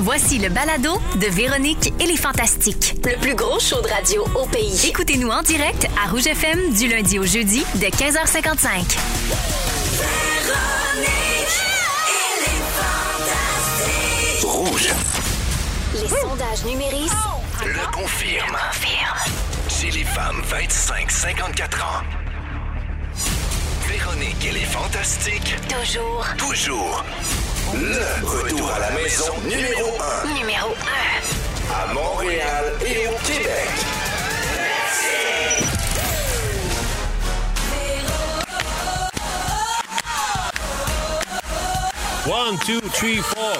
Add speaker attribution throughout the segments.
Speaker 1: Voici le balado de Véronique et les Fantastiques.
Speaker 2: Le plus gros show de radio au pays.
Speaker 1: Écoutez-nous en direct à Rouge FM du lundi au jeudi de 15h55.
Speaker 3: Rouge
Speaker 2: Les sondages numéris
Speaker 3: le confirme. Chez les femmes 25-54 ans. Véronique, elle est fantastique.
Speaker 2: toujours
Speaker 3: Toujours. Le retour à la maison numéro
Speaker 2: numéro
Speaker 3: 1 à Montréal et au Québec.
Speaker 4: One, two, three, four.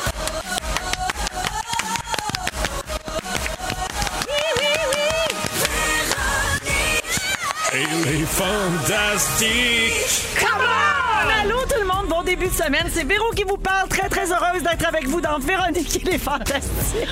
Speaker 4: Il est fantastique.
Speaker 5: Allô tout le monde, bon début de semaine. C'est Véro qui vous parle. Très, très heureuse d'être avec vous dans Véronique et les Fantastiques.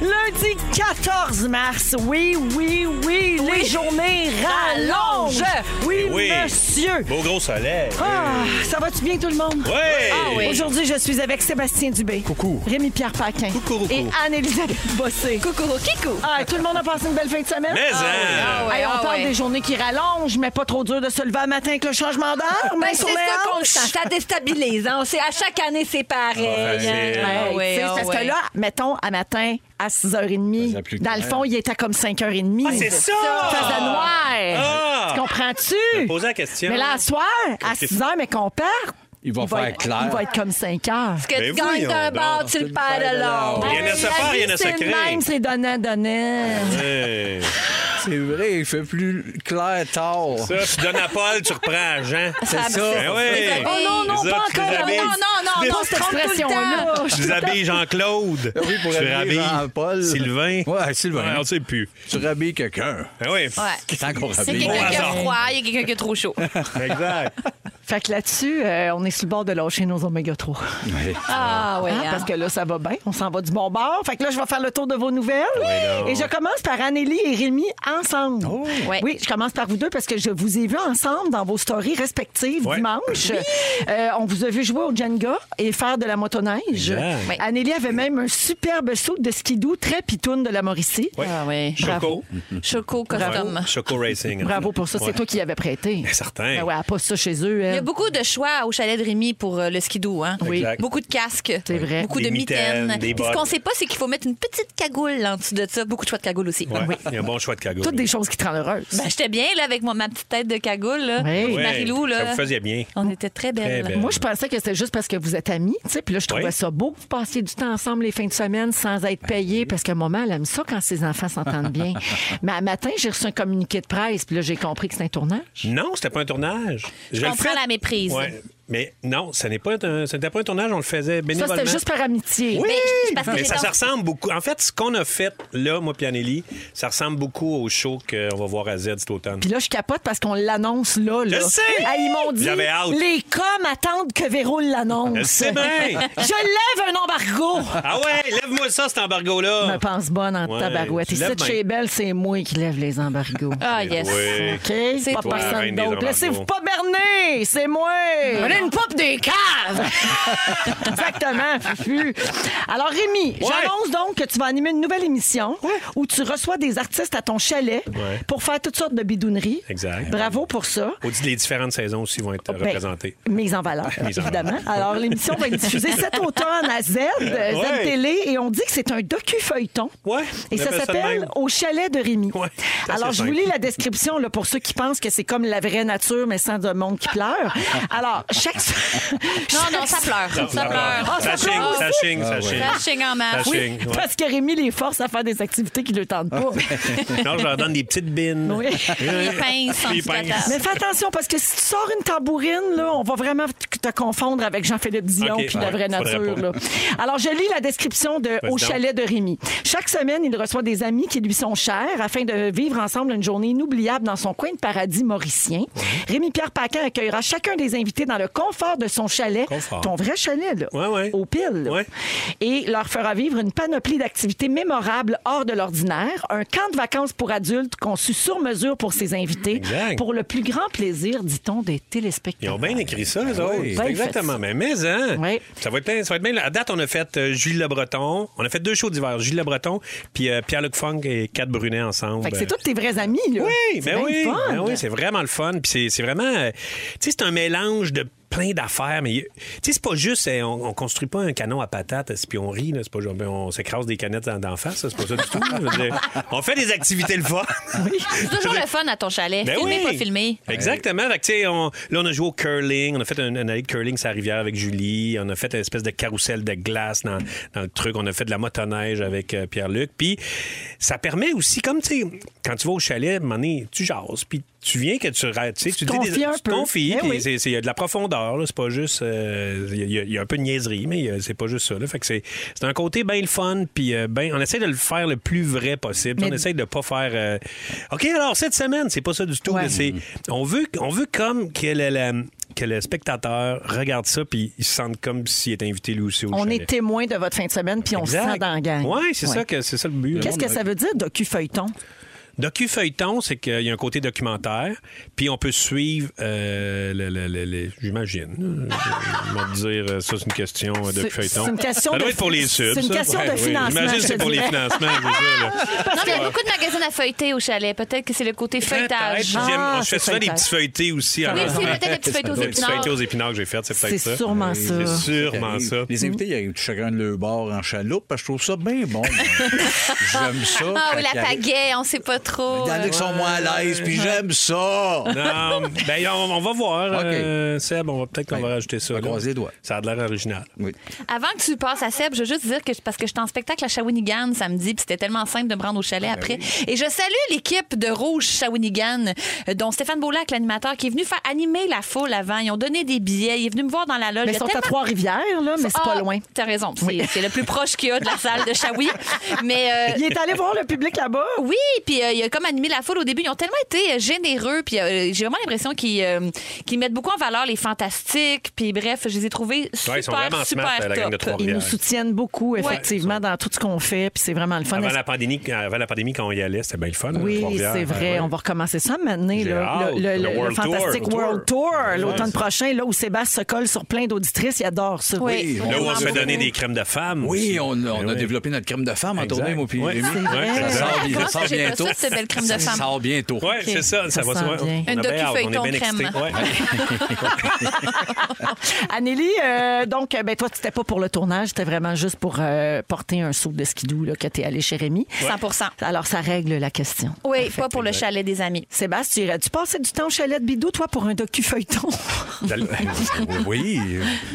Speaker 5: Lundi 14 mars. Oui, oui, oui. Les journées rallongent. Oui,
Speaker 4: Eh Oui.
Speaker 5: monsieur.
Speaker 4: Beau gros soleil.
Speaker 5: Ah, ça va-tu bien tout le monde?
Speaker 4: Ouais.
Speaker 5: Ah Aujourd'hui, je suis avec Sébastien Dubé.
Speaker 4: Coucou.
Speaker 5: Rémi-Pierre Paquin.
Speaker 4: Coucou, coucou.
Speaker 5: Et Anne-Élisabeth Bossé. Coucou, coucou. Ah, tout le monde a passé une belle fin de semaine? Ah
Speaker 4: Mais hein.
Speaker 5: Hey, on parle des journées qui rallongent, mais pas trop dur de se lever le matin avec le changement d'heure.
Speaker 6: Ben,
Speaker 5: main
Speaker 6: c'est
Speaker 5: sur
Speaker 6: ça
Speaker 5: les
Speaker 6: qu'on le
Speaker 5: hanches.
Speaker 6: sent. Ça déstabilise. hein. On sait, à chaque année, c'est pareil.
Speaker 4: Ah, facile.
Speaker 6: Ah,
Speaker 5: Hey,
Speaker 6: ouais,
Speaker 5: tu sais,
Speaker 6: ah,
Speaker 5: parce
Speaker 6: ouais.
Speaker 5: que là, mettons, à matin, à 6h30,
Speaker 4: Faisait plus
Speaker 5: dans le
Speaker 4: clair.
Speaker 5: fond, il était comme 5h30.
Speaker 4: Ah, c'est ça!
Speaker 5: faisait noir.
Speaker 4: Ah!
Speaker 5: Tu comprends-tu?
Speaker 4: Posez la question.
Speaker 5: Mais là, à soir, à 6h, mais qu'on parte,
Speaker 7: Il va faire
Speaker 5: être,
Speaker 7: clair.
Speaker 5: il va être comme 5h.
Speaker 6: Parce que
Speaker 4: Ben
Speaker 6: tu gagnes
Speaker 4: voyons
Speaker 6: d'un
Speaker 4: donc.
Speaker 6: bord, tu le perds de l'autre.
Speaker 4: Rien ne se perd, rien ne se
Speaker 5: Ben, C'est le
Speaker 4: crée.
Speaker 5: même, c'est donnant, donnant.
Speaker 4: Hey.
Speaker 7: C'est vrai, il fait plus clair tard.
Speaker 4: Ça, tu donnes à Paul, tu reprends à Jean.
Speaker 7: C'est ça.
Speaker 4: Ben oui.
Speaker 6: Oh non, non,
Speaker 4: Les
Speaker 6: pas
Speaker 4: autres, tu les
Speaker 6: encore.
Speaker 4: habilles.
Speaker 6: Ah, Non, non, non, non,
Speaker 5: Cette expression-là.
Speaker 4: Tu les habilles Jean-Claude.
Speaker 7: Oui, pour
Speaker 4: tu
Speaker 7: habiller
Speaker 4: rhabilles
Speaker 7: Jean-Paul.
Speaker 4: Sylvain.
Speaker 7: Ouais, Sylvain.
Speaker 4: Ouais, on sait plus.
Speaker 7: Tu rhabilles quelqu'un.
Speaker 4: Ben oui.
Speaker 6: Ouais.
Speaker 7: Tant qu'on
Speaker 6: C'est
Speaker 7: rhabille.
Speaker 6: quelqu'un qui a
Speaker 4: hasard.
Speaker 6: froid, il y a quelqu'un qui est trop chaud.
Speaker 4: Ah, Exact.
Speaker 5: Fait que là-dessus, euh, on est sur le bord de lâcher nos oméga 3.
Speaker 6: Ah oui,
Speaker 5: Ah, parce que là, ça va bien. On s'en va du bon bord. Fait que là, je vais faire le tour de vos nouvelles.
Speaker 4: donc.
Speaker 5: Et je commence par Anélie et Rémi ensemble.
Speaker 4: Oh.
Speaker 6: Ouais.
Speaker 5: Oui, je commence par vous deux parce que je vous ai vu ensemble dans vos stories respectives
Speaker 4: Ouais.
Speaker 5: dimanche. Euh, on vous a vu jouer au Jenga et faire de la motoneige.
Speaker 4: Yeah.
Speaker 6: Oui.
Speaker 5: Anélie avait même un superbe saut de skidoo très pitoune de la Mauricie.
Speaker 4: Ouais.
Speaker 6: Ah oui.
Speaker 4: Choco.
Speaker 6: Choco
Speaker 4: Bravo.
Speaker 6: custom.
Speaker 4: Choco Racing.
Speaker 5: Bravo pour ça. C'est
Speaker 4: Ouais.
Speaker 5: toi qui l'avais prêté.
Speaker 4: certain.
Speaker 5: Ben ouais, elle a pas ça chez eux.
Speaker 6: Il y a
Speaker 5: elle.
Speaker 6: beaucoup de choix au chalet de Rémi pour euh, le skidoo. Hein?
Speaker 5: Oui.
Speaker 4: Euh, Exact.
Speaker 6: Beaucoup de casques.
Speaker 5: C'est vrai.
Speaker 6: Beaucoup
Speaker 4: Des
Speaker 6: de mitaines.
Speaker 4: mitaines, des
Speaker 6: Puis ce
Speaker 4: bottes.
Speaker 6: qu'on sait pas, c'est qu'il faut mettre une petite cagoule en dessous de ça. Beaucoup de choix de cagoule aussi.
Speaker 4: Ouais. Il y a un bon choix de cagoule.
Speaker 5: Toutes des choses qui te rendent heureuse.
Speaker 6: Ben, j'étais bien là, avec moi, ma petite tête de cagoule. Là.
Speaker 5: Oui.
Speaker 6: Puis
Speaker 4: Ouais,
Speaker 6: Marilou,
Speaker 4: Ça
Speaker 6: là,
Speaker 4: vous faisait bien.
Speaker 6: on était très belles.
Speaker 4: Très belles.
Speaker 5: Moi, je pensais que c'était juste parce que vous êtes amis, tu sais. Puis là, je trouvais
Speaker 4: Oui.
Speaker 5: ça beau que vous passiez du temps ensemble les fins de semaine sans être
Speaker 4: Ben
Speaker 5: payé, parce que maman, elle aime ça quand ses enfants s'entendent bien. Mais à matin, j'ai reçu un communiqué de presse, puis là, j'ai compris que c'est un tournage.
Speaker 4: Non, c'était pas un tournage. Je, le
Speaker 6: comprends
Speaker 4: fais.
Speaker 6: la méprise.
Speaker 4: Ouais. Mais non, ce n'est pas un- ce n'était pas un tournage, on le faisait
Speaker 5: Ça,
Speaker 4: bénévolement.
Speaker 5: c'était juste par amitié.
Speaker 4: Oui,
Speaker 6: Mais je- je
Speaker 4: mais,
Speaker 6: pense que j'ai
Speaker 4: ça,
Speaker 6: dans-
Speaker 4: se ressemble beaucoup. En fait, ce qu'on a fait là, moi Pianelli, ça ressemble beaucoup au show qu'on va voir à Z cet automne.
Speaker 5: Puis là, je capote parce qu'on l'annonce là. là.
Speaker 4: Je sais!
Speaker 5: Ah, ils m'ont dit,
Speaker 4: J'avais hâte.
Speaker 5: les coms attendent que Véro l'annonce.
Speaker 4: C'est bien!
Speaker 5: Je lève un embargo!
Speaker 4: Ah ouais, lève-moi ça, cet embargo-là!
Speaker 5: me pense bonne en
Speaker 4: Ouais,
Speaker 5: tabarouette.
Speaker 4: tu
Speaker 5: Et
Speaker 4: lèves
Speaker 5: cette
Speaker 4: bien.
Speaker 5: chez Belle, c'est moi qui lève les embargos.
Speaker 6: Ah, yes.
Speaker 4: Oui.
Speaker 5: OK?
Speaker 6: C'est
Speaker 5: Pas
Speaker 6: toi,
Speaker 4: Euh, la
Speaker 5: personne
Speaker 4: reine des
Speaker 5: d'autre.
Speaker 4: embargos.
Speaker 5: Laissez-vous pas berner! C'est moi!
Speaker 6: On a une poupe des caves!
Speaker 5: Exactement, Fufu. Alors, Rémi, j'annonce donc que tu vas animer une nouvelle émission où tu reçois des artistes à ton chalet
Speaker 4: Ouais.
Speaker 5: pour faire toutes sortes de bidouneries.
Speaker 4: Exact.
Speaker 5: Bravo pour ça.
Speaker 4: Au dit, les différentes saisons aussi vont être
Speaker 5: Ben,
Speaker 4: représentées.
Speaker 5: Mise en valeur,
Speaker 4: Mise en
Speaker 5: évidemment. Alors, l'émission va être diffusée cet automne à Z, euh, Z
Speaker 4: Ouais.
Speaker 5: Télé, et on dit que c'est un docu-feuilleton.
Speaker 4: Ouais,
Speaker 5: Et
Speaker 4: on
Speaker 5: ça
Speaker 4: appelle ça de
Speaker 5: s'appelle
Speaker 4: même.
Speaker 5: Au chalet de Rémi.
Speaker 4: Ouais, c'est assez
Speaker 5: Alors, je vous
Speaker 4: simple.
Speaker 5: lis la description là, pour ceux qui pensent que c'est comme la vraie nature, mais sans de monde qui pleure. Alors, chaque.
Speaker 6: Non, non, ça pleure. Ça pleure.
Speaker 5: Ah,
Speaker 4: ça
Speaker 5: ça
Speaker 4: chigne,
Speaker 5: pleure
Speaker 4: ça
Speaker 5: aussi.
Speaker 4: chigne, ça chigne.
Speaker 6: Ça chigne en masse.
Speaker 4: Ça
Speaker 5: Ah Oui,
Speaker 4: chigne, ouais.
Speaker 5: parce que Rémi les force à faire des activités qui ne le tentent pas.
Speaker 4: Non, je leur donne des petites bines.
Speaker 5: Oui.
Speaker 6: Les pinces en
Speaker 4: Les
Speaker 6: dessous de la
Speaker 4: pinces.
Speaker 6: table.
Speaker 5: Mais fais attention, parce que si tu sors une tambourine, là, on va vraiment te te confondre avec Jean-Philippe Dion
Speaker 4: Ok,
Speaker 5: puis la
Speaker 4: ouais,
Speaker 5: vraie
Speaker 4: faudrait
Speaker 5: nature.
Speaker 4: pas.
Speaker 5: là. Alors, je lis la description de
Speaker 4: Vas-y
Speaker 5: Au
Speaker 4: donc.
Speaker 5: chalet de Rémi. Chaque semaine, il reçoit des amis qui lui sont chers afin de vivre ensemble une journée inoubliable dans son coin de paradis mauricien. Rémi-Pierre Paquin accueillera chacun des invités dans le confort de son chalet,
Speaker 4: Confort.
Speaker 5: ton vrai chalet, là,
Speaker 4: Ouais, ouais.
Speaker 5: au pile, là.
Speaker 4: Ouais.
Speaker 5: et leur fera vivre une panoplie d'activités mémorables hors de l'ordinaire, un camp de vacances pour adultes conçu sur mesure pour ses invités,
Speaker 4: Exact.
Speaker 5: pour le plus grand plaisir, dit-on, des
Speaker 4: Ils
Speaker 5: téléspectateurs.
Speaker 4: ont bien écrit ça, eux autres.
Speaker 5: Ah Bien
Speaker 4: C'est exactement.
Speaker 5: fait.
Speaker 4: Mais, mais, hein?
Speaker 5: Oui.
Speaker 4: Ça va être bien. Ça va être bien. À date, on a fait euh, Gilles Le Breton. On a fait deux shows d'hiver. Gilles Le Breton, puis euh, Pierre-Luc Funk et Kat Brunet ensemble.
Speaker 5: Fait que c'est tous tes vrais amis, là.
Speaker 4: Oui,
Speaker 5: C'est
Speaker 4: ben
Speaker 5: bien
Speaker 4: oui,
Speaker 5: le fun.
Speaker 4: ben oui, c'est vraiment le fun. Puis c'est- c'est vraiment, euh, tu sais, c'est un mélange de plein d'affaires, mais y- tu sais, c'est pas juste, euh, on, on construit pas un canon à patates puis on rit, là, c'est pas genre, ben, on s'écrase des canettes dans, dans la face, là, c'est pas ça du tout. là. Je veux dire, on fait des activités le fun.
Speaker 6: C'est toujours le fun à ton chalet.
Speaker 4: Ben
Speaker 6: filmé,
Speaker 4: oui.
Speaker 6: pas filmé.
Speaker 4: Exactement. Fait que, tu sais, on- là, on a joué au curling. On a fait un, un allée de curling sur la rivière avec Julie. On a fait une espèce de carrousel de glace dans, dans le truc. On a fait de la motoneige avec euh, Pierre-Luc. Puis ça permet aussi, comme, tu sais, quand tu vas au chalet, à un moment donné, tu jases. Puis tu viens que tu... ra- Tu sais, tu dis
Speaker 5: confies
Speaker 4: des-
Speaker 5: un
Speaker 4: tu
Speaker 5: peu.
Speaker 4: confies,
Speaker 5: Eh
Speaker 4: puis
Speaker 5: oui.
Speaker 4: c'est- c'est- il y a de la profondeur. là. C'est pas juste... euh, Il y, a- il y a un peu de niaiserie, mais il y a- c'est pas juste ça. là. Fait que c'est c'est un côté bien le fun. Puis euh, ben, on essaie de le faire le plus vrai possible.
Speaker 5: Mais-
Speaker 4: On essaie de pas faire... euh, OK, alors, cette semaine, c'est pas ça du tout.
Speaker 5: Ouais.
Speaker 4: là, c'est- on veut, on veut comme que le, la- que le spectateur regarde ça puis il se sente comme s'il était invité lui aussi au
Speaker 5: On
Speaker 4: chalet.
Speaker 5: est témoin de votre fin de semaine, puis on se sent dans la gang.
Speaker 4: Oui, c'est
Speaker 5: Ouais.
Speaker 4: ça que c'est ça le but.
Speaker 5: Qu'est-ce que ça veut dire, docu-feuilleton?
Speaker 4: Docu-feuilleton, c'est qu'il y a un côté documentaire, puis on peut suivre, euh, le- le- le- le- j'imagine. Je vais te dire, euh, ça, c'est une question euh, docu-feuilleton.
Speaker 5: c'est une question
Speaker 4: ça doit
Speaker 5: de-
Speaker 4: être pour les subs.
Speaker 5: c'est une
Speaker 4: ça.
Speaker 5: question de financement,
Speaker 4: J'imagine que
Speaker 5: je
Speaker 4: c'est
Speaker 5: te
Speaker 4: pour les
Speaker 5: dirais.
Speaker 4: financements. c'est ça, là.
Speaker 6: Non, mais il y a beaucoup de magazines à feuilleter au chalet. Peut-être que c'est le côté
Speaker 4: Peut-être,
Speaker 6: feuilletage.
Speaker 4: puis j'aime-
Speaker 5: Ah,
Speaker 4: je fais
Speaker 5: c'est
Speaker 4: souvent des
Speaker 6: feuilletage.
Speaker 4: petits feuilletés aussi. en
Speaker 6: Oui,
Speaker 4: même
Speaker 6: c'est
Speaker 4: temps.
Speaker 6: peut-être des petits feuilletés aux
Speaker 4: Des petits
Speaker 6: épinards.
Speaker 4: feuilletés aux épinards que j'ai fait, c'est peut-être
Speaker 5: C'est
Speaker 4: ça.
Speaker 5: sûrement ça.
Speaker 4: C'est sûrement
Speaker 7: Qui
Speaker 4: ça.
Speaker 7: arrive. Les invités, ils arrivent chacun de leur bord en chaloupe, parce que je trouve ça bien bon. j'aime ça.
Speaker 6: Ah
Speaker 7: quand
Speaker 6: oui, la
Speaker 7: ils arrivent.
Speaker 6: pagaie, on sait pas trop.
Speaker 7: Il y en a qui sont moins à l'aise, puis j'aime ça.
Speaker 4: Non, ben, on, on va voir.
Speaker 7: OK.
Speaker 4: euh, Seb, on va peut-être qu'on
Speaker 7: Ouais.
Speaker 4: va rajouter ça.
Speaker 7: On va
Speaker 4: là.
Speaker 7: croiser les doigts.
Speaker 4: Ça a de l'air original.
Speaker 7: Oui.
Speaker 6: Avant que tu passes à Seb, je veux juste dire que parce que j'étais en spectacle à Shawinigan samedi, puis c'était tellement simple de me rendre au chalet après. Et je salue l'équipe de Rouge Shawinigan, euh, dont Stéphane Beaulac, l'animateur, qui est venu faire animer la foule avant. Ils ont donné des billets, il est venu me voir dans la loge.
Speaker 5: Mais
Speaker 6: Il
Speaker 5: ils
Speaker 6: y a
Speaker 5: sont à
Speaker 6: tellement-
Speaker 5: Trois-Rivières, là, mais c'est pas
Speaker 6: Ah,
Speaker 5: loin.
Speaker 6: T'as raison, c'est c'est le plus proche qu'il y a de la salle de Shawi. Mais euh,
Speaker 5: Il est allé voir le public là-bas.
Speaker 6: oui, puis euh, il a comme animé la foule au début. Ils ont tellement été euh, généreux, puis euh, j'ai vraiment l'impression qu'ils euh, qu'ils mettent beaucoup en valeur les fantastiques. Puis bref, je les ai trouvés super,
Speaker 4: Ouais, ils sont vraiment
Speaker 6: super
Speaker 4: smart, la gang de
Speaker 6: top.
Speaker 4: Trois-Rivières.
Speaker 5: Ils nous soutiennent beaucoup, effectivement, dans tout ce qu'on fait, puis c'est vraiment le fun.
Speaker 4: Avant la, pandémie, avant la pandémie, quand on y allait, c'était bien le fun.
Speaker 5: Oui,
Speaker 4: Trois-Rivières.
Speaker 5: c'est vrai.
Speaker 4: Ouais.
Speaker 5: On va recommencer ça maintenant.
Speaker 4: J'ai
Speaker 5: Là,
Speaker 4: hâte.
Speaker 5: le, le-
Speaker 4: Le
Speaker 5: le
Speaker 4: World
Speaker 5: Fantastic
Speaker 4: Tour.
Speaker 5: World Tour, l'automne prochain, là où Sébastien se colle sur plein d'auditrices. Il adore ça.
Speaker 6: Oui.
Speaker 4: Là où on
Speaker 6: Vraiment
Speaker 4: se fait
Speaker 6: beaucoup.
Speaker 4: donner des crèmes de femmes.
Speaker 7: Oui,
Speaker 4: aussi.
Speaker 7: on, on
Speaker 4: Ben
Speaker 7: a
Speaker 4: oui.
Speaker 7: développé notre crème de femme en
Speaker 4: Exact.
Speaker 7: tournée, moi, puis
Speaker 4: Ouais.
Speaker 7: Rémi.
Speaker 4: C'est vrai.
Speaker 7: Ça
Speaker 4: Ouais.
Speaker 7: sort,
Speaker 6: Comment
Speaker 7: ça sort
Speaker 6: ça, j'ai
Speaker 7: bientôt.
Speaker 6: pas ça, cette belle crème de
Speaker 7: Ça
Speaker 6: femme?
Speaker 7: sort bientôt.
Speaker 4: Oui, c'est ça. Ça,
Speaker 5: Ça
Speaker 4: va
Speaker 5: sent
Speaker 4: se
Speaker 5: bien.
Speaker 4: On
Speaker 6: Un
Speaker 4: a bien hâte, on
Speaker 6: docu-feuilleton
Speaker 4: est bien excités.
Speaker 6: crème.
Speaker 4: Ouais.
Speaker 5: Anélie, euh, donc, euh, ben, toi, tu n'étais pas pour le tournage, c'était vraiment juste pour euh, porter un saut de skidoo là, que tu es allé chez Rémi.
Speaker 6: 100
Speaker 5: Alors, ça règle la question.
Speaker 6: Oui, pas pour le chalet des amis.
Speaker 5: Sébastien, tu irais-tu passer du temps au chalet de Bidou, toi, pour un docu-feuilleton?
Speaker 7: oui,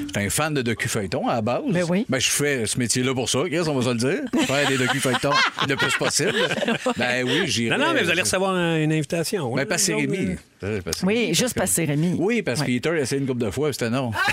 Speaker 7: j'étais un fan de docu-feuilleton à la base.
Speaker 5: Ben oui.
Speaker 7: Ben, je fais ce métier-là pour ça, Chris, on va se le dire. Faire des docu-feuilletons le plus possible. Ben oui, j'irai.
Speaker 4: Non, non, mais vous allez recevoir un- une invitation.
Speaker 7: Ben,
Speaker 4: Ouais,
Speaker 7: passer
Speaker 4: donc,
Speaker 7: Rémi.
Speaker 4: euh,
Speaker 7: Euh, passer
Speaker 5: oui,
Speaker 7: Rémi,
Speaker 5: juste
Speaker 7: parce que-
Speaker 5: passer Rémi.
Speaker 7: Oui, parce que
Speaker 5: Ouais.
Speaker 7: Peter a essayé une couple de fois, puis c'était non. Ah,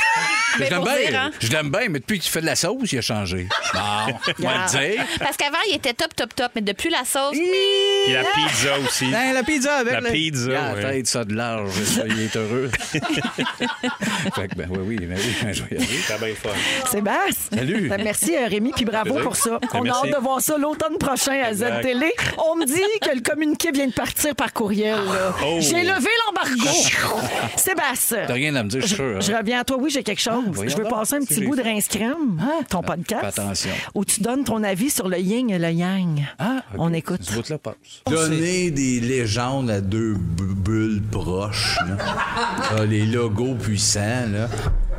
Speaker 7: Mais je l'aime
Speaker 6: pour dire,
Speaker 7: bien,
Speaker 6: hein.
Speaker 7: je l'aime bien, mais depuis qu'il fait de la sauce, il a changé. Non, on va le dire.
Speaker 6: hein, Parce qu'avant, il était top, top, top, mais depuis la sauce,
Speaker 4: Puis la pizza aussi.
Speaker 7: Ben, la pizza avec
Speaker 4: La
Speaker 7: le-
Speaker 4: pizza,
Speaker 7: Ah,
Speaker 4: ouais.
Speaker 7: tête, ça de large, ça, il est heureux. fait que, ben oui, oui, ben oui, je vais y aller.
Speaker 4: C'était bien fun.
Speaker 5: Sébastien.
Speaker 7: Salut. Ben,
Speaker 5: Ben, Merci euh, Rémi, puis bravo pour ça. On
Speaker 4: merci.
Speaker 5: a hâte de voir ça l'automne prochain à
Speaker 4: Exact.
Speaker 5: Z-Télé. On me dit que le communiqué vient de partir par courriel. là.
Speaker 4: Oh.
Speaker 5: J'ai levé l'embargo. Sébastien.
Speaker 7: T'as rien à me dire, je suis sûr. hein. Ah,
Speaker 5: Je reviens à toi. Oui, j'ai quelque chose.
Speaker 7: voyons
Speaker 5: je veux
Speaker 7: donc.
Speaker 5: passer un
Speaker 7: Qu'est-ce
Speaker 5: petit
Speaker 7: que
Speaker 5: bout de
Speaker 7: j'ai
Speaker 5: rince crème, ton podcast.
Speaker 7: fais attention.
Speaker 5: Où tu donnes ton avis sur le yin et le yang.
Speaker 7: Ah, ok.
Speaker 5: On écoute.
Speaker 7: Ce bout-là passe. Donner des légendes à deux bu- bulles proches, là. Ah, les logos puissants, là.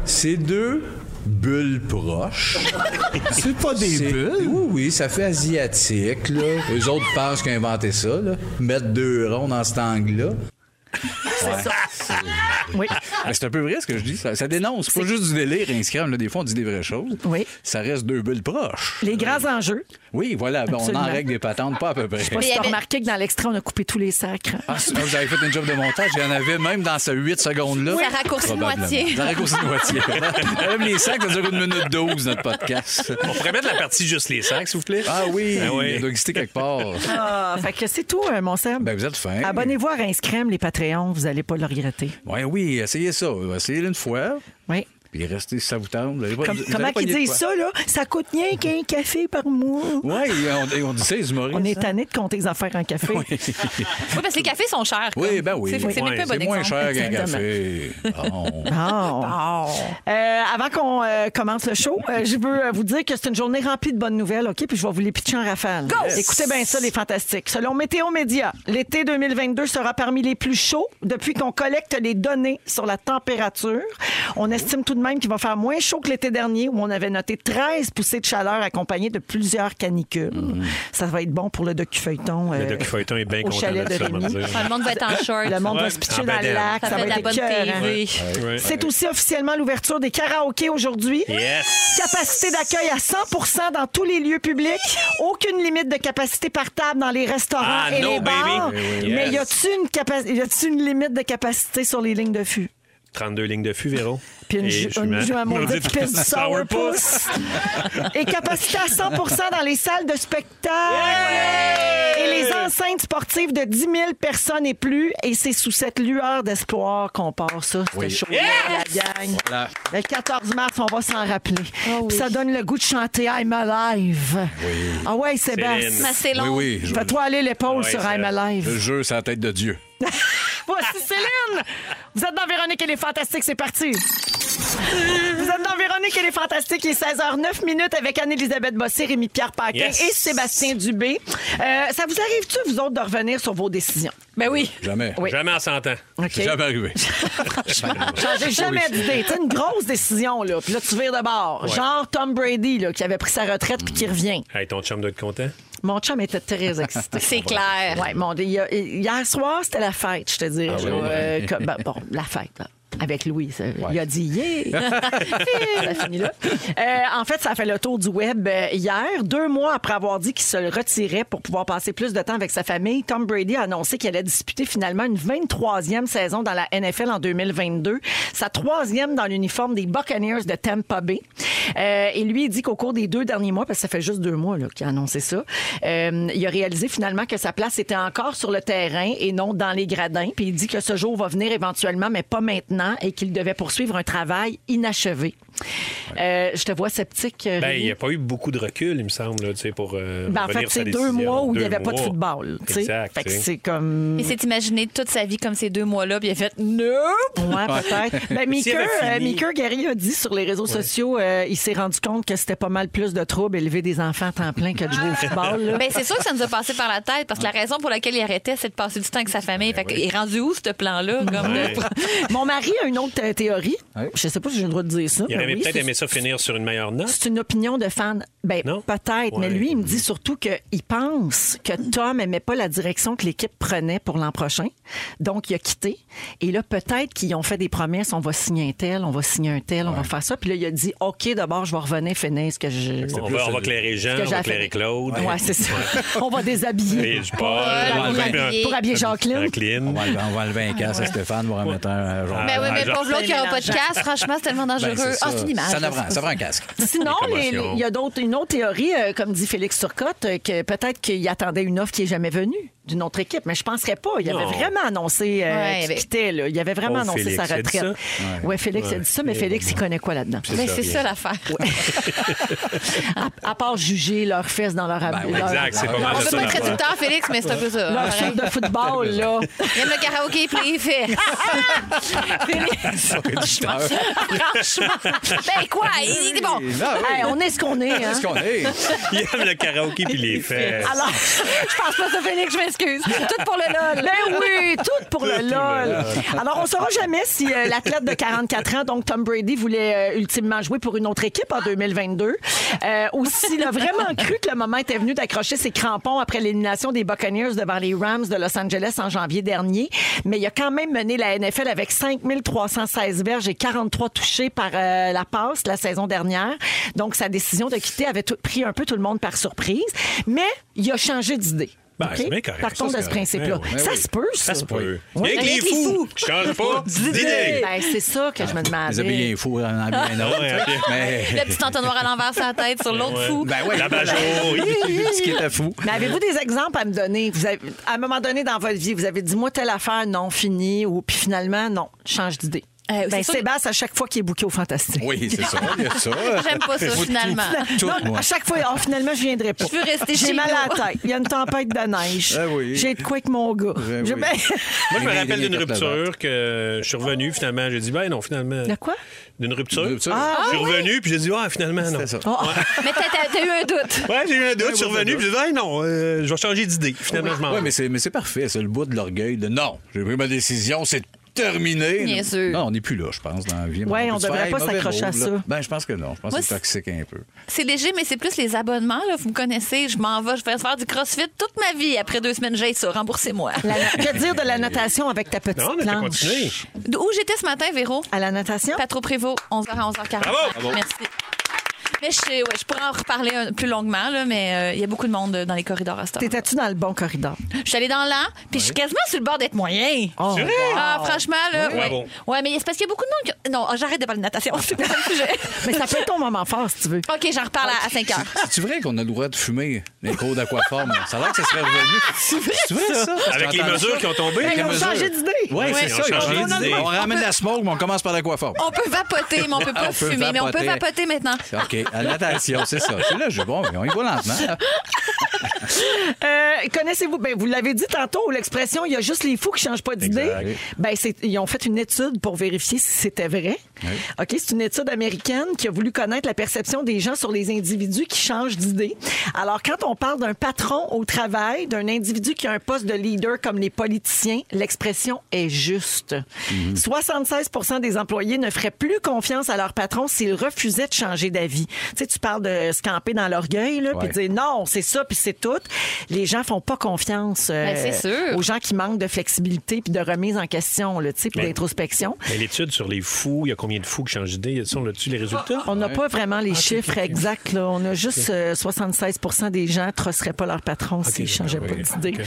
Speaker 7: C'est deux bulles proches. C'est pas des bulles? Oui, oui, ça fait asiatique, là. Eux autres pensent qu'ils ont inventé ça, là. Mettre deux ronds dans cet angle-là.
Speaker 5: Oui.
Speaker 7: Ah, C'est un peu vrai ce que je dis. Ça, ça dénonce. C'est pas juste du délire Instagram. Là, des fois, on dit des vraies choses.
Speaker 5: Oui.
Speaker 7: Ça reste deux bulles proches.
Speaker 5: Les grands enjeux.
Speaker 7: Oui, voilà. Ben, on
Speaker 5: Absolument.
Speaker 7: en règle des patentes, pas à peu près.
Speaker 5: Je sais pas si
Speaker 6: il y
Speaker 5: t'as
Speaker 6: avait-
Speaker 5: remarqué que dans l'extrait, on a coupé tous les sacres.
Speaker 7: Ah, c'est- vous avez fait une job de montage. Il y en avait même dans ce 8 secondes-là.
Speaker 6: Oui. Ça raccourcit de
Speaker 7: Probablement.
Speaker 6: moitié.
Speaker 7: Ça raccourcit de moitié. même les sacs, ça dure une minute 12, notre podcast.
Speaker 4: On pourrait mettre la partie juste les sacs, s'il vous plaît.
Speaker 7: Ah oui,
Speaker 4: Ben oui.
Speaker 7: il doit exister quelque part.
Speaker 5: Ah, fait que c'est tout, euh, mon Seb.
Speaker 7: Ben, vous êtes fin.
Speaker 5: Abonnez-vous à Rince Crème, les Patreons, vous n'allez pas le regretter.
Speaker 7: Ouais, oui, essayez ça. Essayez-le une fois,
Speaker 5: Oui.
Speaker 7: puis restez savoutable.
Speaker 5: Comme- comment qu'ils disent ça, là? Ça coûte rien qu'un café par mois.
Speaker 7: Oui, on, on dit ça, les humoristes.
Speaker 5: On est
Speaker 7: hein.
Speaker 5: tanné de compter les affaires en café.
Speaker 6: Oui, parce que les cafés sont chers.
Speaker 7: Oui,
Speaker 6: comme.
Speaker 7: ben oui.
Speaker 6: C'est c'est
Speaker 4: Ouais,
Speaker 6: même pas un
Speaker 7: C'est
Speaker 6: bon
Speaker 7: moins
Speaker 6: exemple.
Speaker 7: cher qu'un
Speaker 6: Exactement.
Speaker 7: café. Bon.
Speaker 5: Bon. Euh, avant qu'on euh, commence le show, euh, je veux euh, vous dire que c'est une journée remplie de bonnes nouvelles, OK? Puis je vais vous les pitcher en rafale. Écoutez bien ça, les fantastiques. Selon Météo Média, l'été 2022 sera parmi les plus chauds depuis qu'on collecte les données sur la température. On estime tout de même qu'il va faire moins chaud que l'été dernier où on avait noté 13 poussées de chaleur accompagnées de plusieurs canicules. Ça va être bon pour le docu-feuilleton. euh,
Speaker 4: Mm. Le
Speaker 7: ben,
Speaker 4: doc feuilleton est bien
Speaker 5: au
Speaker 4: content
Speaker 5: chalet
Speaker 4: de
Speaker 5: de
Speaker 4: ça, on va
Speaker 5: Rémi.
Speaker 4: dire.
Speaker 6: Enfin, le monde va être en short.
Speaker 5: Le monde va
Speaker 4: Ouais.
Speaker 5: se pitcher
Speaker 4: En
Speaker 5: dans le
Speaker 4: bedaine.
Speaker 5: lac.
Speaker 6: Ça
Speaker 5: Ça,
Speaker 6: fait
Speaker 5: va
Speaker 6: de la
Speaker 5: être
Speaker 6: bonne
Speaker 5: écœurant.
Speaker 6: TV.
Speaker 4: Ouais.
Speaker 5: C'est aussi officiellement l'ouverture des karaokés aujourd'hui.
Speaker 4: Yes!
Speaker 5: Capacité d'accueil à 100 dans tous les lieux publics. Aucune limite de capacité par table dans les restaurants
Speaker 4: Ah,
Speaker 5: et
Speaker 4: no,
Speaker 5: les bars.
Speaker 4: baby. Oui, oui.
Speaker 5: Mais
Speaker 4: Yes.
Speaker 5: y a-t-il une, capa- y a-t-il une limite de capacité sur les lignes de fût?
Speaker 4: 32 lignes de fût, Véro.
Speaker 5: Puis une,
Speaker 4: Et
Speaker 5: ju-
Speaker 4: je
Speaker 5: une
Speaker 4: mets-
Speaker 5: jus à maudit qui pisse du
Speaker 4: sourpuss.
Speaker 5: sourpuss. Et capacité à 100 dans les salles de spectacle. Et les enceintes sportives de 10 000 personnes et plus. Et c'est sous cette lueur d'espoir qu'on part ça. C'était chaud, la gang.
Speaker 7: Voilà.
Speaker 5: Le 14 mars, on va s'en rappeler.
Speaker 6: oui.
Speaker 5: Puis ça donne le goût de chanter I'm Alive. Ah ouais,
Speaker 4: Céline. Ah
Speaker 5: Sébastien.
Speaker 6: Mais c'est
Speaker 7: Oui,
Speaker 6: long.
Speaker 7: oui. Je,
Speaker 5: Fais-toi aller l'épaule
Speaker 4: Ouais,
Speaker 5: sur
Speaker 4: c'est-
Speaker 5: I'm
Speaker 7: le
Speaker 5: Alive.
Speaker 7: jeu, c'est la tête de Dieu.
Speaker 5: Voici Céline. Vous êtes dans Véronique et les Fantastiques, c'est parti. Vous êtes dans Véronique et les Fantastiques, il est 16h09 minutes avec Anne-Elisabeth Bossé, Rémi-Pierre Paquin
Speaker 4: Yes.
Speaker 5: et Sébastien Dubé. Euh, ça vous arrive-tu, vous autres, de revenir sur vos décisions?
Speaker 6: Ben oui.
Speaker 7: Jamais.
Speaker 5: Oui.
Speaker 4: Jamais en 100 ans.
Speaker 5: OK.
Speaker 7: C'est jamais arrivé.
Speaker 5: Changez jamais d'idée. C'est une grosse décision, là. Puis là, tu vires de bord. Genre Tom Brady, là, qui avait pris sa retraite puis qui revient.
Speaker 4: Hey, ton chum doit être content.
Speaker 5: Mon chum était très excité.
Speaker 6: C'est clair.
Speaker 5: Ouais, mon Dieu, il y a- hier soir, c'était la fête, je te dis.
Speaker 7: oui.
Speaker 5: Genre, euh, comme- ben, bon, la fête, là, Avec Louis, ça- il a dit yeah! ça finit là. Euh, en fait, ça a fait le tour du web euh, hier. Deux mois après avoir dit qu'il se le retirait pour pouvoir passer plus de temps avec sa famille, Tom Brady a annoncé qu'il allait disputer finalement une 23e saison dans la NFL en 2022, sa troisième dans l'uniforme des Buccaneers de Tampa Bay. Euh, et lui, il dit qu'au cours des deux derniers mois, parce que ça fait juste deux mois là, qu'il a annoncé ça, euh, il a réalisé finalement que sa place était encore sur le terrain et non dans les gradins. Puis il dit que ce jour va venir éventuellement, mais pas maintenant, et qu'il devait poursuivre un travail inachevé. Euh, je te vois sceptique.
Speaker 4: Ben,
Speaker 5: Rémi.
Speaker 4: il n'y a pas eu beaucoup de recul, il me semble, là, tu sais, pour. euh,
Speaker 5: Ben, en
Speaker 4: revenir
Speaker 5: fait,
Speaker 4: sur
Speaker 5: c'est
Speaker 4: la
Speaker 5: deux
Speaker 4: décision.
Speaker 5: mois où il n'y
Speaker 4: Deux
Speaker 5: avait pas de
Speaker 4: mois.
Speaker 5: football. tu sais.
Speaker 4: Exact,
Speaker 5: Fait que
Speaker 4: tu sais.
Speaker 5: c'est comme.
Speaker 6: Il s'est imaginé toute sa vie comme ces deux mois-là, puis il a fait Nope!
Speaker 5: Ouais, peut-être. Ben,
Speaker 4: Si elle
Speaker 5: Meeker,
Speaker 4: avait
Speaker 5: euh,
Speaker 4: fini.
Speaker 5: Meeker Gary a dit sur les réseaux sociaux, euh, il s'est rendu compte que c'était pas mal plus de troubles élever des enfants à temps plein que de jouer
Speaker 4: Ah!
Speaker 5: au football. là.
Speaker 6: Ben, c'est sûr que ça nous a passé par la tête parce que la raison pour laquelle il arrêtait, c'est de passer du temps avec sa famille. Fait qu'il est rendu où, ce plan-là? Comme
Speaker 4: Ben
Speaker 6: de-
Speaker 5: Mon mari a une autre euh, théorie. Je sais pas si j'ai le droit de dire ça.
Speaker 4: Il aurait
Speaker 5: mais oui,
Speaker 4: peut-être
Speaker 5: c'est-
Speaker 4: aimé ça finir sur une meilleure note.
Speaker 5: C'est une opinion de fan. Ben,
Speaker 4: Non?
Speaker 5: peut-être, mais
Speaker 4: Ouais.
Speaker 5: lui, il me dit surtout qu'il pense que Tom aimait pas la direction que l'équipe prenait pour l'an prochain. Donc, il a quitté. Et là, peut-être qu'ils ont fait des promesses. On va signer un tel, on va signer un tel, on va faire ça. Puis là, il a dit, OK, d'abord, je vais revenir finir ce que je...
Speaker 4: On va, on va éclairer Jean,
Speaker 5: ce que
Speaker 4: on
Speaker 5: j'ai
Speaker 4: va
Speaker 5: à
Speaker 4: éclairer
Speaker 5: faire.
Speaker 4: Claude.
Speaker 5: Ouais, c'est ça. on va déshabiller euh,
Speaker 4: Et je pars.
Speaker 6: Ouais,
Speaker 4: On va
Speaker 6: pour
Speaker 4: enlever un-
Speaker 6: habiller.
Speaker 5: pour habiller Jacqueline.
Speaker 4: un clean.
Speaker 7: On va, enlever- on va enlever un casse à Stéphane, on va remettre un. un genre-
Speaker 6: Ben oui,
Speaker 4: Ah,
Speaker 6: mais
Speaker 4: genre-
Speaker 6: pour l'autre qui n'aura pas de casse, franchement, c'est tellement dangereux.
Speaker 7: Ben, c'est
Speaker 6: Ah, c'est une image.
Speaker 7: Ça,
Speaker 6: là.
Speaker 7: en prend, ça prend un casque.
Speaker 5: Sinon,
Speaker 4: Les
Speaker 5: les-
Speaker 4: commotions.
Speaker 5: il y a d'autres, une autre théorie, euh, comme dit Félix Turcotte, euh, que peut-être qu'il attendait une offre qui n'est jamais venue d'une autre équipe, mais je ne penserais pas. Il avait
Speaker 4: Non.
Speaker 5: vraiment annoncé euh,
Speaker 6: Ouais,
Speaker 5: qu'il
Speaker 6: mais-
Speaker 5: quittait. là. Il avait vraiment
Speaker 4: Oh,
Speaker 5: annoncé
Speaker 4: Félix,
Speaker 5: sa
Speaker 4: il a dit
Speaker 5: retraite.
Speaker 4: ça?
Speaker 5: Ouais, Félix a dit ça, mais
Speaker 4: Ouais.
Speaker 5: Félix, il connaît quoi là-dedans?
Speaker 6: Ben,
Speaker 4: ça,
Speaker 6: c'est
Speaker 4: rien.
Speaker 6: ça l'affaire.
Speaker 5: À, à part juger leurs fesses dans leur ab- leur-
Speaker 4: Ben Exact, c'est pas mal
Speaker 6: On
Speaker 4: ça.
Speaker 6: veut pas être
Speaker 4: l'affaire.
Speaker 6: réducteur, Félix, mais c'est un peu ça.
Speaker 5: leur
Speaker 6: Pareil.
Speaker 5: chute de football, là.
Speaker 6: Il aime le karaoké, puis les fesses. Félix,
Speaker 7: Réducteur.
Speaker 6: franchement. Ben quoi, il est bon.
Speaker 7: Ah oui,
Speaker 5: Hey, on est ce qu'on est. hein.
Speaker 7: Qu'est-ce qu'on est?
Speaker 4: Il aime le karaoké puis les fesses.
Speaker 5: Alors,
Speaker 6: Je pense pas ça, Félix, je m'excuse. Tout pour le
Speaker 5: ben
Speaker 6: lol.
Speaker 5: oui, tout pour le LOL. Alors, on ne saura jamais si euh, l'athlète de 44 ans, donc Tom Brady, voulait euh, ultimement jouer pour une autre équipe en 2022 euh, ou s'il a vraiment cru que le moment était venu d'accrocher ses crampons après l'élimination des Buccaneers devant les Rams de Los Angeles en janvier dernier. Mais il a quand même mené la NFL avec 5316 verges et 43 touchés par euh, la passe la saison dernière. Donc, sa décision de quitter avait tout- pris un peu tout le monde par surprise. Mais il a changé d'idée.
Speaker 4: Ben,
Speaker 5: OK?
Speaker 4: c'est bien correct.
Speaker 5: Par
Speaker 4: Ça,
Speaker 5: contre, de
Speaker 4: c'est
Speaker 5: ce
Speaker 4: correct.
Speaker 5: principe-là.
Speaker 7: Ben oui, ben
Speaker 5: ça
Speaker 7: oui.
Speaker 5: se peut, ça.
Speaker 4: Ça se peut.
Speaker 5: Oui.
Speaker 4: Rien que les fous, je change pas d'idée.
Speaker 5: Ben, c'est ça que je me
Speaker 7: Les
Speaker 5: demandais.
Speaker 7: habillés fous, on en a bien un autre.
Speaker 4: Ouais, ok.
Speaker 7: Mais.
Speaker 6: Le petit entonnoir à l'envers sur la tête, sur l'autre
Speaker 4: Ouais.
Speaker 6: fou.
Speaker 7: Ben ouais,
Speaker 4: La Bajo.
Speaker 7: Ce qui était fou.
Speaker 5: Mais avez-vous des exemples à me donner? Vous avez- à un moment donné dans votre vie, vous avez dit, moi, telle affaire, non, fini, ou puis finalement, non, change d'idée.
Speaker 6: Euh, c'est
Speaker 5: Ben,
Speaker 6: sûr que-
Speaker 5: Sébastien, à chaque fois qu'il est bouqué au Fantastique.
Speaker 7: Oui, c'est ça. Il y a ça.
Speaker 6: J'aime pas ça,
Speaker 7: Faut tout-
Speaker 6: finalement.
Speaker 7: tout,
Speaker 5: Non,
Speaker 7: moi.
Speaker 5: à chaque fois, Ah, finalement, je viendrai pas.
Speaker 6: Je veux rester
Speaker 5: J'ai
Speaker 6: chez
Speaker 5: mal à
Speaker 6: nous.
Speaker 5: la tête. Il y a une tempête de neige.
Speaker 7: Ah oui.
Speaker 5: J'ai de quoi avec mon gars.
Speaker 7: Ben
Speaker 5: Je-
Speaker 7: oui.
Speaker 4: Moi, je me
Speaker 7: Rien,
Speaker 4: rappelle
Speaker 7: rien
Speaker 4: d'une
Speaker 7: qu'à te
Speaker 4: rupture que je suis revenu, finalement. J'ai dit, ben non, finalement.
Speaker 5: De quoi?
Speaker 4: D'une rupture.
Speaker 7: Une rupture.
Speaker 5: Ah,
Speaker 4: je suis revenu, puis j'ai dit, ah, finalement, non.
Speaker 7: C'est ça.
Speaker 5: Oh,
Speaker 6: Mais t'as- t'as t'as eu un doute.
Speaker 4: Ouais, j'ai eu un doute, je suis
Speaker 7: ouais,
Speaker 4: revenu,
Speaker 7: ouais.
Speaker 4: puis j'ai dit, ah, non, euh, je vais changer d'idée. Finalement, je m'en
Speaker 7: Oui,
Speaker 4: vais.
Speaker 7: mais c'est, mais c'est parfait. C'est le bout de l'orgueil de non, j'ai pris ma décision, c'est terminé.
Speaker 6: Bien sûr.
Speaker 7: Non, on n'est plus là, je pense, dans la vie.
Speaker 5: Ouais, on
Speaker 7: peut se
Speaker 5: devrait
Speaker 7: faire,
Speaker 5: pas
Speaker 7: hey, mauvais
Speaker 5: s'accrocher
Speaker 7: move,
Speaker 5: à
Speaker 7: là.
Speaker 5: ça.
Speaker 7: Ben, je pense que non. Je pense
Speaker 6: Moi,
Speaker 7: que c'est toxique un peu.
Speaker 6: C'est léger, mais c'est plus les abonnements. Là. Vous me connaissez, je m'en vais, je vais faire du crossfit toute ma vie. Après deux semaines, j'ai ça, remboursez-moi.
Speaker 5: la- que dire de la natation avec ta petite
Speaker 4: Non, mais t'as
Speaker 5: planche?
Speaker 4: continué.
Speaker 6: Où j'étais ce matin, Véro?
Speaker 5: À la natation?
Speaker 6: Patro Prévost, 11h à 11h45.
Speaker 4: Bravo! Bravo.
Speaker 6: Merci. Mais je, sais, ouais, je pourrais en reparler un- plus longuement, là, mais euh, il y a beaucoup de monde euh, dans les corridors à cette heure.
Speaker 5: T'étais-tu dans le bon corridor?
Speaker 6: Je suis allée dans l'an, puis je suis quasiment sur le bord d'être moyen.
Speaker 5: Oh,
Speaker 6: Ah, franchement, là. Ouais,
Speaker 4: Bravo.
Speaker 6: Ouais, mais c'est parce qu'il y a beaucoup de monde qui. Non, ah, j'arrête de parler de natation. C'est pas le sujet.
Speaker 5: Mais ça peut être ton moment fort, si tu veux.
Speaker 6: OK, j'en reparle à- à 5
Speaker 5: Ah.
Speaker 6: h
Speaker 7: C'est-tu vrai qu'on a le droit de fumer les cours d'aquaforme? ça a l'air que ça serait revenu. C'est vrai, ça? Parce
Speaker 4: Avec
Speaker 7: qu'on
Speaker 4: les
Speaker 7: entend
Speaker 4: mesures
Speaker 7: ça.
Speaker 4: qui ont tombé.
Speaker 5: Ils
Speaker 7: Avec les
Speaker 5: ont
Speaker 7: mesures.
Speaker 5: changé d'idée.
Speaker 7: Oui,
Speaker 4: Ouais,
Speaker 7: c'est ça.
Speaker 4: ils ont
Speaker 7: ils ont
Speaker 4: changé
Speaker 7: changé
Speaker 4: d'idée.
Speaker 7: d'idée. On ramène la smoke, mais on commence par l'aquaforme.
Speaker 6: On peut vapoter, mais on peut pas
Speaker 7: On peut
Speaker 6: fumer. Mais on peut
Speaker 7: vapoter.
Speaker 6: vapoter maintenant.
Speaker 7: OK, à la natation, c'est ça. C'est là, je bon, on y va lentement.
Speaker 5: Euh, Connaissez-vous, ben, vous l'avez dit tantôt, l'expression il y a juste les fous qui changent pas d'idée.
Speaker 4: Exact.
Speaker 5: Ben, c'est- ils ont fait une étude pour vérifier si c'était vrai. OK, c'est une étude américaine qui a voulu connaître la perception des gens sur les individus qui changent d'idée. Alors, quand on parle d'un patron au travail, d'un individu qui a un poste de leader comme les politiciens, l'expression est juste. 76 des employés ne feraient plus confiance à leur patron s'ils refusaient de changer d'avis. Tu sais, tu parles de se camper dans l'orgueil, là, puis
Speaker 7: Ouais.
Speaker 5: dire et non, c'est ça, puis c'est tout. Les gens font pas confiance euh,
Speaker 6: Ben, c'est sûr.
Speaker 5: aux gens qui manquent de flexibilité puis de remise en question, là, tu sais, puis
Speaker 4: Ben.
Speaker 5: d'introspection.
Speaker 4: Mais l'étude sur les fous, il y a combien de fous qui changent d'idée? Sont là-dessus les résultats?
Speaker 5: On n'a pas vraiment les chiffres exacts. Là. On a juste euh, 76 des gens ne trosseraient pas leur patron s'ils ne changeaient
Speaker 4: oui,
Speaker 5: pas d'idée.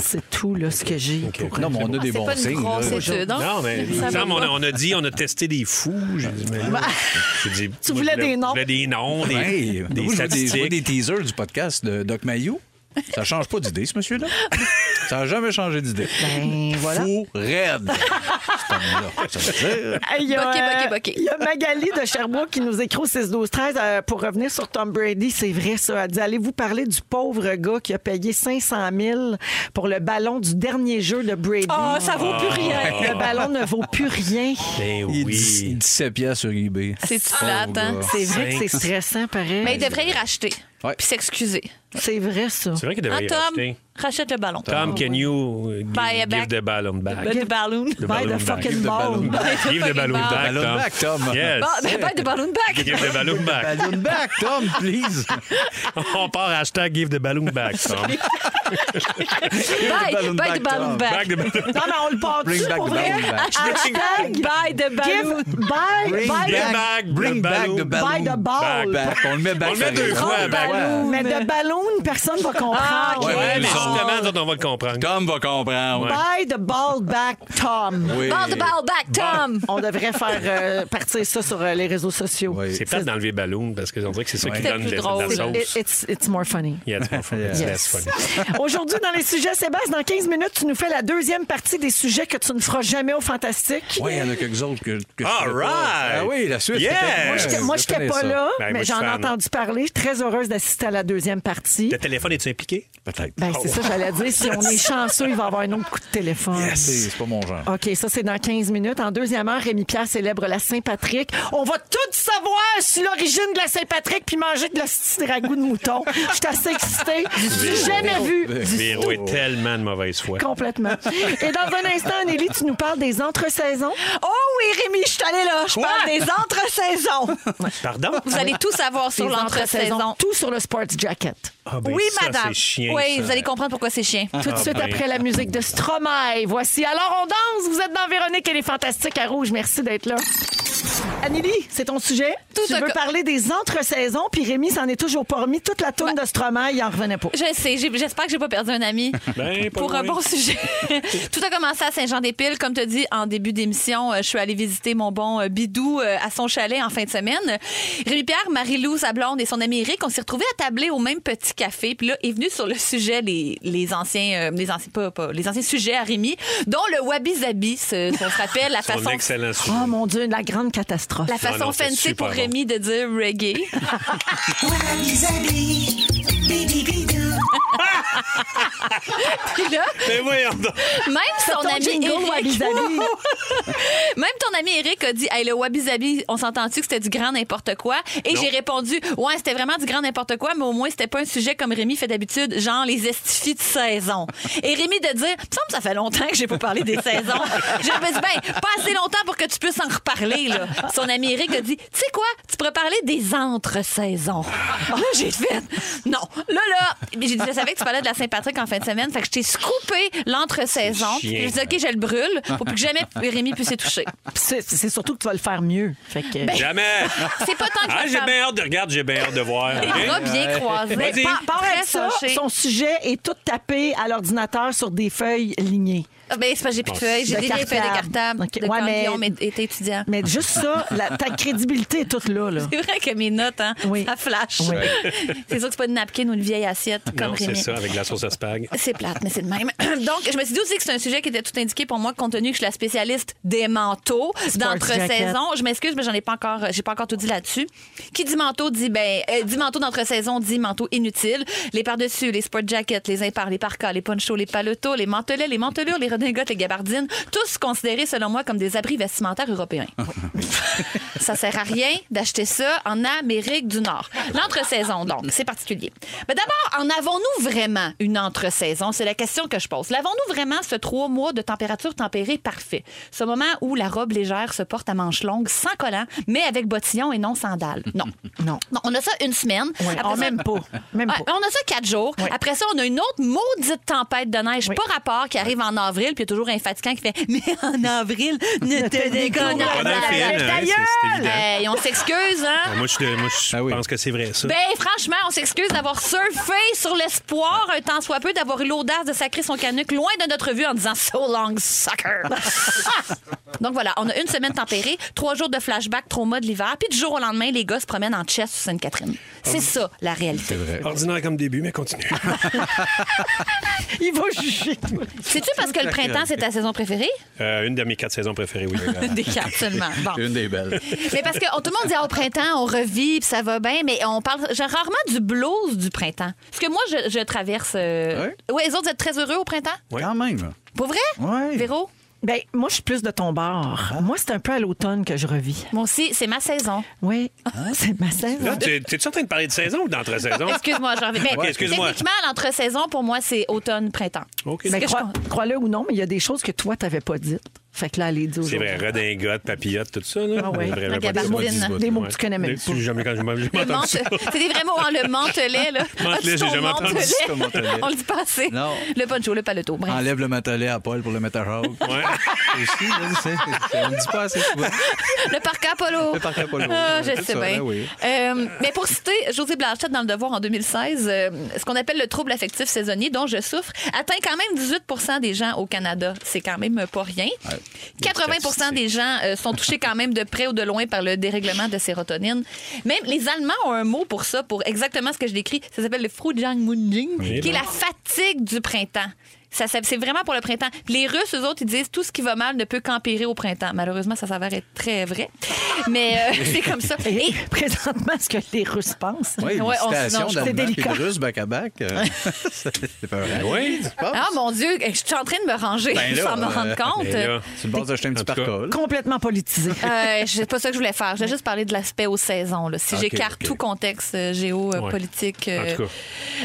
Speaker 5: C'est tout là, ce que j'ai pour...
Speaker 7: Non, mais on a des
Speaker 6: C'est
Speaker 7: bons
Speaker 6: pas une
Speaker 7: signes.
Speaker 6: grosse
Speaker 7: là.
Speaker 6: étude, hein?
Speaker 4: Non, mais
Speaker 6: Ça va
Speaker 4: Sam, on,
Speaker 6: pas.
Speaker 4: a, on a dit, on a testé des fous. J'ai dit, mais là, j'ai dit,
Speaker 5: Tu
Speaker 4: moi,
Speaker 5: voulais
Speaker 4: je voulais-
Speaker 5: des noms.
Speaker 4: je voulais des noms, des,
Speaker 7: Hey,
Speaker 4: des
Speaker 7: moi, je vois des, je vois
Speaker 4: statistiques.
Speaker 7: des teasers du podcast de Doc Mayou. Ça change pas d'idée, ce monsieur-là. Ça n'a jamais changé d'idée.
Speaker 5: Ben, voilà.
Speaker 7: Fou, raide. C'est un gars, ça veut dire.
Speaker 5: Hey, Il y, a,
Speaker 6: Boqué, boqué,
Speaker 5: euh,
Speaker 6: boqué.
Speaker 5: il y a Magali de Sherbrooke qui nous écrit au 6 12 13 pour revenir sur Tom Brady. C'est vrai ça. Elle dit allez-vous parler du pauvre gars qui a payé 500 000 pour le ballon du dernier jeu de Brady.
Speaker 6: Ah, ça vaut plus rien.
Speaker 5: Le ballon ne vaut plus rien.
Speaker 4: Ben
Speaker 7: Il dit
Speaker 4: oui.
Speaker 7: 17 piastres sur eBay.
Speaker 6: C'est
Speaker 4: Oh,
Speaker 7: Pauvre
Speaker 6: flat, hein?
Speaker 7: gars.
Speaker 5: C'est vrai que c'est stressant, pareil.
Speaker 6: Mais il devrait y racheter.
Speaker 7: Ouais.
Speaker 6: Puis s'excuser.
Speaker 5: C'est vrai ça.
Speaker 4: C'est vrai qu'il
Speaker 6: Hein,
Speaker 4: devrait y
Speaker 6: Tom,
Speaker 4: acheter.
Speaker 6: rachète le ballon.
Speaker 4: Tom, can you uh, give,
Speaker 6: Buy it
Speaker 4: give
Speaker 6: back.
Speaker 4: the ballon back?
Speaker 6: Buy the balloon.
Speaker 4: The
Speaker 5: Buy the
Speaker 4: balloon back.
Speaker 5: fucking ball.
Speaker 4: Give the balloon back,
Speaker 7: Ballon
Speaker 4: Tom.
Speaker 7: back, Tom.
Speaker 4: Yes.
Speaker 6: Bon, ben, pas de ballon back.
Speaker 4: Give the balloon back.
Speaker 7: Balloon back, Tom, please.
Speaker 4: On part hashtag give the balloon back, hein. Tom.
Speaker 6: Buy, buy
Speaker 7: ballon back,
Speaker 6: the ballon
Speaker 7: Tom.
Speaker 4: Back
Speaker 6: back.
Speaker 4: the balloon.
Speaker 5: Non, mais on le part
Speaker 7: Bring back
Speaker 5: pour
Speaker 7: the
Speaker 5: vrai.
Speaker 7: ballon back.
Speaker 5: Hashtag
Speaker 6: Buy the ballon.
Speaker 5: give buy,
Speaker 7: Bring
Speaker 5: buy the-
Speaker 4: back the
Speaker 7: bring back
Speaker 4: balloon
Speaker 7: the
Speaker 5: Buy
Speaker 7: balloon.
Speaker 5: the ball.
Speaker 7: Back. On le met back.
Speaker 4: On le met
Speaker 7: pareil.
Speaker 4: deux fois,
Speaker 7: Ouais,
Speaker 4: back.
Speaker 7: ouais.
Speaker 5: Mais de ballon, personne ne va
Speaker 6: Ah,
Speaker 5: comprendre.
Speaker 6: ouais,
Speaker 4: Ouais, mais
Speaker 7: mais
Speaker 4: justement, nous autres, on va le comprendre.
Speaker 7: Tom va comprendre.
Speaker 5: Buy the ball back, Tom.
Speaker 7: Oui.
Speaker 6: Buy the ballon back, Tom.
Speaker 5: On devrait faire euh, partir ça sur euh, les réseaux sociaux.
Speaker 7: Oui.
Speaker 4: C'est plate d'enlever ballon parce que on dirait que c'est ça qui
Speaker 6: C'était
Speaker 4: donne
Speaker 6: plus
Speaker 4: le-
Speaker 6: drôle.
Speaker 4: la
Speaker 5: C'est-
Speaker 4: sauce.
Speaker 5: it- it's, it's more funny.
Speaker 4: Yeah, it's more fun.
Speaker 7: Yes.
Speaker 4: It's less funny.
Speaker 5: Aujourd'hui, dans les sujets, Sébastien, dans 15 minutes, tu nous fais la deuxième partie des sujets que tu ne feras jamais au Fantastique.
Speaker 7: Oui, il y en a quelques autres que, que je
Speaker 4: All
Speaker 7: ferais pas.
Speaker 4: right.
Speaker 7: Ah oui, la suite.
Speaker 4: Yeah.
Speaker 7: peut-être.
Speaker 4: Moi,
Speaker 5: J'étais-
Speaker 7: Euh,
Speaker 5: Moi,
Speaker 7: je
Speaker 5: je n'étais
Speaker 7: connais
Speaker 5: pas
Speaker 7: ça.
Speaker 5: là,
Speaker 4: Ben, moi,
Speaker 5: mais
Speaker 4: je suis
Speaker 5: j'en ai
Speaker 4: fan.
Speaker 5: entendu parler. Je suis très heureuse d'assister à la deuxième partie.
Speaker 4: Le téléphone, est-tu impliqué?
Speaker 7: Peut-être.
Speaker 5: Ben, c'est ça, j'allais dire. Si on est chanceux, il va avoir un autre coup de téléphone.
Speaker 7: C'est Ah, c'est pas mon genre.
Speaker 5: OK, ça, c'est dans 15 minutes. En deuxième heure, Rémi Pierre célèbre la Saint-Patrick. On va tout savoir sur l'origine de la Saint-Patrick puis manger de la petite ragoût de mouton. Je suis assez excitée. J'ai jamais vu. du
Speaker 4: Véro est tellement de mauvaise foi.
Speaker 5: Complètement. Et dans un instant, Nelly, tu nous parles des entre-saisons.
Speaker 6: Oh oui, Rémi, je suis allée là. Je parle des entre-saisons.
Speaker 4: Pardon? Ah
Speaker 6: Vous allez tout savoir sur
Speaker 5: Des
Speaker 6: l'entre-saison.
Speaker 5: Tout sur le sports jacket.
Speaker 4: Ah, ben,
Speaker 6: Oui,
Speaker 4: ça,
Speaker 6: madame.
Speaker 4: c'est chiant,
Speaker 6: oui,
Speaker 4: ça.
Speaker 6: vous allez comprendre pourquoi c'est chien.
Speaker 5: Tout de suite
Speaker 4: ben.
Speaker 5: après la musique de Stromae. Voici Alors on danse. Vous êtes dans Véronique et les Fantastiques à Rouge. Merci d'être là. Anneli, c'est ton sujet.
Speaker 6: Tout
Speaker 5: tu
Speaker 6: à
Speaker 5: veux
Speaker 6: co-
Speaker 5: parler des entre-saisons, puis Rémi s'en est toujours pas remis. Toute la tourne
Speaker 6: Ben-
Speaker 5: de Stromae, il en revenait pas.
Speaker 6: Je sais, j'ai- j'espère que j'ai pas perdu un ami
Speaker 4: Ben, pas
Speaker 6: pour un
Speaker 4: loin.
Speaker 6: bon sujet. Tout a commencé à Saint-Jean-des-Piles. Comme tu dit en début d'émission, euh, je suis allée visiter mon bon euh, Bidou euh, à son chalet en fin de semaine. Rémi-Pierre, Marie-Lou, sa blonde et son ami Eric, on s'est retrouvés attablés au même petit café. Puis là, est venu sur le sujet les, les anciens, euh, les anciens, pas, pas- les anciens sujets à Rémi, dont le wabi-sabi, ce- on se rappelle, la
Speaker 4: Son
Speaker 6: façon Ah,
Speaker 4: excellent sujet.
Speaker 5: Oh mon Dieu, la grande catastrophe.
Speaker 6: la
Speaker 4: Non,
Speaker 6: façon
Speaker 4: non, c'était
Speaker 6: fancy
Speaker 4: super
Speaker 6: pour
Speaker 4: bon.
Speaker 6: Rémi de dire reggae. Puis là,
Speaker 4: Mais Ben, voyons donc.
Speaker 6: même son
Speaker 5: Ton
Speaker 6: ami
Speaker 5: jingle,
Speaker 6: Eric,
Speaker 5: Wabi-Sabi.
Speaker 6: même ton ami Eric a dit Hey, le wabi-sabi, on s'entend-tu que c'était du grand n'importe quoi? Et
Speaker 4: Non.
Speaker 6: j'ai répondu Ouais, c'était vraiment du grand n'importe quoi, mais au moins, c'était pas un sujet comme Rémi fait d'habitude, genre les estifis de saison. Et Rémi de dire Il me semble que ça fait longtemps que j'ai pas parlé des saisons. Je me dis Ben, pas assez longtemps pour que tu puisses en reparler, là. Son ami Eric a dit Tu sais quoi? Tu pourrais parler des entre-saisons. Là, j'ai fait Non. Là, là, j'ai dit Je savais que tu parlais de la Saint-Patrick en fin de semaine, fait que je t'ai scoopé l'entre-saison.
Speaker 4: C'est chiant.
Speaker 6: Je dis, OK, je le brûle pour plus que jamais Rémi puisse y toucher.
Speaker 5: C'est c'est surtout que tu vas le faire mieux. Ben, Fait que...
Speaker 4: Jamais.
Speaker 6: C'est pas tant que
Speaker 4: Ah,
Speaker 6: la
Speaker 4: j'ai
Speaker 6: femme-
Speaker 4: bien hâte de regarder, j'ai bien hâte de voir. hein.
Speaker 6: Il
Speaker 4: OK?
Speaker 6: va bien croiser.
Speaker 4: Mais Vas-y.
Speaker 5: Par- par
Speaker 6: Très
Speaker 5: avec ça,
Speaker 6: fâché.
Speaker 5: son sujet est tout tapé à l'ordinateur sur des feuilles lignées.
Speaker 6: Ah, Ben, c'est pas j'ai plus de feuilles, j'ai
Speaker 5: De
Speaker 6: des feuilles de
Speaker 5: cartable.
Speaker 6: cartable
Speaker 5: Ok.
Speaker 6: de
Speaker 5: Ouais,
Speaker 6: quand
Speaker 5: mais-
Speaker 6: Guillaume était étudiant.
Speaker 5: Mais juste ça, la- ta crédibilité est toute là. là.
Speaker 6: C'est vrai que mes notes, hein,
Speaker 5: Oui.
Speaker 6: ça flash.
Speaker 5: Oui.
Speaker 6: C'est sûr que c'est pas une napkin ou une vieille assiette comme
Speaker 4: Non, c'est
Speaker 6: Rémi.
Speaker 4: ça, avec la sauce à spag.
Speaker 6: C'est plate, mais c'est le même. Donc, je me suis dit aussi que c'est un sujet qui était tout indiqué pour moi, compte tenu que je suis la spécialiste des manteaux
Speaker 5: Sport
Speaker 6: d'entre-saison. Je m'excuse, mais j'en ai pas encore, j'ai pas encore tout dit là-dessus. Qui dit manteau dit, ben, euh, dit manteau d'entre-saison dit manteau inutile. Les par-dessus, les sport jackets, les impars, les parkas, les ponchos, les paletos, les mantelets, les mantelures, les redingotes, les gabardines, tous considérés selon moi comme des abris vestimentaires européens. Ça sert à rien d'acheter ça en Amérique du Nord. L'entre-saison, donc, c'est particulier. Mais d'abord, en avons-nous vraiment une entre-saison? C'est la question que je pose. L'avons-nous vraiment ce trois mois de température tempérée parfait? Ce moment où la robe légère se porte à manches longues, sans collant, mais avec bottillon et non sandales? Non.
Speaker 5: Non.
Speaker 6: Non, on a ça une semaine.
Speaker 5: Ouais,
Speaker 6: Après
Speaker 5: on
Speaker 6: ça-
Speaker 5: même pas. Même
Speaker 6: Ouais,
Speaker 5: pas.
Speaker 6: on a ça quatre jours. Après ça, on a une autre maudite tempête de neige,
Speaker 5: Oui.
Speaker 6: pas rapport, qui arrive en avril, puis il y a toujours un fatigant qui fait Mais en avril, ne te déconne
Speaker 4: On va dans le film, hein,
Speaker 6: pas.
Speaker 4: c'est- c'est évident. Ben,
Speaker 6: Hey, Ben, on s'excuse, hein?
Speaker 4: Moi, je, suis de- moi, je
Speaker 7: Ah oui.
Speaker 4: pense que c'est vrai, ça.
Speaker 6: Ben, franchement, on s'excuse d'avoir surfé sur l'espoir, un temps soit peu, d'avoir eu l'audace de sacrer son canuc loin de notre vue en disant So long, sucker! Donc voilà, on a une semaine tempérée, trois jours de flashback, trauma de l'hiver, puis du jour au lendemain, les gars se promènent en chess sur Sainte-Catherine.
Speaker 4: Ah
Speaker 6: C'est ça, la réalité.
Speaker 4: Ordinaire comme début, mais continue.
Speaker 5: Il va juger. toi.
Speaker 6: C'est-tu parce que le printemps, c'est ta saison préférée?
Speaker 4: Euh, une de mes quatre saisons préférées, oui.
Speaker 6: Des cartes seulement. Bon.
Speaker 7: Une des belles.
Speaker 6: Mais parce que on- tout le monde dit Ah, au printemps, on revit, puis ça va bien, mais on parle j'ai rarement du blues du printemps. Parce que moi, je, je traverse. euh,
Speaker 7: Ouais?
Speaker 6: Ouais, les autres, vous êtes très heureux au printemps?
Speaker 4: Ouais.
Speaker 7: Quand même.
Speaker 6: Pour vrai?
Speaker 7: Ouais.
Speaker 6: Véro?
Speaker 5: Ben, moi, je suis plus de ton bord. Moi, c'est un peu à l'automne que je revis.
Speaker 6: Moi aussi, c'est ma saison.
Speaker 5: Oui, Ah, c'est ma saison.
Speaker 4: Là, t'es- t'es-tu en train de parler de saison ou d'entre-saison?
Speaker 6: Excuse-moi, j'en reviens. Mais
Speaker 4: Ok, excuse-moi. Oh.
Speaker 6: Techniquement, l'entre-saison, pour moi, c'est automne-printemps.
Speaker 4: OK.
Speaker 5: Mais
Speaker 6: que je
Speaker 5: Ben, crois- crois-le ou non, mais il y a des choses que toi, t'avais pas dites. Fait que là, allez, dis
Speaker 4: C'est
Speaker 5: aujourd'hui.
Speaker 4: vrai, redingote, papillote, tout ça. Là.
Speaker 5: Ah ouais.
Speaker 4: Les vrais
Speaker 6: La
Speaker 4: vrais papillotes.
Speaker 6: gabardine.
Speaker 4: Ouais.
Speaker 5: Des mots que tu connais même
Speaker 4: Des-
Speaker 5: pas.
Speaker 4: j'ai jamais quand j'ai j'ai
Speaker 6: Le
Speaker 4: entendu
Speaker 6: mante-
Speaker 4: ça.
Speaker 6: C'est des vrais mots, hein, le mantelet. Là.
Speaker 4: Mantelet,
Speaker 6: As-tu
Speaker 4: j'ai
Speaker 6: ton
Speaker 4: jamais entendu
Speaker 6: mantelet?
Speaker 4: ça, mantelet.
Speaker 6: On le dit pas assez.
Speaker 7: Non. Ah.
Speaker 6: Le poncho, le paletot. bref.
Speaker 7: Enlève le matelas à Paul pour le mettre à Jacques.
Speaker 4: Ouais.
Speaker 7: Aussi, là, c'est- c'est- on ne dit pas assez souvent.
Speaker 6: Le parc Apollo.
Speaker 7: Le parquet Apollo.
Speaker 6: Ah, je
Speaker 7: C'est
Speaker 6: sais
Speaker 7: ça,
Speaker 6: bien.
Speaker 7: ben oui.
Speaker 6: Euh, mais pour citer José Blanchette dans Le Devoir en 2016, euh, ce qu'on appelle le trouble affectif saisonnier dont je souffre atteint quand même 18 des gens au Canada. C'est quand même pas rien. 80 des gens euh, sont touchés quand même de près ou de loin par le dérèglement de sérotonine. Même les Allemands ont un mot pour ça, pour exactement ce que je décris. Ça s'appelle le Frühjahrsmunding, qui est la fatigue du printemps. Ça, ça- c'est vraiment pour le printemps. Puis Les Russes, eux autres, ils disent tout ce qui va mal ne peut qu'empirer au printemps. Malheureusement, ça s'avère être très vrai. Mais euh, c'est comme ça.
Speaker 5: Et
Speaker 6: Et
Speaker 5: présentement, ce que les Russes pensent.
Speaker 7: Oui,
Speaker 6: Ouais, on-
Speaker 7: une
Speaker 6: non,
Speaker 7: citation
Speaker 6: je-
Speaker 5: c'est
Speaker 7: d'Allemand puis
Speaker 5: délicat.
Speaker 7: de Russe back-à-back. euh, C'est pas vrai.
Speaker 4: Oui.
Speaker 6: Ah mon Dieu, je suis en train de me ranger
Speaker 7: Ben là,
Speaker 6: sans me rendre
Speaker 7: euh,
Speaker 6: compte.
Speaker 4: Et ben là,
Speaker 7: C'est le bon d'acheter un petit
Speaker 4: En tout cas.
Speaker 7: parcole.
Speaker 5: Complètement politisé.
Speaker 6: Euh, c'est pas ça que je voulais faire. Je voulais juste parler de l'aspect aux saisons. là. Si
Speaker 7: Ok,
Speaker 6: j'écarte
Speaker 7: ok.
Speaker 6: tout contexte euh, géopolitique. euh,
Speaker 4: En tout cas.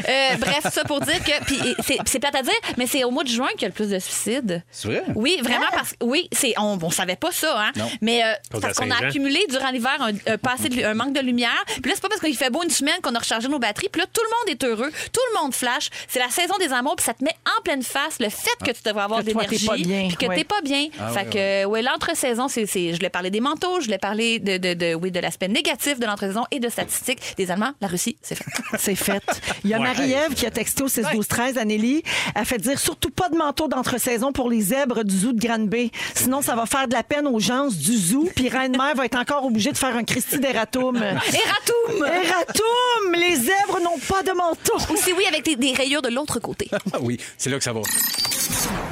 Speaker 6: euh, bref, ça pour dire que. Puis c'est- c'est plate à dire, mais c'est c'est au mois de juin qu'il y a le plus de suicides.
Speaker 7: C'est vrai?
Speaker 6: Oui, vraiment,
Speaker 5: Ah!
Speaker 6: parce que oui, c'est, on ne savait pas ça, hein?
Speaker 7: Non.
Speaker 6: Mais euh,
Speaker 4: Cause
Speaker 6: parce
Speaker 4: de la hein?
Speaker 6: qu'on a
Speaker 4: Saint-Jean.
Speaker 6: accumulé durant l'hiver un, un passé de lu- un manque de lumière. Puis là, c'est pas parce qu'il fait beau une semaine qu'on a rechargé nos batteries. Puis là, tout le monde est heureux, tout le monde flash. C'est la saison des amours, puis ça te met en pleine face le fait que tu devrais avoir
Speaker 5: Que
Speaker 6: de
Speaker 5: toi, t'es
Speaker 6: l'énergie,
Speaker 5: pas bien,
Speaker 6: puis que
Speaker 5: ouais.
Speaker 6: t'es pas bien.
Speaker 7: Ah
Speaker 6: fait
Speaker 7: ouais,
Speaker 6: que, euh, ouais, l'entre-saison, c'est, c'est- je l'ai parlé des manteaux, je l'ai parlé de, de, de- oui, de l'aspect négatif de l'entre-saison et de statistiques des Allemands. La Russie, c'est fait.
Speaker 5: C'est fait. Il y a
Speaker 4: Ouais.
Speaker 5: Marie-Ève qui a texté au 6 12 13 Anélie, a fait dire surtout pas de manteau d'entre-saison pour les zèbres du zoo de Grande-Bay. Sinon, ça va faire de la peine aux gens du zoo, puis Reine-Mère va être encore obligée de faire un Christie d'Eratum.
Speaker 6: Erratum!
Speaker 5: Eratum! Les zèbres n'ont pas de manteau.
Speaker 6: Ou si oui, avec des, des rayures de l'autre côté.
Speaker 7: Ah oui, c'est là que ça va.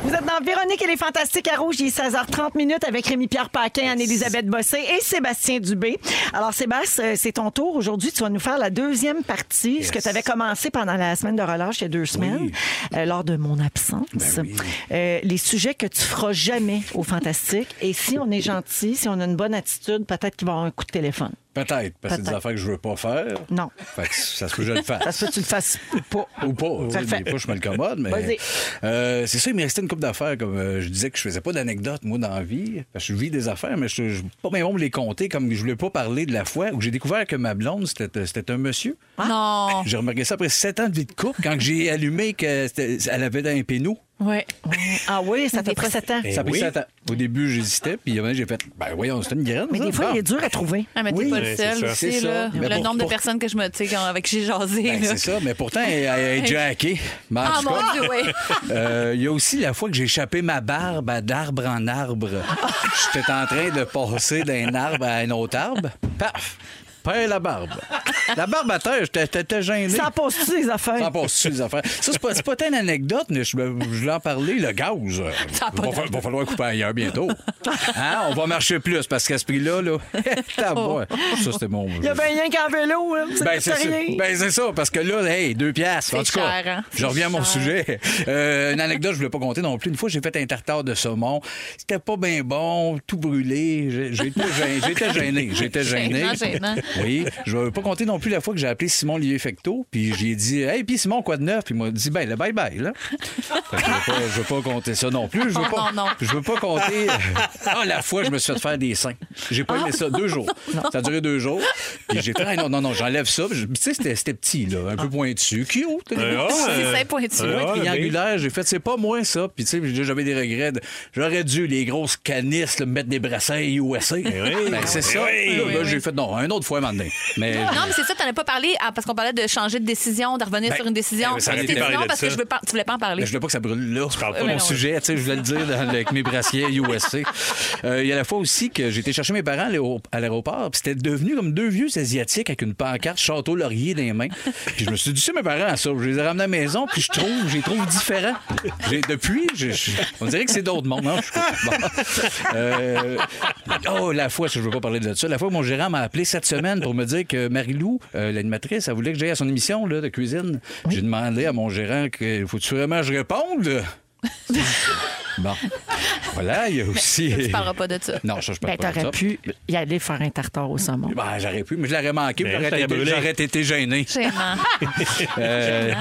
Speaker 5: Vous êtes dans Véronique et les Fantastiques à Rouge. Il est 16h30 minutes avec Rémi-Pierre Paquin, Anne-Élisabeth Bossé et Sébastien Dubé. Alors, Sébastien, euh, c'est ton tour. Aujourd'hui, tu vas nous faire la deuxième partie, ce que tu avais commencé pendant la semaine de relâche il y a deux semaines, euh, lors de mon absence.
Speaker 7: Ben
Speaker 5: Euh, les sujets que tu feras jamais aux Fantastiques. Et si on est gentil, si on a une bonne attitude, peut-être qu'il va y avoir un coup de téléphone.
Speaker 7: Peut-être, parce que c'est des
Speaker 5: Peut-être.
Speaker 7: affaires que je veux pas faire.
Speaker 5: Non.
Speaker 7: Fait que ça se peut que je le fasse.
Speaker 5: Ça se peut que tu le fasses pas.
Speaker 7: Ou pas. oui,
Speaker 5: Parfait.
Speaker 7: Des fois, je me le commode,
Speaker 5: Vas-y.
Speaker 7: mais. Euh, c'est ça, il me restait une coupe d'affaires. Comme euh, je disais que je faisais pas d'anecdotes, moi, dans la vie. Parce que je vis des affaires, mais je je suis pas bien bon pour les compter. Comme je voulais pas parler de la fois où j'ai découvert que ma blonde, c'était euh, c'était un monsieur.
Speaker 6: Ah. Non.
Speaker 7: J'ai remarqué ça après sept ans de vie de couple, quand j'ai allumé qu'elle avait un pénou.
Speaker 6: Ouais.
Speaker 5: Ah oui, ça t'a
Speaker 6: Des
Speaker 5: pris
Speaker 6: fois,
Speaker 5: sept ans.
Speaker 7: ça a pris
Speaker 4: oui.
Speaker 7: sept ans. Au début, j'hésitais, puis à un moment, j'ai fait, ben voyons, c'est une graine.
Speaker 5: Mais
Speaker 7: ça.
Speaker 5: des fois,
Speaker 7: Bon.
Speaker 5: il est dur à trouver.
Speaker 6: Ah, mais t'es
Speaker 7: Oui,
Speaker 6: pas
Speaker 4: ouais,
Speaker 6: le
Speaker 4: c'est
Speaker 6: seul
Speaker 4: ça.
Speaker 6: aussi,
Speaker 7: C'est
Speaker 6: là.
Speaker 7: ça. Mais
Speaker 6: le
Speaker 7: pour-
Speaker 6: nombre
Speaker 7: pour-
Speaker 6: de personnes que je me, tu sais, quand- avec qui j'ai jasé,
Speaker 7: Ben,
Speaker 6: là.
Speaker 7: c'est ça, mais pourtant, elle, elle est déjà hackée. Mais en
Speaker 6: Ah,
Speaker 7: tout
Speaker 6: mon
Speaker 7: cas,
Speaker 6: Dieu, oui.
Speaker 7: euh, Il y a aussi la fois que j'ai échappé ma barbe à d'arbre en arbre. J'étais en train de passer d'un arbre à un autre arbre. Paf! Perds la barbe. La barbe à terre, j'étais- j'étais gêné.
Speaker 5: Ça pose-tu des
Speaker 7: Ça
Speaker 5: affaires?
Speaker 7: passe dessus, les affaires. Ça, c'est pas, c'est pas tant une anecdote, mais je, me- je voulais en parler. Le gaz. euh,
Speaker 6: Ça a pas
Speaker 7: va,
Speaker 6: d'allure.
Speaker 7: va falloir couper ailleurs bientôt. Hein? On va marcher plus parce qu'à ce prix-là, là,
Speaker 6: Oh.
Speaker 7: tabarouette. ça, c'était mon.
Speaker 5: Il y a bien rien qu'en vélo, hein. c'est
Speaker 7: Ben, c'est ça.
Speaker 5: rien.
Speaker 7: Ben, c'est ça, parce que là, hey, deux piastres. En
Speaker 6: C'est
Speaker 7: tout cas,
Speaker 6: cher, hein?
Speaker 7: je reviens à mon
Speaker 6: C'est
Speaker 7: sujet. Euh, une anecdote, je ne voulais pas compter non plus. Une fois, j'ai fait un tartare de saumon. C'était pas bien bon, tout brûlé. J'ai- J'étais gêné. J'étais gêné. J'étais gêné.
Speaker 6: Gênant, gênant.
Speaker 7: Oui. Je ne veux pas compter non plus la fois que j'ai appelé Simon Lié-Fecto. Puis j'ai dit, hey, puis Simon, quoi de neuf? Puis il m'a dit, ben, le bye-bye, là. Fait que je ne veux, pas compter ça non plus. Je veux
Speaker 6: Ah,
Speaker 7: pas,
Speaker 6: non, non.
Speaker 7: Je veux pas compter. Ah, la fois, je me suis fait faire des seins. J'ai pas aimé ça. Deux jours. Ça a duré deux jours. Puis j'ai fait, Ah, non, non, non, j'enlève ça. Puis je- Tu sais, c'était- c'était petit, là, un peu pointu. Cute.
Speaker 4: Ah.
Speaker 7: hein.
Speaker 4: Euh, ah,
Speaker 6: C'est
Speaker 4: euh,
Speaker 6: ça, pointu.
Speaker 4: euh,
Speaker 7: Ouais,
Speaker 4: ah,
Speaker 7: triangulaire, j'ai fait, c'est pas moi ça. Puis, tu sais, j'ai- j'avais des regrets. de- J'aurais dû, les grosses canisses, là, me mettre des brassins USA.
Speaker 4: oui.
Speaker 7: Ben, c'est
Speaker 4: Eh
Speaker 7: ça.
Speaker 4: oui.
Speaker 7: Là,
Speaker 6: Oui,
Speaker 7: ben,
Speaker 6: oui.
Speaker 7: j'ai fait, non, un autre fois, maintenant. Mais
Speaker 6: Non, mais c'est ça, t'en as pas parlé ah, parce qu'on parlait de changer de décision, de revenir
Speaker 7: Ben,
Speaker 6: sur une décision.
Speaker 4: eh, ça aurait
Speaker 6: T'as
Speaker 4: été
Speaker 6: dit
Speaker 4: parlé
Speaker 6: non
Speaker 4: de
Speaker 6: parce que
Speaker 4: ça.
Speaker 6: je veux pas, tu voulais pas en parler.
Speaker 7: Mais je voulais pas que ça brûle là. Je
Speaker 4: parle pas,
Speaker 7: mon
Speaker 4: non.
Speaker 7: sujet, tu sais, je voulais le dire dans- avec mes brassiers USA. Euh, Il y a la fois aussi que j'étais chercher mes parents à l'aéro- à l'aéroport, puis c'était devenu comme deux vieux asiatiques avec une pancarte Château Laurier dans les mains. Puis je me suis dit, c'est mes parents, ça. Je les ai ramenés à la maison, puis je trouve, je les trouve différents. J'ai- Depuis, je- je- on dirait que c'est d'autres mondes. Non, je suis pas- bon. Euh, oh, la fois, je veux pas parler de ça. La fois, où mon gérant m'a appelé cette semaine pour me dire que Marie-Lou, euh, l'animatrice, elle voulait que j'aille à son émission là, de cuisine. J'ai demandé à mon gérant que faut-tu vraiment que je réponde? Bon. Voilà, il y a aussi.
Speaker 6: Tu parleras pas de ça.
Speaker 7: Non, ça, je
Speaker 5: Ben,
Speaker 7: parle pas de ça.
Speaker 5: t'aurais pu y aller faire un tartare au saumon.
Speaker 7: Ben, j'aurais pu, mais je l'aurais manqué,
Speaker 4: Mais
Speaker 7: puis
Speaker 4: Ben,
Speaker 7: j'aurais
Speaker 4: ça aurait
Speaker 7: été,
Speaker 4: brûlé.
Speaker 7: j'aurais été gêné.
Speaker 6: Gênant.
Speaker 7: Euh,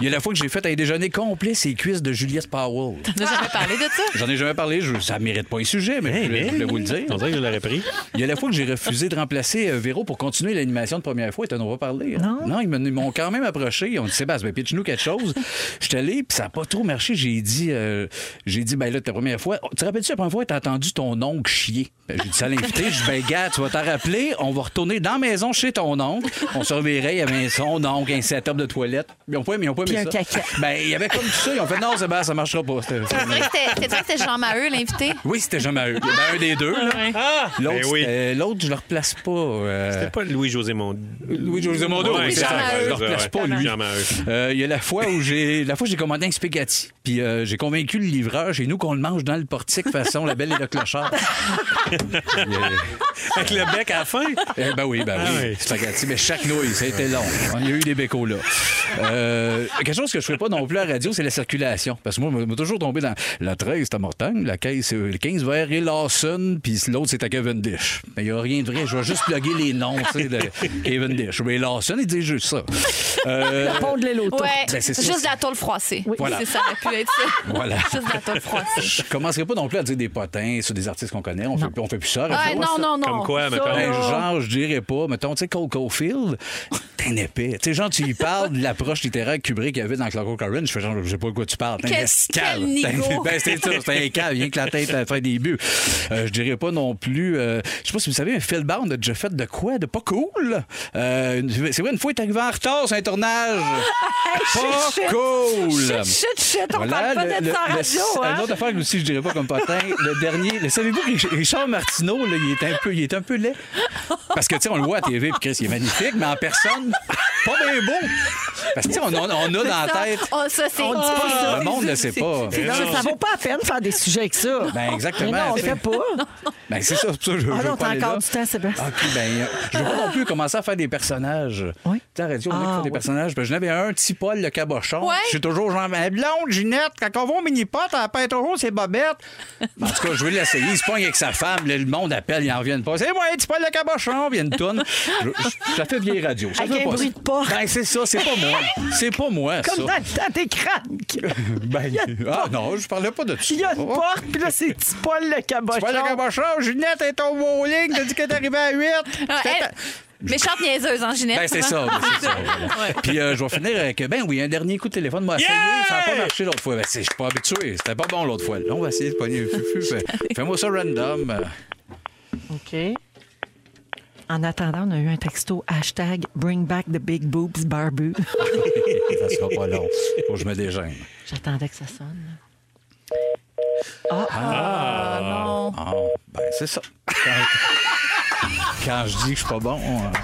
Speaker 7: Il y a la fois que j'ai fait un déjeuner complet, c'est les cuisses de Juliette Powell.
Speaker 6: T'as jamais parlé de ça?
Speaker 7: J'en ai jamais parlé, je- ça mérite pas un sujet, mais je, voulais- je voulais vous le dire.
Speaker 4: On dirait que je l'aurais pris.
Speaker 7: Il y a la fois que j'ai refusé de remplacer euh, Véro pour continuer l'animation de première fois et t'en as pas parlé. hein. Non, ils m'ont- ils m'ont quand même approché. Ils ont dit Sébastien, ben, pitch-nous quelque chose. Je suis allé, puis ça n'a pas trop marché. J'ai dit, euh, j'ai dit, ben là, ta première fois. Oh, Tu te rappelles-tu la première fois, t'as entendu ton oncle chier? Ben, j'ai dit ça à l'invité. Je dis, ben gars, tu vas t'en rappeler. On va retourner dans la maison chez ton oncle. On se reverrait. Il y avait un son oncle, un setup de toilette. Ils ont pas aimé, ils ont pas aimé
Speaker 5: Puis un
Speaker 7: ça.
Speaker 5: caca.
Speaker 7: Ben, il y avait comme tout ça. Ils ont fait, non, Sébastien, ça marchera pas. C'était-
Speaker 6: C'est vrai que c'était- C'est vrai que c'était Jean Maheu, l'invité?
Speaker 7: Oui, c'était jamais eux. Ben, un des deux, là.
Speaker 4: Ah!
Speaker 7: L'autre,
Speaker 4: Ben oui.
Speaker 7: c'était- l'autre, je le replace pas. euh,
Speaker 4: C'était pas Louis-José Mond...
Speaker 7: Louis-José Mondo,
Speaker 4: Ouais,
Speaker 7: oui,
Speaker 4: c'est
Speaker 7: ça,
Speaker 4: ça,
Speaker 7: je
Speaker 4: ouais,
Speaker 7: le replace
Speaker 4: ouais.
Speaker 7: pas, lui.
Speaker 4: Jean Maheu.
Speaker 7: Euh, Il y a la fois où j'ai la fois où j'ai commandé un spaghetti, puis euh, j'ai convaincu le livreur, j'ai chez nous qu'on le mange dans le portique façon La Belle et le Clochard.
Speaker 4: Avec le bec à la fin.
Speaker 7: Eh ben oui, ben
Speaker 4: Ah
Speaker 7: oui.
Speaker 4: oui.
Speaker 7: Spaghetti, mais chaque nouille, c'était long. On y a eu des bécos là. Euh, quelque chose que je ne ferais pas non plus à la radio, c'est la circulation. Parce que moi, je m'ai toujours tombé dans la 13, c'est à Mortagne, la 15, c'est le 15 vers et Lawson, puis l'autre, c'est à Cavendish. Mais il n'y a rien de vrai. Je vais juste plugger les noms, tu sais, de Cavendish. Mais Lawson, il dit juste ça. Euh,
Speaker 5: Pondre les lotos.
Speaker 6: Ouais,
Speaker 7: Ben, c'est ça.
Speaker 6: juste de la tôle froissée.
Speaker 7: Voilà.
Speaker 6: C'est ça, ça aurait pu être ça.
Speaker 7: Voilà.
Speaker 6: Juste de la tôle froissée.
Speaker 7: je commencerai pas non plus à dire des potins sur des artistes qu'on connaît. On fait, plus- on fait plus ça.
Speaker 6: Ah,
Speaker 7: Rappelez-moi
Speaker 6: non,
Speaker 7: ça.
Speaker 6: non, non.
Speaker 4: Comme quoi, mettons.
Speaker 7: Ben,
Speaker 5: là.
Speaker 7: genre, je dirais pas. Mettons, tu sais, Cole Caulfield, t'es un épais. Tu sais, genre, tu y parles de l'approche littéraire que Kubrick avait dans Clockwork Orange. Je fais genre, je sais pas de quoi tu parles. T'es un
Speaker 6: Quel-
Speaker 7: escale.
Speaker 6: quel nigo.
Speaker 7: Ben, c'est ça, c'est un cave. Rien que la tête à la fin des buts. Euh, je dirais pas non plus. euh, je sais pas si vous savez, mais Phil Bound a déjà fait de quoi de pas cool. Euh, une- c'est vrai, une fois, il est arrivé en retard sur un tournage.
Speaker 5: Ah,
Speaker 7: pas cool.
Speaker 5: Chut, chut, on
Speaker 7: Voilà,
Speaker 5: parle pas
Speaker 7: le-
Speaker 5: d'être sans
Speaker 7: le- le-
Speaker 5: radio, hein?
Speaker 7: Un autre affaire aussi, je dirais pas comme patin. Le dernier, le- savez-vous que Rich- Richard Martineau, là, il, est un peu, il est un peu laid? Parce que, tu sais, on le voit à TV, puis Chris, il est magnifique, mais en personne, pas bien beau. Parce que, tu sais, on, a- on a dans la
Speaker 6: Ça,
Speaker 7: tête.
Speaker 6: oh, ça, c'est.
Speaker 5: On dit pas ça.
Speaker 7: Le monde ne sait pas.
Speaker 5: Non, mais ça vaut pas la peine de faire des sujets avec ça.
Speaker 7: Ben, exactement.
Speaker 5: Mais non, on le fait pas.
Speaker 7: Ben, c'est ça, c'est pour ça que je
Speaker 5: Ah
Speaker 7: je veux
Speaker 5: non,
Speaker 7: pas
Speaker 5: t'as
Speaker 7: aller
Speaker 5: encore
Speaker 7: là.
Speaker 5: du temps, Sébastien.
Speaker 7: OK, ben, euh, je veux pas non plus commencer à faire des personnages.
Speaker 5: Oui.
Speaker 7: Tu sais, à la radio, on a
Speaker 5: Ah,
Speaker 7: qui font des
Speaker 5: oui.
Speaker 7: personnages. Ben, j'en avais un, petit Paul le cabochon.
Speaker 6: Ouais.
Speaker 7: Je suis toujours genre, ben, blonde, Ginette, quand on va au mini-pot, elle peint toujours ses bobettes. Ben, en tout cas, je veux l'essayer. Il se pogne avec sa femme. là, le monde appelle, il en reviennent pas. C'est moi, petit Paul le cabochon, il y a une tonne. Ça fait vieille radio. Ça
Speaker 5: Avec
Speaker 7: fait
Speaker 5: un
Speaker 7: pas
Speaker 5: bruit
Speaker 7: ça.
Speaker 5: de porte.
Speaker 7: Ben, c'est ça, c'est pas moi. C'est pas moi, ça.
Speaker 5: Comme dans le temps des crânes.
Speaker 7: Ben, ah non, je parlais pas de ça.
Speaker 5: Il y a une
Speaker 7: Oh.
Speaker 5: porte, puis là, c'est petit Paul le cabochon.
Speaker 7: Paul le cabochon, Ginette est au bowling, t'as dit qu'elle est arrivée à 8.
Speaker 6: Ah, elle- Méchante niaiseuse en Ginette.
Speaker 7: Ben, c'est ça, ben, c'est ça, voilà. Puis euh, je vais finir avec, ben oui, un dernier coup de téléphone. Moi, essayé,
Speaker 4: Yeah!
Speaker 7: ça n'a pas marché l'autre fois. Ben, c'est- je suis pas habitué. C'était pas bon l'autre fois. Là, on va essayer de pogner le fufu. Fais- Fais-moi ça random. Euh,
Speaker 5: OK. En attendant, on a eu un texto hashtag Bring back the big boobs barbu.
Speaker 7: Ça sera pas long. Faut que je me dégêne.
Speaker 5: J'attendais que ça sonne.
Speaker 6: Ah, non.
Speaker 7: Ah, ben, c'est ça. Quand, quand je dis que je suis pas bon, euh,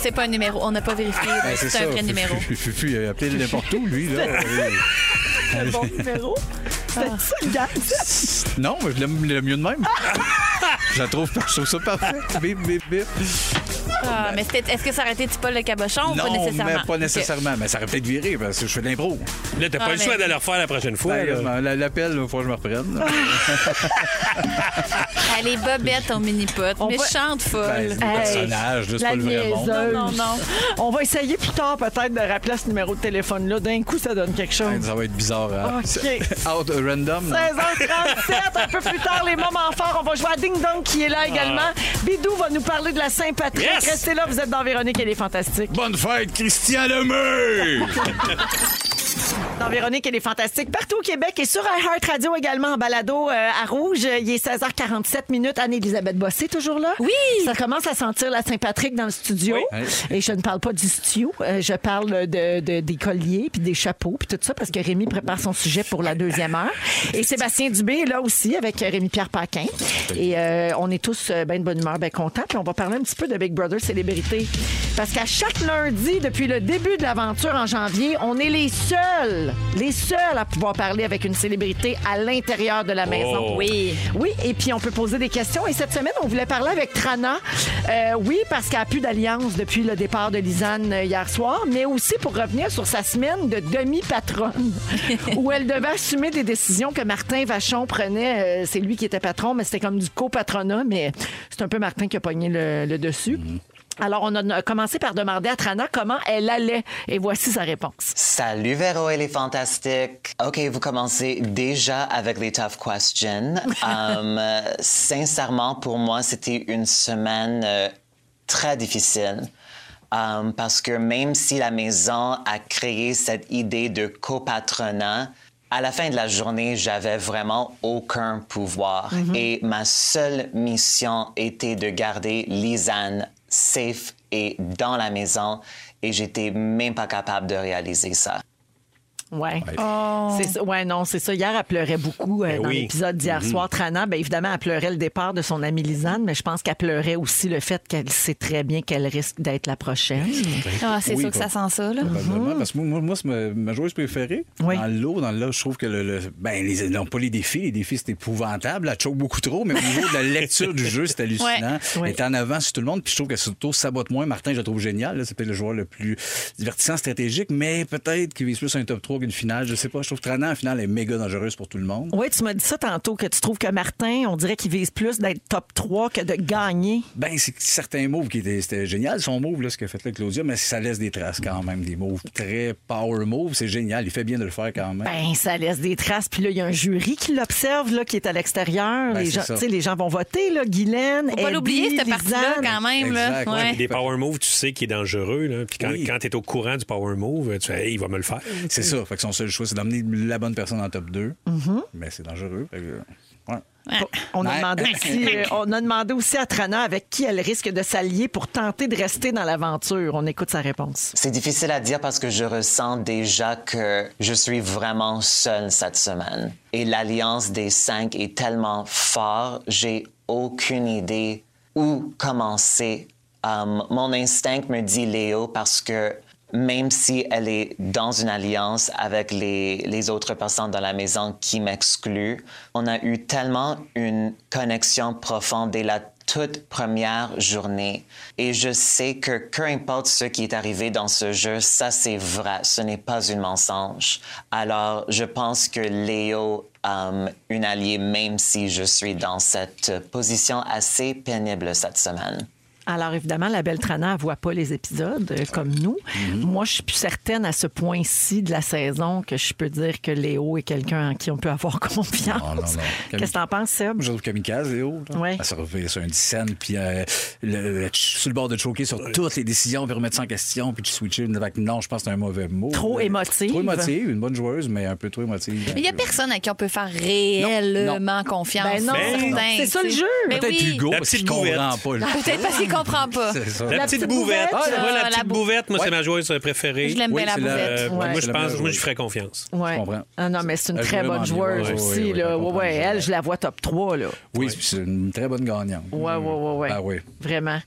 Speaker 6: C'est pas un numéro. On n'a pas vérifié.
Speaker 7: ben, c'est
Speaker 6: c'est
Speaker 7: ça.
Speaker 6: un vrai
Speaker 7: Fufu,
Speaker 6: numéro.
Speaker 7: Fufu, fufu, il a appelé de n'importe où, lui. Là. Euh,
Speaker 5: Le bon numéro. C'était ça, le gars?
Speaker 7: Non, mais je l'aime le mieux de même. Je la trouve, je trouve ça parfait. Bip, bip, bip.
Speaker 6: Ah, mais c'était- est-ce que ça aurait été Tipol le cabochon ou pas
Speaker 7: non,
Speaker 6: nécessairement?
Speaker 7: mais pas nécessairement. Mais ça aurait peut-être viré parce que je fais de l'impro.
Speaker 4: Là, t'as
Speaker 6: Ah,
Speaker 4: pas le
Speaker 6: mais-
Speaker 4: choix de le refaire la prochaine fois. là.
Speaker 7: Sérieusement, la- L'appel, il faut que je me reprenne.
Speaker 6: OK. Elle est bobette en mini-pot.
Speaker 5: On va-
Speaker 6: Méchante
Speaker 7: Ben,
Speaker 6: folle.
Speaker 7: c'est le personnage, là, c'est
Speaker 5: la
Speaker 7: pas le vrai monde.
Speaker 5: niaiseuse.
Speaker 6: Non, non.
Speaker 5: On va essayer plus tard, peut-être, de rappeler ce numéro de téléphone-là. D'un coup, ça donne quelque
Speaker 7: Hey,
Speaker 5: chose.
Speaker 7: Ben, Ça va être bizarre. hein?
Speaker 5: OK.
Speaker 7: C'est- Out of random.
Speaker 5: 16h37, un peu plus tard, les moments forts. On va jouer à Ding Dong qui est
Speaker 7: Ah.
Speaker 5: là également. Bidou va nous parler de la Saint-Patrick.
Speaker 4: Yes!
Speaker 5: Restez là, vous êtes dans Véronique, elle est fantastique.
Speaker 7: Bonne fête, Christian Lemay!
Speaker 5: Dans Véronique, elle est fantastique. Partout au Québec et sur iHeart Radio également en balado euh, à Rouge. Il est 16h47 minutes. Anne-Élisabeth Bossé, toujours là?
Speaker 6: Oui!
Speaker 5: Ça commence à sentir la Saint-Patrick dans le studio.
Speaker 7: Oui.
Speaker 5: Et je ne parle pas du studio. euh, je parle de, de- des colliers, puis des chapeaux, puis tout ça, parce que Rémi prépare son sujet pour la deuxième heure. Et Sébastien Dubé est là aussi avec Rémi-Pierre Paquin. Et euh, on est tous euh, ben de bonne humeur, bien contents. Puis on va parler un petit peu de Big Brother Célébrité. Parce qu'à chaque lundi, depuis le début de l'aventure en janvier, on est les seuls, les seuls à pouvoir parler avec une célébrité à l'intérieur de la maison.
Speaker 6: Oui.
Speaker 5: Oui, et puis on peut poser des questions. Et cette semaine, on voulait parler avec Trana. Euh, oui, parce qu'elle n'a plus d'alliance depuis le départ de Lisanne euh, hier soir, mais aussi pour revenir sur sa semaine de demi-patronne, où elle devait assumer des décisions que Martin Vachon prenait. Euh, c'est lui qui était patron, mais c'était comme du copatronat, mais c'est un peu Martin qui a pogné le, le dessus. Alors, on a commencé par demander à Trana comment elle allait. Et voici sa réponse.
Speaker 8: Salut Véro, elle est fantastique. OK, vous commencez déjà avec les tough questions. Um, euh, sincèrement, pour moi, c'était une semaine euh, très difficile. Um, parce que même si la maison a créé cette idée de copatronat, à la fin de la journée, j'avais vraiment aucun pouvoir. Et ma seule mission était de garder Lisanne safe et dans la maison. Et j'étais même pas capable de réaliser ça.
Speaker 5: Ouais.
Speaker 6: Oh.
Speaker 5: C'est ça. Ouais, non, c'est ça. Hier, elle pleurait beaucoup euh,
Speaker 4: Ben
Speaker 5: dans
Speaker 4: oui.
Speaker 5: l'épisode d'hier soir. Trana, ben évidemment, elle pleurait le départ de son amie Lisanne, mais je pense qu'elle pleurait aussi le fait qu'elle sait très bien qu'elle risque d'être la prochaine.
Speaker 6: Ah, c'est
Speaker 7: Oui,
Speaker 6: sûr que ça sent ça, là.
Speaker 7: Probablement, parce que moi, moi, moi, c'est ma, ma joueuse préférée.
Speaker 5: Mhm. Oui.
Speaker 7: Dans le lot, dans le lot, je trouve que le, le- ben, les, non, pas les défis, les défis, c'est épouvantable. Elle choque beaucoup trop, mais au niveau de la lecture du jeu, c'est hallucinant.
Speaker 5: Ouais.
Speaker 7: Elle est en avance sur tout le monde, puis je trouve que surtout sabote moins. Martin, je le trouve génial. là. C'est peut-être le joueur le plus divertissant, stratégique, mais peut-être qu'il vise plus un top 3 qu'une finale. Je sais pas. Je trouve que Trana, en finale, est méga dangereuse pour tout le monde.
Speaker 5: Oui, tu m'as dit ça tantôt, que tu trouves que Martin, on dirait qu'il vise plus d'être top 3 que de gagner.
Speaker 7: Ben, c'est que certains moves qui étaient c'était génial, son move, là, ce qu'a fait là, Claudia, mais ça laisse des traces quand même, des moves très power moves. C'est génial. Il fait bien de le faire quand même.
Speaker 5: Ben, ça laisse des traces. Puis là, il y a un jury qui l'observe, là, qui est à l'extérieur.
Speaker 7: Ben,
Speaker 5: les,
Speaker 7: c'est
Speaker 5: gens,
Speaker 7: ça.
Speaker 5: tu sais, les gens vont voter, là. Guylaine,
Speaker 6: Faut pas
Speaker 5: Abby,
Speaker 6: l'oublier, cette partie-là,
Speaker 5: Lisanne.
Speaker 6: quand même. là.
Speaker 7: Exact,
Speaker 6: Ouais.
Speaker 7: ouais.
Speaker 4: Des power moves, tu sais qui est dangereux. Là. Puis quand,
Speaker 7: Oui.
Speaker 4: quand tu es au courant du power move, tu fais, hey, il va me le faire.
Speaker 7: C'est ça. Fait que son seul choix, c'est d'emmener la bonne personne en top 2. Mais c'est dangereux. Fait que, ouais.
Speaker 5: On a,
Speaker 7: Ouais.
Speaker 5: demandé aussi, euh, on a demandé aussi à Trana avec qui elle risque de s'allier pour tenter de rester dans l'aventure. On écoute sa réponse.
Speaker 8: C'est difficile à dire parce que je ressens déjà que je suis vraiment seule cette semaine. Et l'alliance des cinq est tellement forte, j'ai aucune idée où commencer. Euh, mon instinct me dit Léo parce que même si elle est dans une alliance avec les, les autres personnes dans la maison qui m'excluent, on a eu tellement une connexion profonde dès la toute première journée. Et je sais que peu importe ce qui est arrivé dans ce jeu, ça c'est vrai, ce n'est pas un mensonge. Alors je pense que Léo euh, une alliée, même si je suis dans cette position assez pénible cette semaine.
Speaker 5: Alors, évidemment, la belle Trana, elle voit pas les épisodes euh, comme nous.
Speaker 7: Mhm.
Speaker 5: Moi, je suis plus certaine à ce point-ci de la saison que je peux dire que Léo est quelqu'un en qui on peut avoir confiance.
Speaker 7: Non, non, non.
Speaker 5: Qu'est-ce que t'en penses, Seb?
Speaker 7: Je trouve Kamikaze, Léo. là.
Speaker 5: Ouais.
Speaker 7: Elle se réveille sur un 10 cents, puis euh, le- le- sur le bord de choquer sur toutes les décisions, puis remettre ça en question, puis de switcher. Fait que non, je pense que c'est un mauvais mot.
Speaker 5: Trop
Speaker 7: Là.
Speaker 5: émotive.
Speaker 7: Trop émotive. Une bonne joueuse, mais un peu trop émotive.
Speaker 6: Mais il n'y a personne à qui on peut faire réellement confiance.
Speaker 5: Ben non.
Speaker 6: certain,
Speaker 5: Ben, c'est ça
Speaker 6: tu sais.
Speaker 5: le jeu.
Speaker 6: Ben
Speaker 7: Peut-être
Speaker 6: oui. Ah,
Speaker 7: Hugo,
Speaker 4: La
Speaker 7: parce qu'il
Speaker 4: petite gouvette.
Speaker 7: comprend pas. là.
Speaker 6: Peut-être parce qu'il comprend pas.
Speaker 7: C'est ça.
Speaker 4: La, petite, bouvette.
Speaker 5: bouvette,
Speaker 4: Ah, moi,
Speaker 6: là,
Speaker 4: la petite
Speaker 6: la bou-
Speaker 4: bouvette, moi,
Speaker 7: Ouais.
Speaker 4: c'est ma joueuse préférée.
Speaker 6: Je l'aime
Speaker 7: Oui,
Speaker 6: bien, la
Speaker 7: c'est la-
Speaker 6: bouvette.
Speaker 4: Euh,
Speaker 5: Ouais.
Speaker 4: Moi,
Speaker 7: C'est
Speaker 4: je
Speaker 7: la
Speaker 4: pense,
Speaker 7: meilleure
Speaker 4: moi,
Speaker 7: joueuse.
Speaker 4: je ferais confiance.
Speaker 5: Ouais.
Speaker 7: Je comprends.
Speaker 5: Ah non, mais c'est une
Speaker 7: Elle
Speaker 5: très
Speaker 7: joue
Speaker 5: bonne
Speaker 7: vraiment bien.
Speaker 5: joueuse
Speaker 7: Ouais,
Speaker 5: aussi.
Speaker 7: ouais,
Speaker 5: là.
Speaker 7: ouais, je comprends.
Speaker 5: Ouais, ouais, elle, je la vois top 3. Là.
Speaker 7: Oui, puis c'est une très bonne gagnante.
Speaker 5: Ouais, ouais, ouais, ouais.
Speaker 7: Ah oui.
Speaker 5: Vraiment.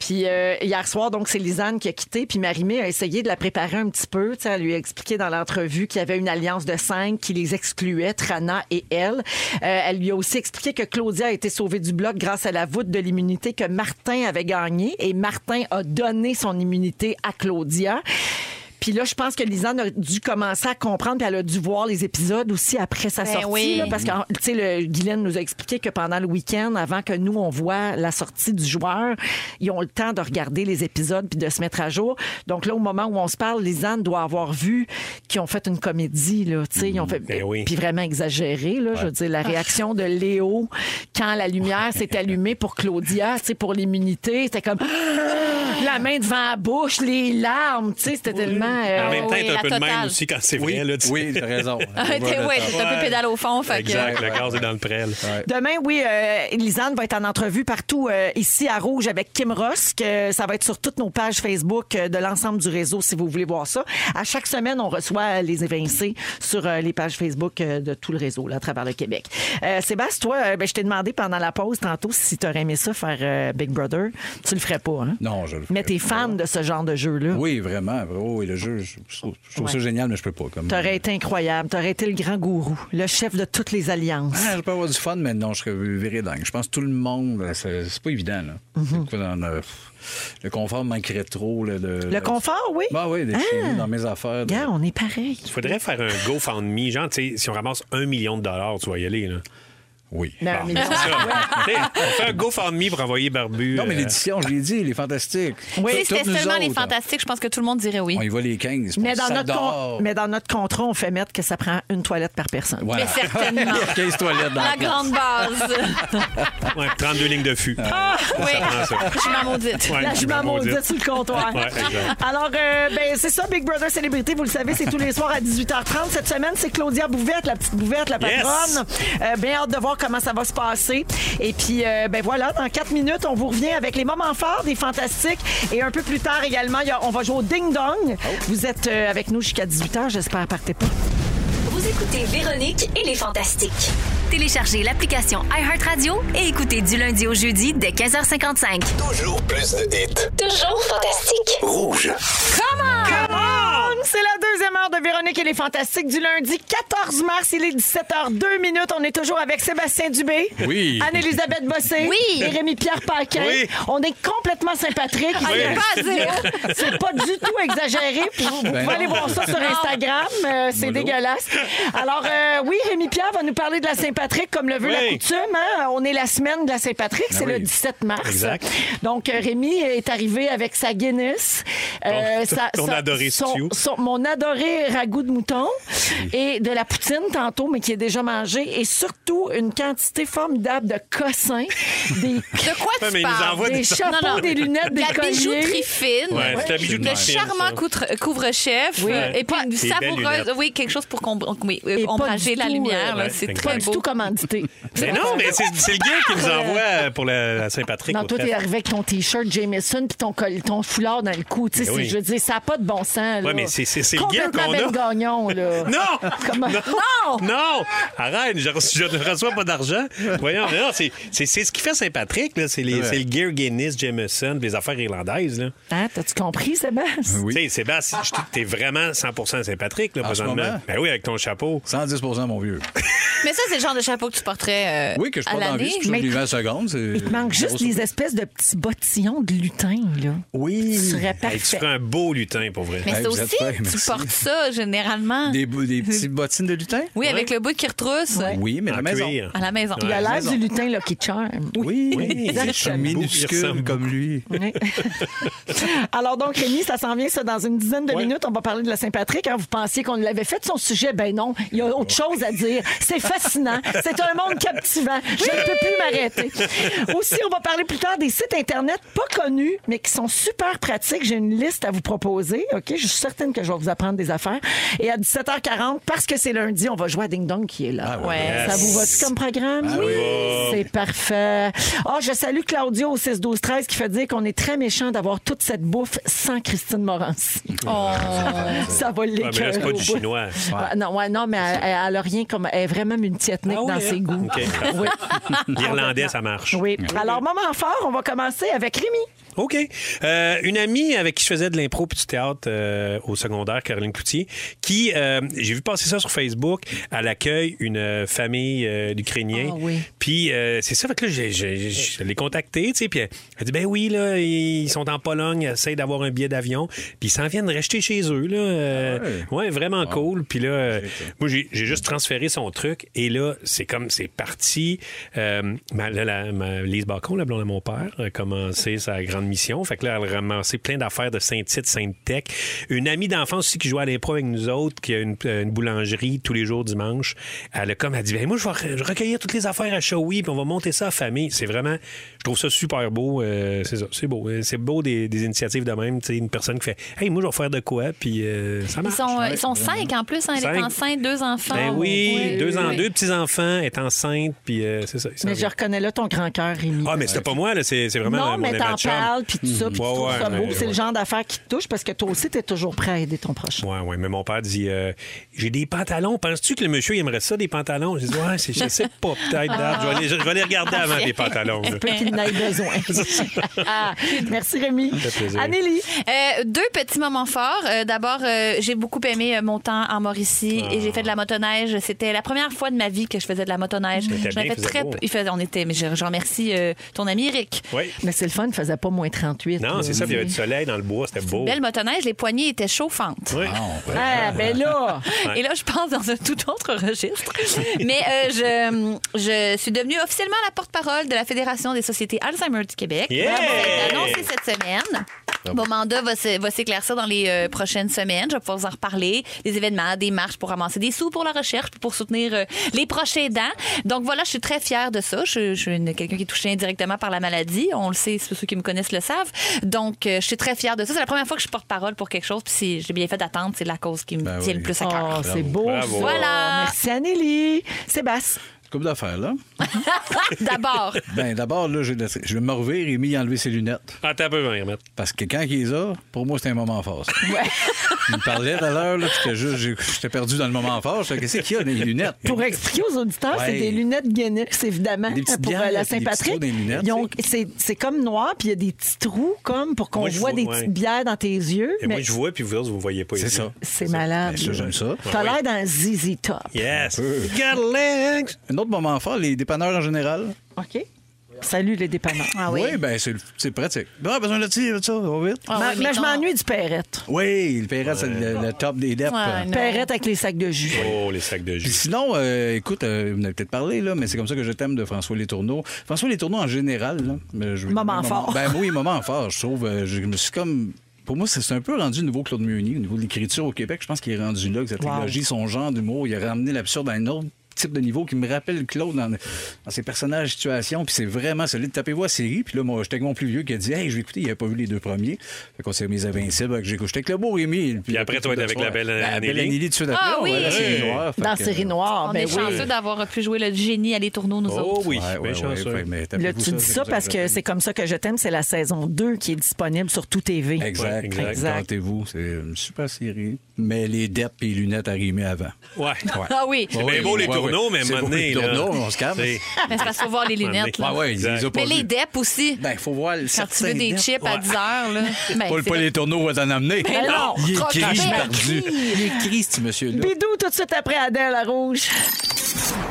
Speaker 5: Puis euh, hier soir, donc, c'est Lisanne qui a quitté. Puis Marimé a essayé de la préparer un petit peu. Tu sais, elle lui a expliqué dans l'entrevue qu'il y avait une alliance de cinq qui les excluait, Trana et elle. Euh, elle lui a aussi expliqué que Claudia a été sauvée du bloc grâce à la voûte de l'immunité que Martin avait gagnée. Et Martin a donné son immunité à Claudia. Puis là, je pense que Lisanne a dû commencer à comprendre, puis elle a dû voir les épisodes aussi après sa
Speaker 6: Ben
Speaker 5: sortie.
Speaker 6: oui.
Speaker 5: là, parce que, tu sais, le- Guylaine nous a expliqué que pendant le week-end, avant que nous, on voit la sortie du joueur, ils ont le temps de regarder les épisodes puis de se mettre à jour. Donc là, au moment où on se parle, Lisanne doit avoir vu qu'ils ont fait une comédie, là, tu sais, ils ont fait...
Speaker 4: Ben oui.
Speaker 5: Puis vraiment exagéré, là, je veux dire, la réaction de Léo quand la lumière s'est allumée pour Claudia, tu sais, pour l'immunité, c'était comme... La main devant la bouche, les larmes, tu sais, c'était tellement... euh,
Speaker 4: En même temps,
Speaker 6: oui,
Speaker 4: t'es
Speaker 6: la
Speaker 4: un peu de même
Speaker 6: totale.
Speaker 4: aussi quand c'est
Speaker 7: Oui,
Speaker 4: vrai. Là, tu-
Speaker 7: oui, t'as raison.
Speaker 6: Ah, t'es- ouais, t'es un peu pédale au fond. Fait que- euh,
Speaker 4: Exact, le gaz est dans le prêle.
Speaker 5: Demain, oui, euh, Lisanne va être en entrevue partout euh, ici à Rouge avec Kim Rosk. Euh, ça va être sur toutes nos pages Facebook euh, de l'ensemble du réseau si vous voulez voir ça. À chaque semaine, on reçoit euh, les évincés sur euh, les pages Facebook euh, de tout le réseau là, à travers le Québec. Euh, Sébastien, toi, euh, ben, je t'ai demandé pendant la pause tantôt si tu aurais aimé ça faire euh, Big Brother. Tu le ferais pas, hein?
Speaker 7: Non, je le
Speaker 5: Mais
Speaker 7: ferais
Speaker 5: t'es
Speaker 7: pas.
Speaker 5: fan de ce genre de jeu-là.
Speaker 7: Oui, vraiment. Oh, et le jeu, je je trouve, je trouve ça
Speaker 5: Ouais.
Speaker 7: génial, mais je peux pas. Comme...
Speaker 5: T'aurais été incroyable. T'aurais été le grand gourou, le chef de toutes les alliances.
Speaker 7: Ah, je peux avoir du fun, mais non, je serais viré dingue. Je pense que tout le monde, là, c'est c'est pas évident. Là.
Speaker 5: Mhm.
Speaker 7: C'est quoi dans le, pff, le confort me manquerait trop. là, de,
Speaker 5: Le confort, oui.
Speaker 7: Bah oui, des
Speaker 5: Ah.
Speaker 7: chiens dans mes affaires. de-
Speaker 5: Regarde, on est pareil.
Speaker 4: Il faudrait faire un GoFundMe. Genre, tu sais, si on ramasse un million de dollars, tu vas y aller. Là.
Speaker 7: Oui.
Speaker 5: Mais un
Speaker 4: Bon,
Speaker 5: million.
Speaker 4: c'est ça. Tu sais, on fait un GoFundMe pour envoyer Barbu.
Speaker 7: Non, mais
Speaker 4: euh,
Speaker 7: l'édition, je l'ai dit, elle est fantastique.
Speaker 5: Oui.
Speaker 7: Tout-
Speaker 6: Si c'était
Speaker 7: toutes nous
Speaker 6: seulement les
Speaker 7: autres, là.
Speaker 6: fantastiques, je pense que tout le monde dirait oui.
Speaker 7: On y va les 15.
Speaker 5: Mais
Speaker 7: on
Speaker 5: dans, notre con-
Speaker 7: s'adore.
Speaker 5: mais dans notre contrat, on fait mettre que ça prend une toilette par personne.
Speaker 7: Voilà.
Speaker 6: Mais certainement.
Speaker 7: 15 toilettes dans
Speaker 6: La
Speaker 7: place.
Speaker 6: grande base.
Speaker 4: ouais, 32 lignes de fût.
Speaker 6: Ah, oui.
Speaker 4: prend ça.
Speaker 6: Je suis ma maudite.
Speaker 4: Ouais,
Speaker 5: Là,
Speaker 4: je
Speaker 5: je
Speaker 4: suis
Speaker 5: m'en
Speaker 4: bien
Speaker 5: maudite
Speaker 4: maudite.
Speaker 5: sur le comptoir.
Speaker 4: Ouais, exact.
Speaker 5: Alors, euh, ben, c'est ça, Big Brother Célébrité. Vous le savez, c'est tous les soirs à 18h30. Cette semaine, c'est Claudia Bouvette, la petite Bouvette, la
Speaker 4: Yes.
Speaker 5: patronne. Euh, bien hâte de voir comment ça va se passer. Et puis, euh, ben voilà, dans quatre minutes, on vous revient avec les moments forts des Fantastiques. Et un peu plus tard également, il y a- on va jouer au Ding
Speaker 4: Oh.
Speaker 5: Dong. Vous êtes euh, avec nous jusqu'à 18h. J'espère, partez pas.
Speaker 2: Vous écoutez Véronique et les Fantastiques.
Speaker 1: Téléchargez l'application iHeartRadio et écoutez du lundi au jeudi dès 15h55.
Speaker 3: Toujours plus de hits.
Speaker 2: Toujours fantastique.
Speaker 3: Rouge.
Speaker 5: Come on! C'est la deuxième heure de Véronique et les Fantastiques du lundi 14 mars. Il est 17h02 minutes. On est toujours avec Sébastien Dubé.
Speaker 9: Oui.
Speaker 5: Anne-Elisabeth Bossé.
Speaker 6: Oui.
Speaker 5: Et Rémi-Pierre Paquin.
Speaker 4: Oui.
Speaker 5: On est complètement Saint-Patrick.
Speaker 6: Ah, il est pas à zéro.
Speaker 5: C'est pas du tout exagéré. Puis Vous, vous
Speaker 9: Ben
Speaker 5: pouvez aller
Speaker 9: non.
Speaker 5: voir ça sur Instagram. Euh, c'est
Speaker 9: Bonjour.
Speaker 5: dégueulasse. Alors, euh, oui, Rémi-Pierre va nous parler de la Saint-Patrick comme le veut la
Speaker 4: Oui. Ben
Speaker 5: coutume. hein. On est la semaine de la Saint-Patrick. c'est le
Speaker 9: oui.
Speaker 5: 17 mars.
Speaker 4: Exact.
Speaker 5: Donc, euh, Rémi est arrivé avec sa Guinness. Euh,
Speaker 4: Ton- ton adoré
Speaker 5: son-
Speaker 4: stew.
Speaker 5: son- mon adoré ragoût de mouton et de la poutine tantôt, mais qui est déjà mangée. Et surtout, une quantité formidable de cossins, des,
Speaker 6: De quoi
Speaker 4: Ouais, mais
Speaker 6: tu
Speaker 4: il nous envoie
Speaker 6: parles?
Speaker 5: des
Speaker 4: des-
Speaker 5: chapeaux,
Speaker 6: Non, non.
Speaker 5: des lunettes,
Speaker 6: De
Speaker 5: des
Speaker 6: la
Speaker 5: colliers.
Speaker 6: bijouterie fine.
Speaker 4: Ouais, c'est la bijouterie
Speaker 6: Le
Speaker 4: fine,
Speaker 6: charmant
Speaker 4: ça.
Speaker 6: coutre- couvre-chef.
Speaker 5: Oui.
Speaker 6: euh, Et puis une
Speaker 4: Des belles
Speaker 6: savoureuse.
Speaker 4: lunettes.
Speaker 6: Oui, quelque chose pour qu'on oui, euh,
Speaker 5: Et pas
Speaker 6: ombrager
Speaker 5: du
Speaker 6: la
Speaker 5: tout,
Speaker 6: lumière.
Speaker 4: euh,
Speaker 6: là,
Speaker 4: ouais,
Speaker 6: C'est
Speaker 4: exact.
Speaker 6: très
Speaker 5: Pas du
Speaker 6: beau.
Speaker 5: tout commandité.
Speaker 4: Mais Ben non, mais c'est c'est le gars qui nous envoie pour la, la Saint-Patrick.
Speaker 5: Non,
Speaker 4: au
Speaker 5: toi, t'es
Speaker 4: trèfle.
Speaker 5: arrivé avec ton T-shirt Jameson puis ton, col- ton foulard dans le cou. Tu sais,
Speaker 4: Ben
Speaker 5: c'est-
Speaker 4: oui.
Speaker 5: je veux dire, ça n'a pas de bon sens. là.
Speaker 4: Ouais, mais c'est- c'est- c'est le
Speaker 5: Complètement
Speaker 4: gear qu'on a.
Speaker 5: Ben Gagnon, là.
Speaker 4: Non!
Speaker 5: Comment-
Speaker 6: Non!
Speaker 4: Non! Arrête, je, reçois- je ne reçois pas d'argent. Voyons, non, c'est c'est- c'est ce qui fait Saint-Patrick, là. C'est les- c'est le Gear Guinness, Jameson, les affaires irlandaises, là.
Speaker 5: Hein, T'as-tu compris, Sébastien?
Speaker 9: Oui.
Speaker 4: Tu sais, Sébastien, je- t'es vraiment 100 Saint-Patrick, là,
Speaker 9: En ce
Speaker 4: présentement.
Speaker 9: moment?
Speaker 4: Ben oui, avec ton chapeau.
Speaker 9: 110 mon vieux.
Speaker 6: Mais ça, c'est le genre de chapeau que tu porterais euh,
Speaker 9: Oui, que je
Speaker 6: à
Speaker 9: porte en vie,
Speaker 6: l'année.
Speaker 9: c'est pour ça que je l'ai vu en seconde. c'est-
Speaker 5: Il te
Speaker 7: Euh,
Speaker 5: manque juste
Speaker 9: grosse-
Speaker 5: les espèces de petits bottillons de lutin, là.
Speaker 9: Oui.
Speaker 5: Ce serait
Speaker 4: Hey, tu
Speaker 5: parfait.
Speaker 4: ferais un beau lutin, pour vrai.
Speaker 6: Mais
Speaker 9: Hey,
Speaker 6: ça
Speaker 9: vous êtes
Speaker 6: aussi,
Speaker 9: fin,
Speaker 6: tu
Speaker 9: merci.
Speaker 6: portes ça généralement.
Speaker 9: Des, bou- des petites bottines de lutin?
Speaker 6: Oui, avec le bout qui retrousse.
Speaker 9: Oui, mais
Speaker 4: En
Speaker 9: la maison.
Speaker 4: cuir.
Speaker 6: À la maison.
Speaker 5: Il a l'air
Speaker 9: maison.
Speaker 5: du lutin Lucky Charm.
Speaker 9: Oui,
Speaker 4: Oui,
Speaker 9: je suis
Speaker 4: exactement. Il ressemble
Speaker 9: minuscule comme lui.
Speaker 5: Oui. Alors donc, Rémi, ça s'en vient, ça, dans une dizaine de minutes. On va parler de la Saint-Patrick. Hein, Vous pensiez qu'on l'avait fait son sujet. Ben non, il y a autre chose à dire. C'est fascinant. C'est un monde captivant. Je ne peux plus m'arrêter. Aussi, on va parler plus tard des sites Internet pas connus, mais qui sont super pratiques. J'ai une liste à vous proposer. OK? Je suis certaine que je vais vous apprendre des affaires. Et à 17h40, parce que c'est lundi, on va jouer à Ding Dong qui est là.
Speaker 6: ouais. Ouais.
Speaker 5: Ça vous va-tu comme programme?
Speaker 4: Ah
Speaker 5: oui. C'est parfait. Ah, je salue Claudio au 6 12 13 qui fait dire qu'on est très méchant d'avoir toute cette bouffe sans Christine Morancy. Ça va
Speaker 4: Oh. Ouais, Ah, mais là,
Speaker 5: l'écœurer
Speaker 4: c'est
Speaker 5: au
Speaker 4: pas du
Speaker 5: bout.
Speaker 4: chinois.
Speaker 5: Ah, non, ouais, non, mais elle, elle- elle a rien comme. Elle est vraiment multiethnique
Speaker 4: Ah
Speaker 5: dans
Speaker 4: hein?
Speaker 5: ses goûts.
Speaker 4: OK.
Speaker 5: Oui.
Speaker 4: L'irlandais, ça marche.
Speaker 5: Oui. Alors, moment fort, on va commencer avec Rémi.
Speaker 4: OK. Euh, une amie avec qui je faisais de l'impro puis du théâtre euh, au secondaire, Caroline Cloutier, qui, euh, j'ai vu passer ça sur Facebook, elle accueille une euh, famille euh, d'Ukrainiens.
Speaker 6: Ah oui.
Speaker 4: Puis euh, c'est ça, fait que là, j'ai- j'ai- je l'ai contactée, tu sais, puis elle, elle dit, ben oui, là, ils sont en Pologne, ils essayent d'avoir un billet d'avion, puis ils s'en viennent rejeter chez eux, là. Euh, ouais. vraiment cool. Puis là, euh, moi, j'ai j'ai juste transféré son truc, et là, c'est comme, c'est parti. Euh, ma- là, la- ma- Lise Bacon, la blonde à mon père, a commencé sa grande mission. Fait que là, elle a ramassé plein d'affaires de Saint-Tite, Sainte-Tech. Une amie d'enfance aussi qui jouait à l'impro avec nous autres, qui a une, une boulangerie tous les jours dimanche. Elle a comme, elle dit, ben moi, je vais re- recueillir toutes les affaires à Shawi, puis on va monter ça à famille. C'est vraiment, je trouve ça super beau. Euh, c'est ça, c'est beau. Euh, C'est beau des, des initiatives de même. Tu sais, une personne qui fait, hey, moi, je vais faire de quoi, puis euh, ça
Speaker 6: Ils
Speaker 4: marche.
Speaker 6: sont, euh, ils sont cinq en plus. Hein, elle est
Speaker 4: Cinq.
Speaker 6: enceinte, deux enfants.
Speaker 4: Ben oui, deux
Speaker 6: oui,
Speaker 4: en
Speaker 6: oui.
Speaker 4: deux petits-enfants, est enceinte, puis euh, c'est ça. ils s'en
Speaker 5: Mais je
Speaker 4: viennent.
Speaker 5: reconnais là ton grand cœur, Rémi.
Speaker 4: Ah, mais c'était pas moi, là, c'est c'est vraiment
Speaker 5: non,
Speaker 4: mon
Speaker 5: mais
Speaker 4: aimant
Speaker 5: t'en
Speaker 4: chum.
Speaker 5: parles, puis tout ça, puis tu
Speaker 4: Ouais,
Speaker 5: trouves
Speaker 4: ouais,
Speaker 5: ça beau.
Speaker 4: mais-
Speaker 5: C'est le genre d'affaires qui te touche parce que toi aussi, t'es toujours prêt à aider ton prochain.
Speaker 4: Ouais, ouais, mais mon père dit euh, J'ai des pantalons. Penses-tu que le monsieur aimerait ça, des pantalons Je dis Ouais, c'est- je sais pas, peut-être. Dad. Je, vais aller- je vais aller regarder avant des pantalons. là.
Speaker 5: Peu qu'il n'aille besoin. Ah, merci, Rémi.
Speaker 4: fait plaisir.
Speaker 5: Anélie.
Speaker 6: Euh, deux petits moments forts. Euh, D'abord, euh, j'ai beaucoup aimé euh, mon temps en Mauricie et j'ai fait
Speaker 4: Ah.
Speaker 6: de la motoneige. C'était la première fois de ma vie que je faisais de la motoneige.
Speaker 4: C'était
Speaker 6: J'en
Speaker 4: bien,
Speaker 6: ai fait
Speaker 4: il faisait
Speaker 6: très
Speaker 4: beau.
Speaker 6: peu. Il faisait- on était, mais je, je remercie euh, ton ami Eric.
Speaker 4: Oui.
Speaker 5: Mais c'est le fun, il faisait pas moins 38.
Speaker 4: Non,
Speaker 5: là.
Speaker 4: c'est ça, puis il y avait du soleil dans le bois, c'était beau.
Speaker 6: Belle motoneige, les poignées étaient chauffantes.
Speaker 4: Oui.
Speaker 5: Ah, ben là!
Speaker 6: Et là, je pense dans un tout autre registre. Mais euh, je, je suis devenue officiellement la porte-parole de la Fédération des sociétés Alzheimer du Québec.
Speaker 4: Yeah!
Speaker 6: Bravo, Ça a été annoncé cette semaine.
Speaker 9: Ah
Speaker 6: Mon mandat va se- va s'éclaircir dans les euh, prochaines semaines. Je vais pouvoir vous en reparler. Des événements, des marches pour ramasser des sous pour la recherche, puis pour soutenir euh, les proches aidants. Donc voilà, je suis très fière de ça. Je, je suis une- quelqu'un qui est touché indirectement par la maladie. On le sait, ceux qui me connaissent le savent. Donc euh, je suis très fière de ça. C'est la première fois que je porte parole pour quelque chose. Puis c'est- j'ai bien fait d'attendre. C'est la cause qui me
Speaker 9: Ben
Speaker 6: tient le
Speaker 9: oui.
Speaker 6: plus à cœur.
Speaker 5: Oh, c'est beau.
Speaker 4: Bravo.
Speaker 5: ça.
Speaker 6: Voilà.
Speaker 5: Merci, Anélie. Sébastien.
Speaker 7: couple d'affaires, là.
Speaker 6: Oh. D'abord.
Speaker 7: Ben, d'abord, là, j'ai laissé- je vais me revire et m'y enlever ses lunettes.
Speaker 4: Attends un Ah, peu, Marie-Amette.
Speaker 7: Parce que quand il les a, pour moi, c'était un moment fort. ça. Il me parlait tout à l'heure, là, puis j'étais juste, j'ai- j'étais perdu dans le moment fort. Je qu'est-ce qu'il y a dans les lunettes?
Speaker 5: Pour expliquer aux auditeurs, c'est
Speaker 7: Ouais.
Speaker 5: des lunettes Guinness, évidemment,
Speaker 7: Des petites
Speaker 5: pour euh,
Speaker 7: bières,
Speaker 5: la
Speaker 7: puis des petits
Speaker 5: Saint-Patrick.
Speaker 7: trous dans les lunettes,
Speaker 5: Ils ont- C'est c'est comme noir, puis il y a des petits trous, comme pour qu'on
Speaker 4: Moi, je
Speaker 5: voit
Speaker 4: vois,
Speaker 5: des
Speaker 4: ouais.
Speaker 5: petites bières dans tes yeux.
Speaker 4: Et
Speaker 5: mais
Speaker 4: moi, je vois, puis vous autres, vous ne voyez pas.
Speaker 7: C'est
Speaker 4: ici.
Speaker 7: ça.
Speaker 5: C'est malade.
Speaker 7: Ben, ça, j'aime ça.
Speaker 5: T'as l'air dans ZZ Top.
Speaker 4: Yes.
Speaker 7: peu.
Speaker 4: Got legs.
Speaker 7: Un autre moment fort, les dépanneurs en général.
Speaker 5: OK? Salut les dépanneurs.
Speaker 6: Ah oui.
Speaker 7: ben c'est c'est pratique. Ah, besoin de ci, de ça, on va vite.
Speaker 6: Ah
Speaker 5: Ma-
Speaker 6: oui,
Speaker 5: mais je
Speaker 6: mettons-
Speaker 5: m'ennuie du Perrette.
Speaker 7: Oui, le Perret, c'est le, le top des DEP.
Speaker 6: Ouais, non.
Speaker 5: Perrette avec les sacs de jus.
Speaker 4: Oh, les sacs de
Speaker 7: Puis
Speaker 4: jus.
Speaker 7: sinon, euh, écoute, euh, vous en avez peut-être parlé, là, mais c'est comme ça que je t'aime de François Létourneau. François Létourneau, en général, là, mais je-
Speaker 5: Moment fort.
Speaker 7: Ben oui, moment fort, je trouve. euh, je me suis comme... Pour moi, c'est c'est un peu rendu le nouveau Claude Meunier au niveau de l'écriture au Québec. Je pense qu'il est rendu là, que sa trilogie, son genre d'humour, il a ramené l'absurde à un autre type de niveau qui me rappelle Claude dans, dans ses personnages, situations, puis c'est vraiment solide. Tapez-vous la série, puis là, moi, j'étais avec mon plus vieux qui a dit « Hey, je vais écouter, il n'avait pas vu les deux premiers. » Fait qu'on s'est mis à Vincible, que j'ai couché avec le beau Rémi.
Speaker 4: Puis après, toi, t'es avec la belle
Speaker 7: Ben, La belle
Speaker 4: Anneli.
Speaker 7: Anneli, tout de suite après.
Speaker 6: Ah
Speaker 7: ouais,
Speaker 6: oui!
Speaker 7: la série noire. Fait
Speaker 5: Dans
Speaker 7: que-
Speaker 5: Série
Speaker 6: On
Speaker 5: Noire, ben
Speaker 6: est
Speaker 5: oui.
Speaker 6: chanceux d'avoir pu jouer le génie à les tourneaux, nous
Speaker 4: Oh
Speaker 6: autres.
Speaker 4: oui,
Speaker 7: Ouais,
Speaker 4: bien
Speaker 7: ouais,
Speaker 4: chanceux.
Speaker 7: ouais, fait, mais
Speaker 5: Là,
Speaker 7: tapez-vous
Speaker 5: tu dis ça
Speaker 7: c'est
Speaker 5: parce que
Speaker 7: j'appelle.
Speaker 5: c'est comme ça que je t'aime, c'est la saison 2 qui est disponible sur Tout TV.
Speaker 7: Exact,
Speaker 4: Ouais, exact.
Speaker 7: exact. Tentez-vous, c'est une super série. Mais les dettes et les lunettes arrimées avant.
Speaker 4: Ouais.
Speaker 6: Ah oui.
Speaker 4: C'est bien beau les
Speaker 7: Ouais,
Speaker 4: tourneaux,
Speaker 7: ouais.
Speaker 4: mais à un
Speaker 7: C'est
Speaker 4: moment
Speaker 7: beau,
Speaker 4: donné.
Speaker 7: les
Speaker 4: là,
Speaker 7: tourneaux, on se calme.
Speaker 4: c'est-
Speaker 6: Mais c'est parce qu'il faut voir les lunettes.
Speaker 4: Ouais,
Speaker 6: là.
Speaker 7: Ah ouais, ils
Speaker 4: Exact.
Speaker 7: les ont pas
Speaker 6: Mais les
Speaker 7: vus.
Speaker 6: DEP aussi.
Speaker 7: Ben, faut voir le
Speaker 6: Quand tu veux
Speaker 4: E
Speaker 6: des chips à 10 heures, là. Ben,
Speaker 7: Paul
Speaker 6: c'est
Speaker 7: pas
Speaker 6: vrai.
Speaker 7: les tourneaux, on va t'en amener.
Speaker 6: Ben non,
Speaker 7: il est
Speaker 6: croque
Speaker 7: gris,
Speaker 6: pas.
Speaker 7: perdu. Il est gris, ce monsieur-là.
Speaker 5: Bidou tout de suite après Adèle à Rouge.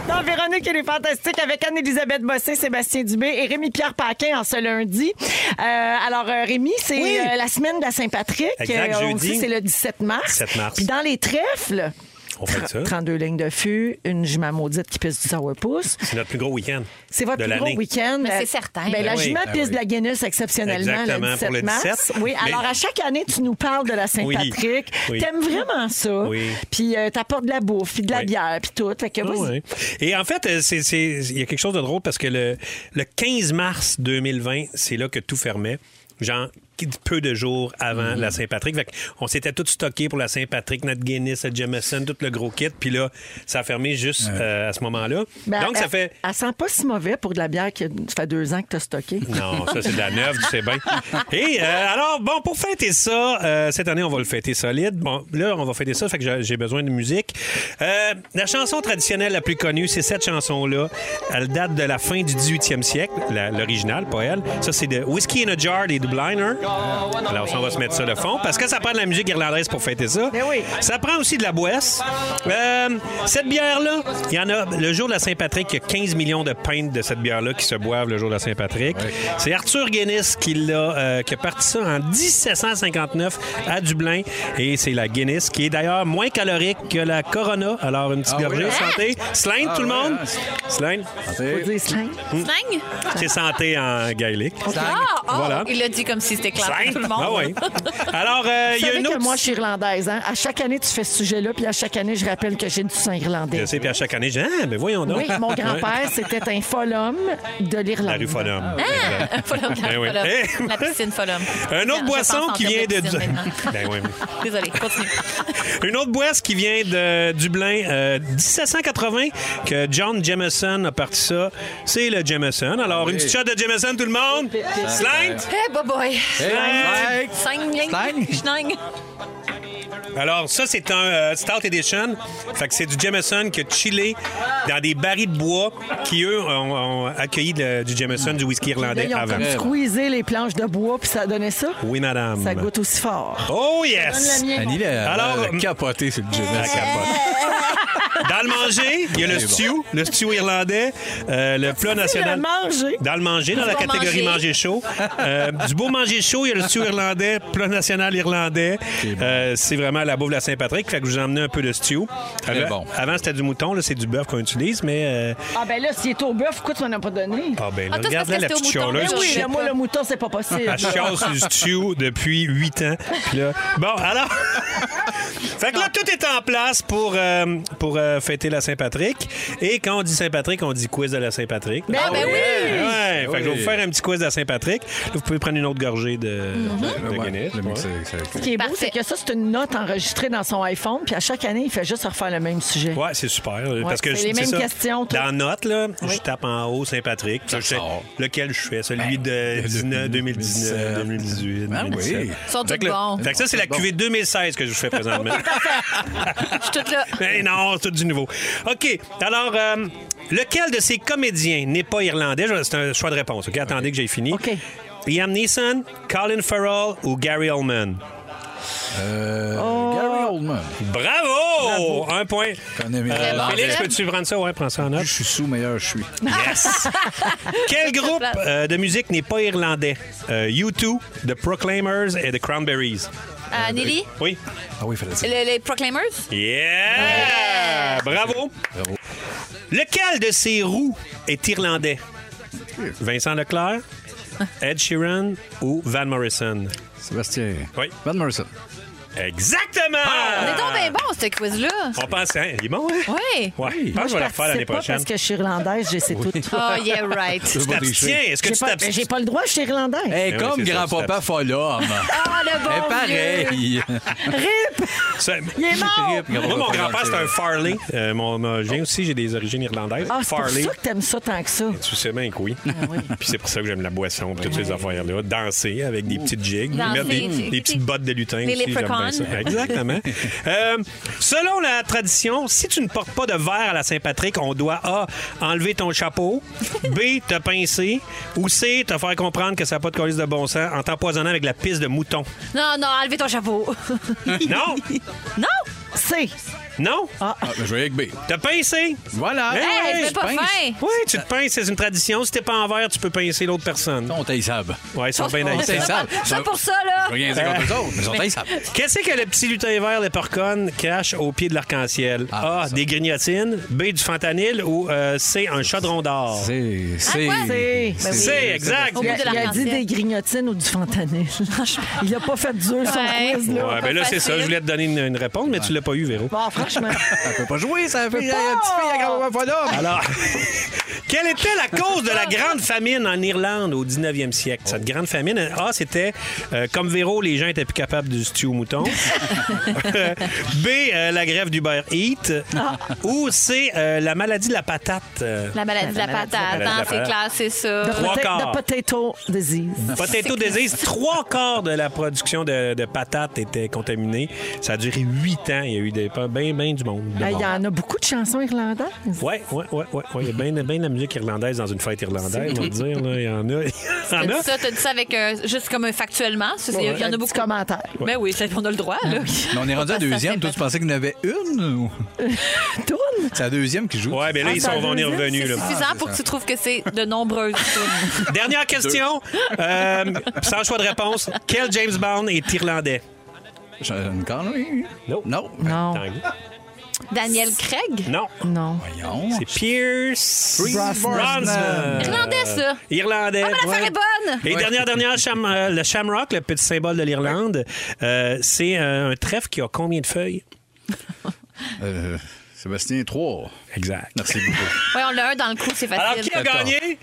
Speaker 5: Dans Véronique et les Fantastiques avec Anne-Élisabeth Bossé, Sébastien Dubé et Rémi-Pierre Paquin en ce lundi. Euh, alors, euh, Rémi, c'est euh, la semaine de la Saint-Patrick. Euh,
Speaker 4: Exact,
Speaker 5: on le
Speaker 4: jeudi.
Speaker 5: sait, c'est le 17 mars.
Speaker 4: 17 mars. Hein?
Speaker 5: Puis dans les trèfles...
Speaker 4: On fait ça.
Speaker 5: 32 lignes de fût, une jument maudite qui pisse du sourpuss.
Speaker 4: C'est notre plus gros week-end.
Speaker 5: C'est votre
Speaker 4: de
Speaker 5: plus gros
Speaker 4: l'année.
Speaker 5: week-end.
Speaker 6: Mais
Speaker 5: La-
Speaker 6: c'est certain.
Speaker 5: Ben, la
Speaker 4: Ben oui.
Speaker 5: jument
Speaker 7: Ben
Speaker 5: pisse
Speaker 7: oui.
Speaker 5: de la Guinness exceptionnellement
Speaker 4: Exactement,
Speaker 5: le 17
Speaker 4: pour le
Speaker 5: mars.
Speaker 4: 17.
Speaker 5: Oui,
Speaker 4: Mais-
Speaker 5: alors à chaque année, tu nous parles de la Saint-Patrick.
Speaker 4: Oui.
Speaker 5: T'aimes vraiment ça.
Speaker 4: Oui.
Speaker 5: Puis euh, t'apportes de la bouffe, puis de la
Speaker 4: Oui.
Speaker 5: bière, puis tout. Fait que
Speaker 4: Ah
Speaker 5: vas-y.
Speaker 4: ouais. Et en fait, euh, c'est- c'est- il y a quelque chose de drôle parce que le, le 15 mars 2020, c'est là que tout fermait. Genre peu de jours
Speaker 5: Mm-hmm.
Speaker 4: avant la Saint-Patrick. Fait on s'était tous stockés pour la Saint-Patrick, notre Guinness, notre Jameson, tout le gros kit. Puis là, ça a fermé juste euh, à ce moment-là.
Speaker 5: Ben,
Speaker 4: Donc,
Speaker 5: elle-
Speaker 4: ça fait...
Speaker 5: Elle sent pas si mauvais pour de la bière que ça fait deux ans que t'as stockée.
Speaker 4: Non, ça, c'est de la neuve, tu sais bien. Et euh, alors, bon, pour fêter ça, euh, cette année, on va le fêter solide. Bon, là, on va fêter ça, fait que j'ai- j'ai besoin de musique. Euh, la chanson traditionnelle la plus connue, c'est cette chanson-là. Elle date de la fin du 18e siècle, la- l'original, pas elle. Ça, c'est de Whiskey in a Jar des Dubliners.
Speaker 5: Oh,
Speaker 4: Alors, ça, on va se mettre ça de fond, parce que ça prend de la musique irlandaise pour fêter ça.
Speaker 5: Ben oui.
Speaker 4: Ça prend aussi de la boisse. Euh, cette bière-là, il y en a. Le jour de la Saint-Patrick, il y a 15 millions de pintes de cette bière-là qui se boivent le jour de la Saint-Patrick. C'est Arthur Guinness qui l'a, euh, qui a parti ça en 1759 à Dublin. Et c'est la Guinness, qui est d'ailleurs moins calorique que la Corona. Alors, une petite
Speaker 7: Ah
Speaker 4: gorgée,
Speaker 7: oui?
Speaker 4: santé. Slime,
Speaker 7: Ah
Speaker 4: tout le
Speaker 7: ouais,
Speaker 4: monde.
Speaker 7: hein,
Speaker 4: Slime,
Speaker 5: Faut
Speaker 4: Euh,
Speaker 5: dire slang.
Speaker 6: Slang?
Speaker 4: c'est santé en gaélique.
Speaker 6: Ah, ah,
Speaker 4: Voilà.
Speaker 6: Il l'a dit comme si c'était clair
Speaker 4: Slime.
Speaker 6: pour tout le monde.
Speaker 4: Ah oui. Alors, euh, il y
Speaker 5: Tu
Speaker 4: a
Speaker 5: savais
Speaker 4: une
Speaker 5: que
Speaker 4: autre...
Speaker 5: moi, je suis irlandaise. Hein? À chaque année, tu fais ce sujet-là, puis à chaque année, je rappelle que j'ai du sang irlandais.
Speaker 4: Je sais, puis à chaque année, je dis, ah, mais voyons donc.
Speaker 5: Oui, mon grand-père, c'était un folhomme de
Speaker 4: La rue
Speaker 5: l'Irlande.
Speaker 4: Fonhomme. Exact.
Speaker 6: Follum, la,
Speaker 4: Ben oui.
Speaker 6: Follum.
Speaker 4: Eh!
Speaker 6: La piscine Follum.
Speaker 4: Un
Speaker 6: Non,
Speaker 4: autre
Speaker 6: je
Speaker 4: boisson
Speaker 6: pense en
Speaker 4: qui
Speaker 6: termes
Speaker 4: vient de.
Speaker 6: de piscine maintenant.
Speaker 4: Ben oui.
Speaker 6: Désolée, continue.
Speaker 4: Une autre boisse qui vient de Dublin, euh, 1780, que John Jameson a parti ça. C'est le Jameson. Alors, une petite shot de Jameson, tout le monde. Slant.
Speaker 6: Eh, bye bye.
Speaker 4: Slant.
Speaker 6: Slang, slang, slang.
Speaker 4: Alors, ça, c'est un euh, Stout Edition. Fait que c'est du Jameson qui a chillé dans des barils de bois qui, eux, ont, ont accueilli de- du Jameson, du whisky
Speaker 5: Là,
Speaker 4: irlandais
Speaker 5: ils ont
Speaker 4: avant.
Speaker 5: comme squeezé les planches de bois, puis ça donnait ça.
Speaker 4: Oui, madame.
Speaker 5: Ça goûte aussi fort.
Speaker 4: Oh,
Speaker 5: Donne
Speaker 4: yes!
Speaker 5: la mienne.
Speaker 7: Annie, là,
Speaker 4: Alors,
Speaker 7: Alors,
Speaker 4: hum.
Speaker 7: capoté sur le
Speaker 4: Ah,
Speaker 7: Jameson.
Speaker 4: capote. Dans le manger, il y a le
Speaker 7: C'est bon.
Speaker 4: stew, le stew irlandais, euh, le plat national.
Speaker 5: manger.
Speaker 4: Dans le manger, dans la
Speaker 6: bon
Speaker 4: catégorie
Speaker 6: manger.
Speaker 4: manger chaud. Euh, du beau manger chaud, il y a le stew irlandais, plat national irlandais. Euh, c'est vraiment la bouffe de la Saint-Patrick. Fait que je vous ai emmené un peu de stew. Avant,
Speaker 7: bon.
Speaker 4: avant, c'était du mouton, là, c'est du bœuf qu'on utilise, mais. euh,
Speaker 5: Ah ben là, s'il est au bœuf, pourquoi tu m'en as pas donné? Eh
Speaker 4: Ah, ben là,
Speaker 6: Ah, toi, c'est
Speaker 4: regarde
Speaker 6: parce
Speaker 4: la
Speaker 6: que
Speaker 4: petite
Speaker 6: c'était au mouton,
Speaker 4: chialeuse.
Speaker 6: ben
Speaker 4: qui
Speaker 6: oui.
Speaker 5: Oui,
Speaker 6: je sais
Speaker 5: mais moi,
Speaker 6: pas.
Speaker 5: le mouton, c'est pas possible.
Speaker 4: Elle Ah, chiale sur le stew depuis huit ans. Puis là, bon, alors. fait que là, tout est en place pour, euh, pour euh, euh, fêter la Saint-Patrick. Et quand on dit Saint-Patrick, on dit quiz de la Saint-Patrick. Ah
Speaker 6: Ben, ben oui!
Speaker 4: Ouais, fait que je vais
Speaker 9: Oui.
Speaker 4: vous faire un petit quiz de la Saint-Patrick. Là, vous pouvez prendre une autre gorgée de, de- de
Speaker 9: Ouais,
Speaker 4: Guinness.
Speaker 9: le
Speaker 4: Ouais.
Speaker 9: mec, c'est- c'est-
Speaker 5: Ce qui est beau,
Speaker 6: Parfait.
Speaker 5: c'est que ça, c'est une note enregistrée dans son iPhone, puis à chaque année, il fait juste refaire le même sujet.
Speaker 4: Ouais, c'est super. euh, parce que
Speaker 5: c'est les
Speaker 4: c'est
Speaker 5: mêmes
Speaker 4: ça,
Speaker 5: questions, tout.
Speaker 4: Dans note, là, je tape en haut Saint-Patrick. puis je sais
Speaker 9: sort. Ben,
Speaker 4: Lequel je fais? Celui de 19, 2019, 2018.
Speaker 9: Ah oui.
Speaker 4: 2017.
Speaker 9: Ils
Speaker 6: sont
Speaker 4: Fait que
Speaker 6: tous
Speaker 4: là-
Speaker 6: bons.
Speaker 4: Fait que ça, c'est la
Speaker 9: Bon.
Speaker 4: cuvée 2016 que je vous fais présentement.
Speaker 6: Je suis toute là.
Speaker 4: Mais non, c'est tout du nouveau. OK. Alors, euh, lequel de ces comédiens n'est pas irlandais? Je- C'est un choix de réponse. OK? Attendez que j'ai fini.
Speaker 5: OK.
Speaker 4: Liam Neeson, Colin Farrell ou Gary Oldman?
Speaker 9: Euh, Gary Oldman.
Speaker 4: Bravo! Un point.
Speaker 9: connais mes
Speaker 6: bon.
Speaker 4: Félix,
Speaker 6: Bravo.
Speaker 4: peux-tu prendre ça? Ouais, prends ça en
Speaker 9: Je
Speaker 4: note.
Speaker 9: suis sous, meilleur je suis.
Speaker 4: Yes! Quel groupe euh, de musique n'est pas irlandais? Euh, U2, The Proclaimers et The Cranberries.
Speaker 6: Euh, Nelly,
Speaker 4: Oui.
Speaker 9: Ah oui, il fallait dire.
Speaker 6: le- les Proclaimers?
Speaker 4: Yeah! Bravo. Lequel de ces roues est irlandais? Vincent Leclerc, Ed Sheeran ou Van Morrison?
Speaker 9: Sébastien.
Speaker 4: Oui.
Speaker 9: Van Morrison.
Speaker 4: Exactement!
Speaker 5: Ah,
Speaker 6: On est donc bien bon, ce quiz-là.
Speaker 4: On pense, hein, il est bon, hein?
Speaker 6: Oui.
Speaker 4: Ouais. Je pense que je vais la refaire l'année
Speaker 5: C'est pas
Speaker 4: prochaine.
Speaker 5: parce que je suis irlandaise, je sais tout.
Speaker 6: Oh, yeah, right.
Speaker 4: Tu t'abstiens. Est-ce que
Speaker 5: J'ai
Speaker 4: tu
Speaker 5: pas, ben, j'ai
Speaker 4: t'abstiens?
Speaker 5: pas le droit, je suis irlandaise.
Speaker 9: Hey,
Speaker 4: Eh oui,
Speaker 9: Eh, comme
Speaker 4: c'est ça,
Speaker 9: grand-papa Follum.
Speaker 6: Ah, le
Speaker 9: Eh,
Speaker 6: bon vieux.
Speaker 9: pareil.
Speaker 4: Eh,
Speaker 5: Rip!
Speaker 4: Ça-
Speaker 5: Il est mort!
Speaker 9: Rip,
Speaker 4: Moi, mon grand-père, c'est un
Speaker 9: Follum.
Speaker 4: Farley. Euh, mon, mon- je viens aussi, j'ai des origines irlandaises.
Speaker 5: Ah, c'est pour
Speaker 4: Farley.
Speaker 5: ça que t'aimes ça tant que Ah. ça.
Speaker 4: Tu sais bien que oui. Puis c'est pour ça que j'aime la boisson, puis toutes ces affaires-là. Danser avec des petites jigs,
Speaker 6: Danser,
Speaker 4: mettre des,
Speaker 6: c'est-
Speaker 4: des petites bottes de lutin
Speaker 6: Des
Speaker 4: aussi, j'aime bien ça.
Speaker 6: leprechauns.
Speaker 4: Exactement. Euh, selon la tradition, si tu ne portes pas de verre à la Saint-Patrick, on doit A, enlever ton chapeau, B, te pincer, ou C, te faire comprendre que ça n'a pas de colis de bon sens en t'empoisonnant avec la piste de mouton.
Speaker 6: Non, non, enlevez ton chapeau.
Speaker 4: Non!
Speaker 6: non!
Speaker 5: C'est.
Speaker 4: Non!
Speaker 9: Ah, ben, je vais avec B.
Speaker 4: Te pincer!
Speaker 9: Voilà.
Speaker 4: Eh ouais,
Speaker 6: Hey, je
Speaker 4: je
Speaker 6: fais pas
Speaker 9: pince.
Speaker 6: faim.
Speaker 4: Oui, tu te pinces, c'est une tradition. Si t'es pas en verre, tu peux pincer l'autre personne.
Speaker 9: On taillissable.
Speaker 4: Ouais, ils sont bien
Speaker 9: On
Speaker 4: haïssants.
Speaker 9: taillissable.
Speaker 6: Ça pour ça, là.
Speaker 9: Rien dire contre eux autres, mais ils sont taillissables.
Speaker 4: Qu'est-ce que le petit lutin vert, le porcon, cache au pied de l'arc-en-ciel?
Speaker 9: Ah,
Speaker 4: A,
Speaker 9: ça.
Speaker 4: des grignotines. B, du fentanyl. Ou euh, C, un chaudron d'or?
Speaker 9: C'est. Ben C'est.
Speaker 5: C'est.
Speaker 9: c'est-
Speaker 4: C'est exact.
Speaker 6: Au
Speaker 5: Il
Speaker 6: bout
Speaker 5: a,
Speaker 6: de
Speaker 5: il a dit
Speaker 6: l'arc-en-ciel.
Speaker 5: des grignotines ou du fentanyl. Il a pas fait dur son
Speaker 6: Ouais.
Speaker 5: quiz, là.
Speaker 4: Ouais, ben là, c'est ça.
Speaker 6: Facile.
Speaker 4: Je voulais te donner une, une réponse, mais tu l'as pas eu, Véro.
Speaker 5: Bon, franchement.
Speaker 9: Elle peut pas jouer, ça fait.
Speaker 4: Alors, Ah. quelle était la cause de la grande famine en Irlande au 19e siècle?
Speaker 9: Oh.
Speaker 4: Cette grande famine, A, c'était, euh, comme Véro, les gens étaient plus capables du stew au mouton. B, euh, la grève d'Uber Eats.
Speaker 6: Ah.
Speaker 4: Ou C, euh, la maladie de la patate. Euh,
Speaker 6: La maladie de la
Speaker 5: maladie de
Speaker 6: patate,
Speaker 4: la
Speaker 6: hein, c'est
Speaker 4: patate.
Speaker 6: clair, c'est ça.
Speaker 4: Trois
Speaker 5: Pota-
Speaker 4: quarts.
Speaker 5: The potato disease.
Speaker 4: Potato disease, trois quarts de la production de, de patates était contaminée. Ça a duré huit ans. Il y a eu des pas bien, bien du monde.
Speaker 5: Hey, Ah, Il y en a beaucoup de chansons irlandaises.
Speaker 4: Oui, oui, oui, ouais, ouais. Il y a bien bien de la musique irlandaise dans une fête irlandaise, on va dire. Là. Il y en a. Il y
Speaker 6: T'as
Speaker 4: en a.
Speaker 6: dit ça, t'as dit ça avec un- juste comme un factuellement. ça, c'est- Il y en a beaucoup.
Speaker 5: commentaires.
Speaker 6: Ben oui, ça, on a le droit, là.
Speaker 9: Mais on est rendu à
Speaker 6: Ça, ça
Speaker 9: deuxième.
Speaker 6: fait
Speaker 9: Toi, tu pensais qu'il y en avait une? ou-
Speaker 5: Tourne.
Speaker 9: C'est la deuxième qui joue.
Speaker 4: Ouais, mais là, ils sont, on est revenus. là.
Speaker 6: C'est suffisant pour que tu trouves que c'est de nombreuses tunes.
Speaker 4: Dernière question. Euh, sans choix de réponse, quel James Bond est irlandais?
Speaker 9: Sean Connery?
Speaker 4: Non.
Speaker 9: Non.
Speaker 5: Non,
Speaker 6: Daniel Craig?
Speaker 4: Non,
Speaker 5: non.
Speaker 9: Ben, Voyons.
Speaker 4: c'est Pierce Brosnan.
Speaker 9: Brosnan.
Speaker 6: Irlandais, ça.
Speaker 4: Irlandais.
Speaker 6: Ah, mais l'affaire
Speaker 4: Ouais.
Speaker 6: est bonne!
Speaker 4: Et dernière, dernière, cham- euh, le shamrock, le petit symbole de l'Irlande, euh, c'est euh, un trèfle qui a combien de feuilles?
Speaker 9: Euh, Sébastien, 3.
Speaker 4: Exact.
Speaker 9: Merci beaucoup.
Speaker 6: Oui, on l'a un dans le coup, c'est facile.
Speaker 4: Alors, qui a
Speaker 9: D'accord.
Speaker 4: gagné?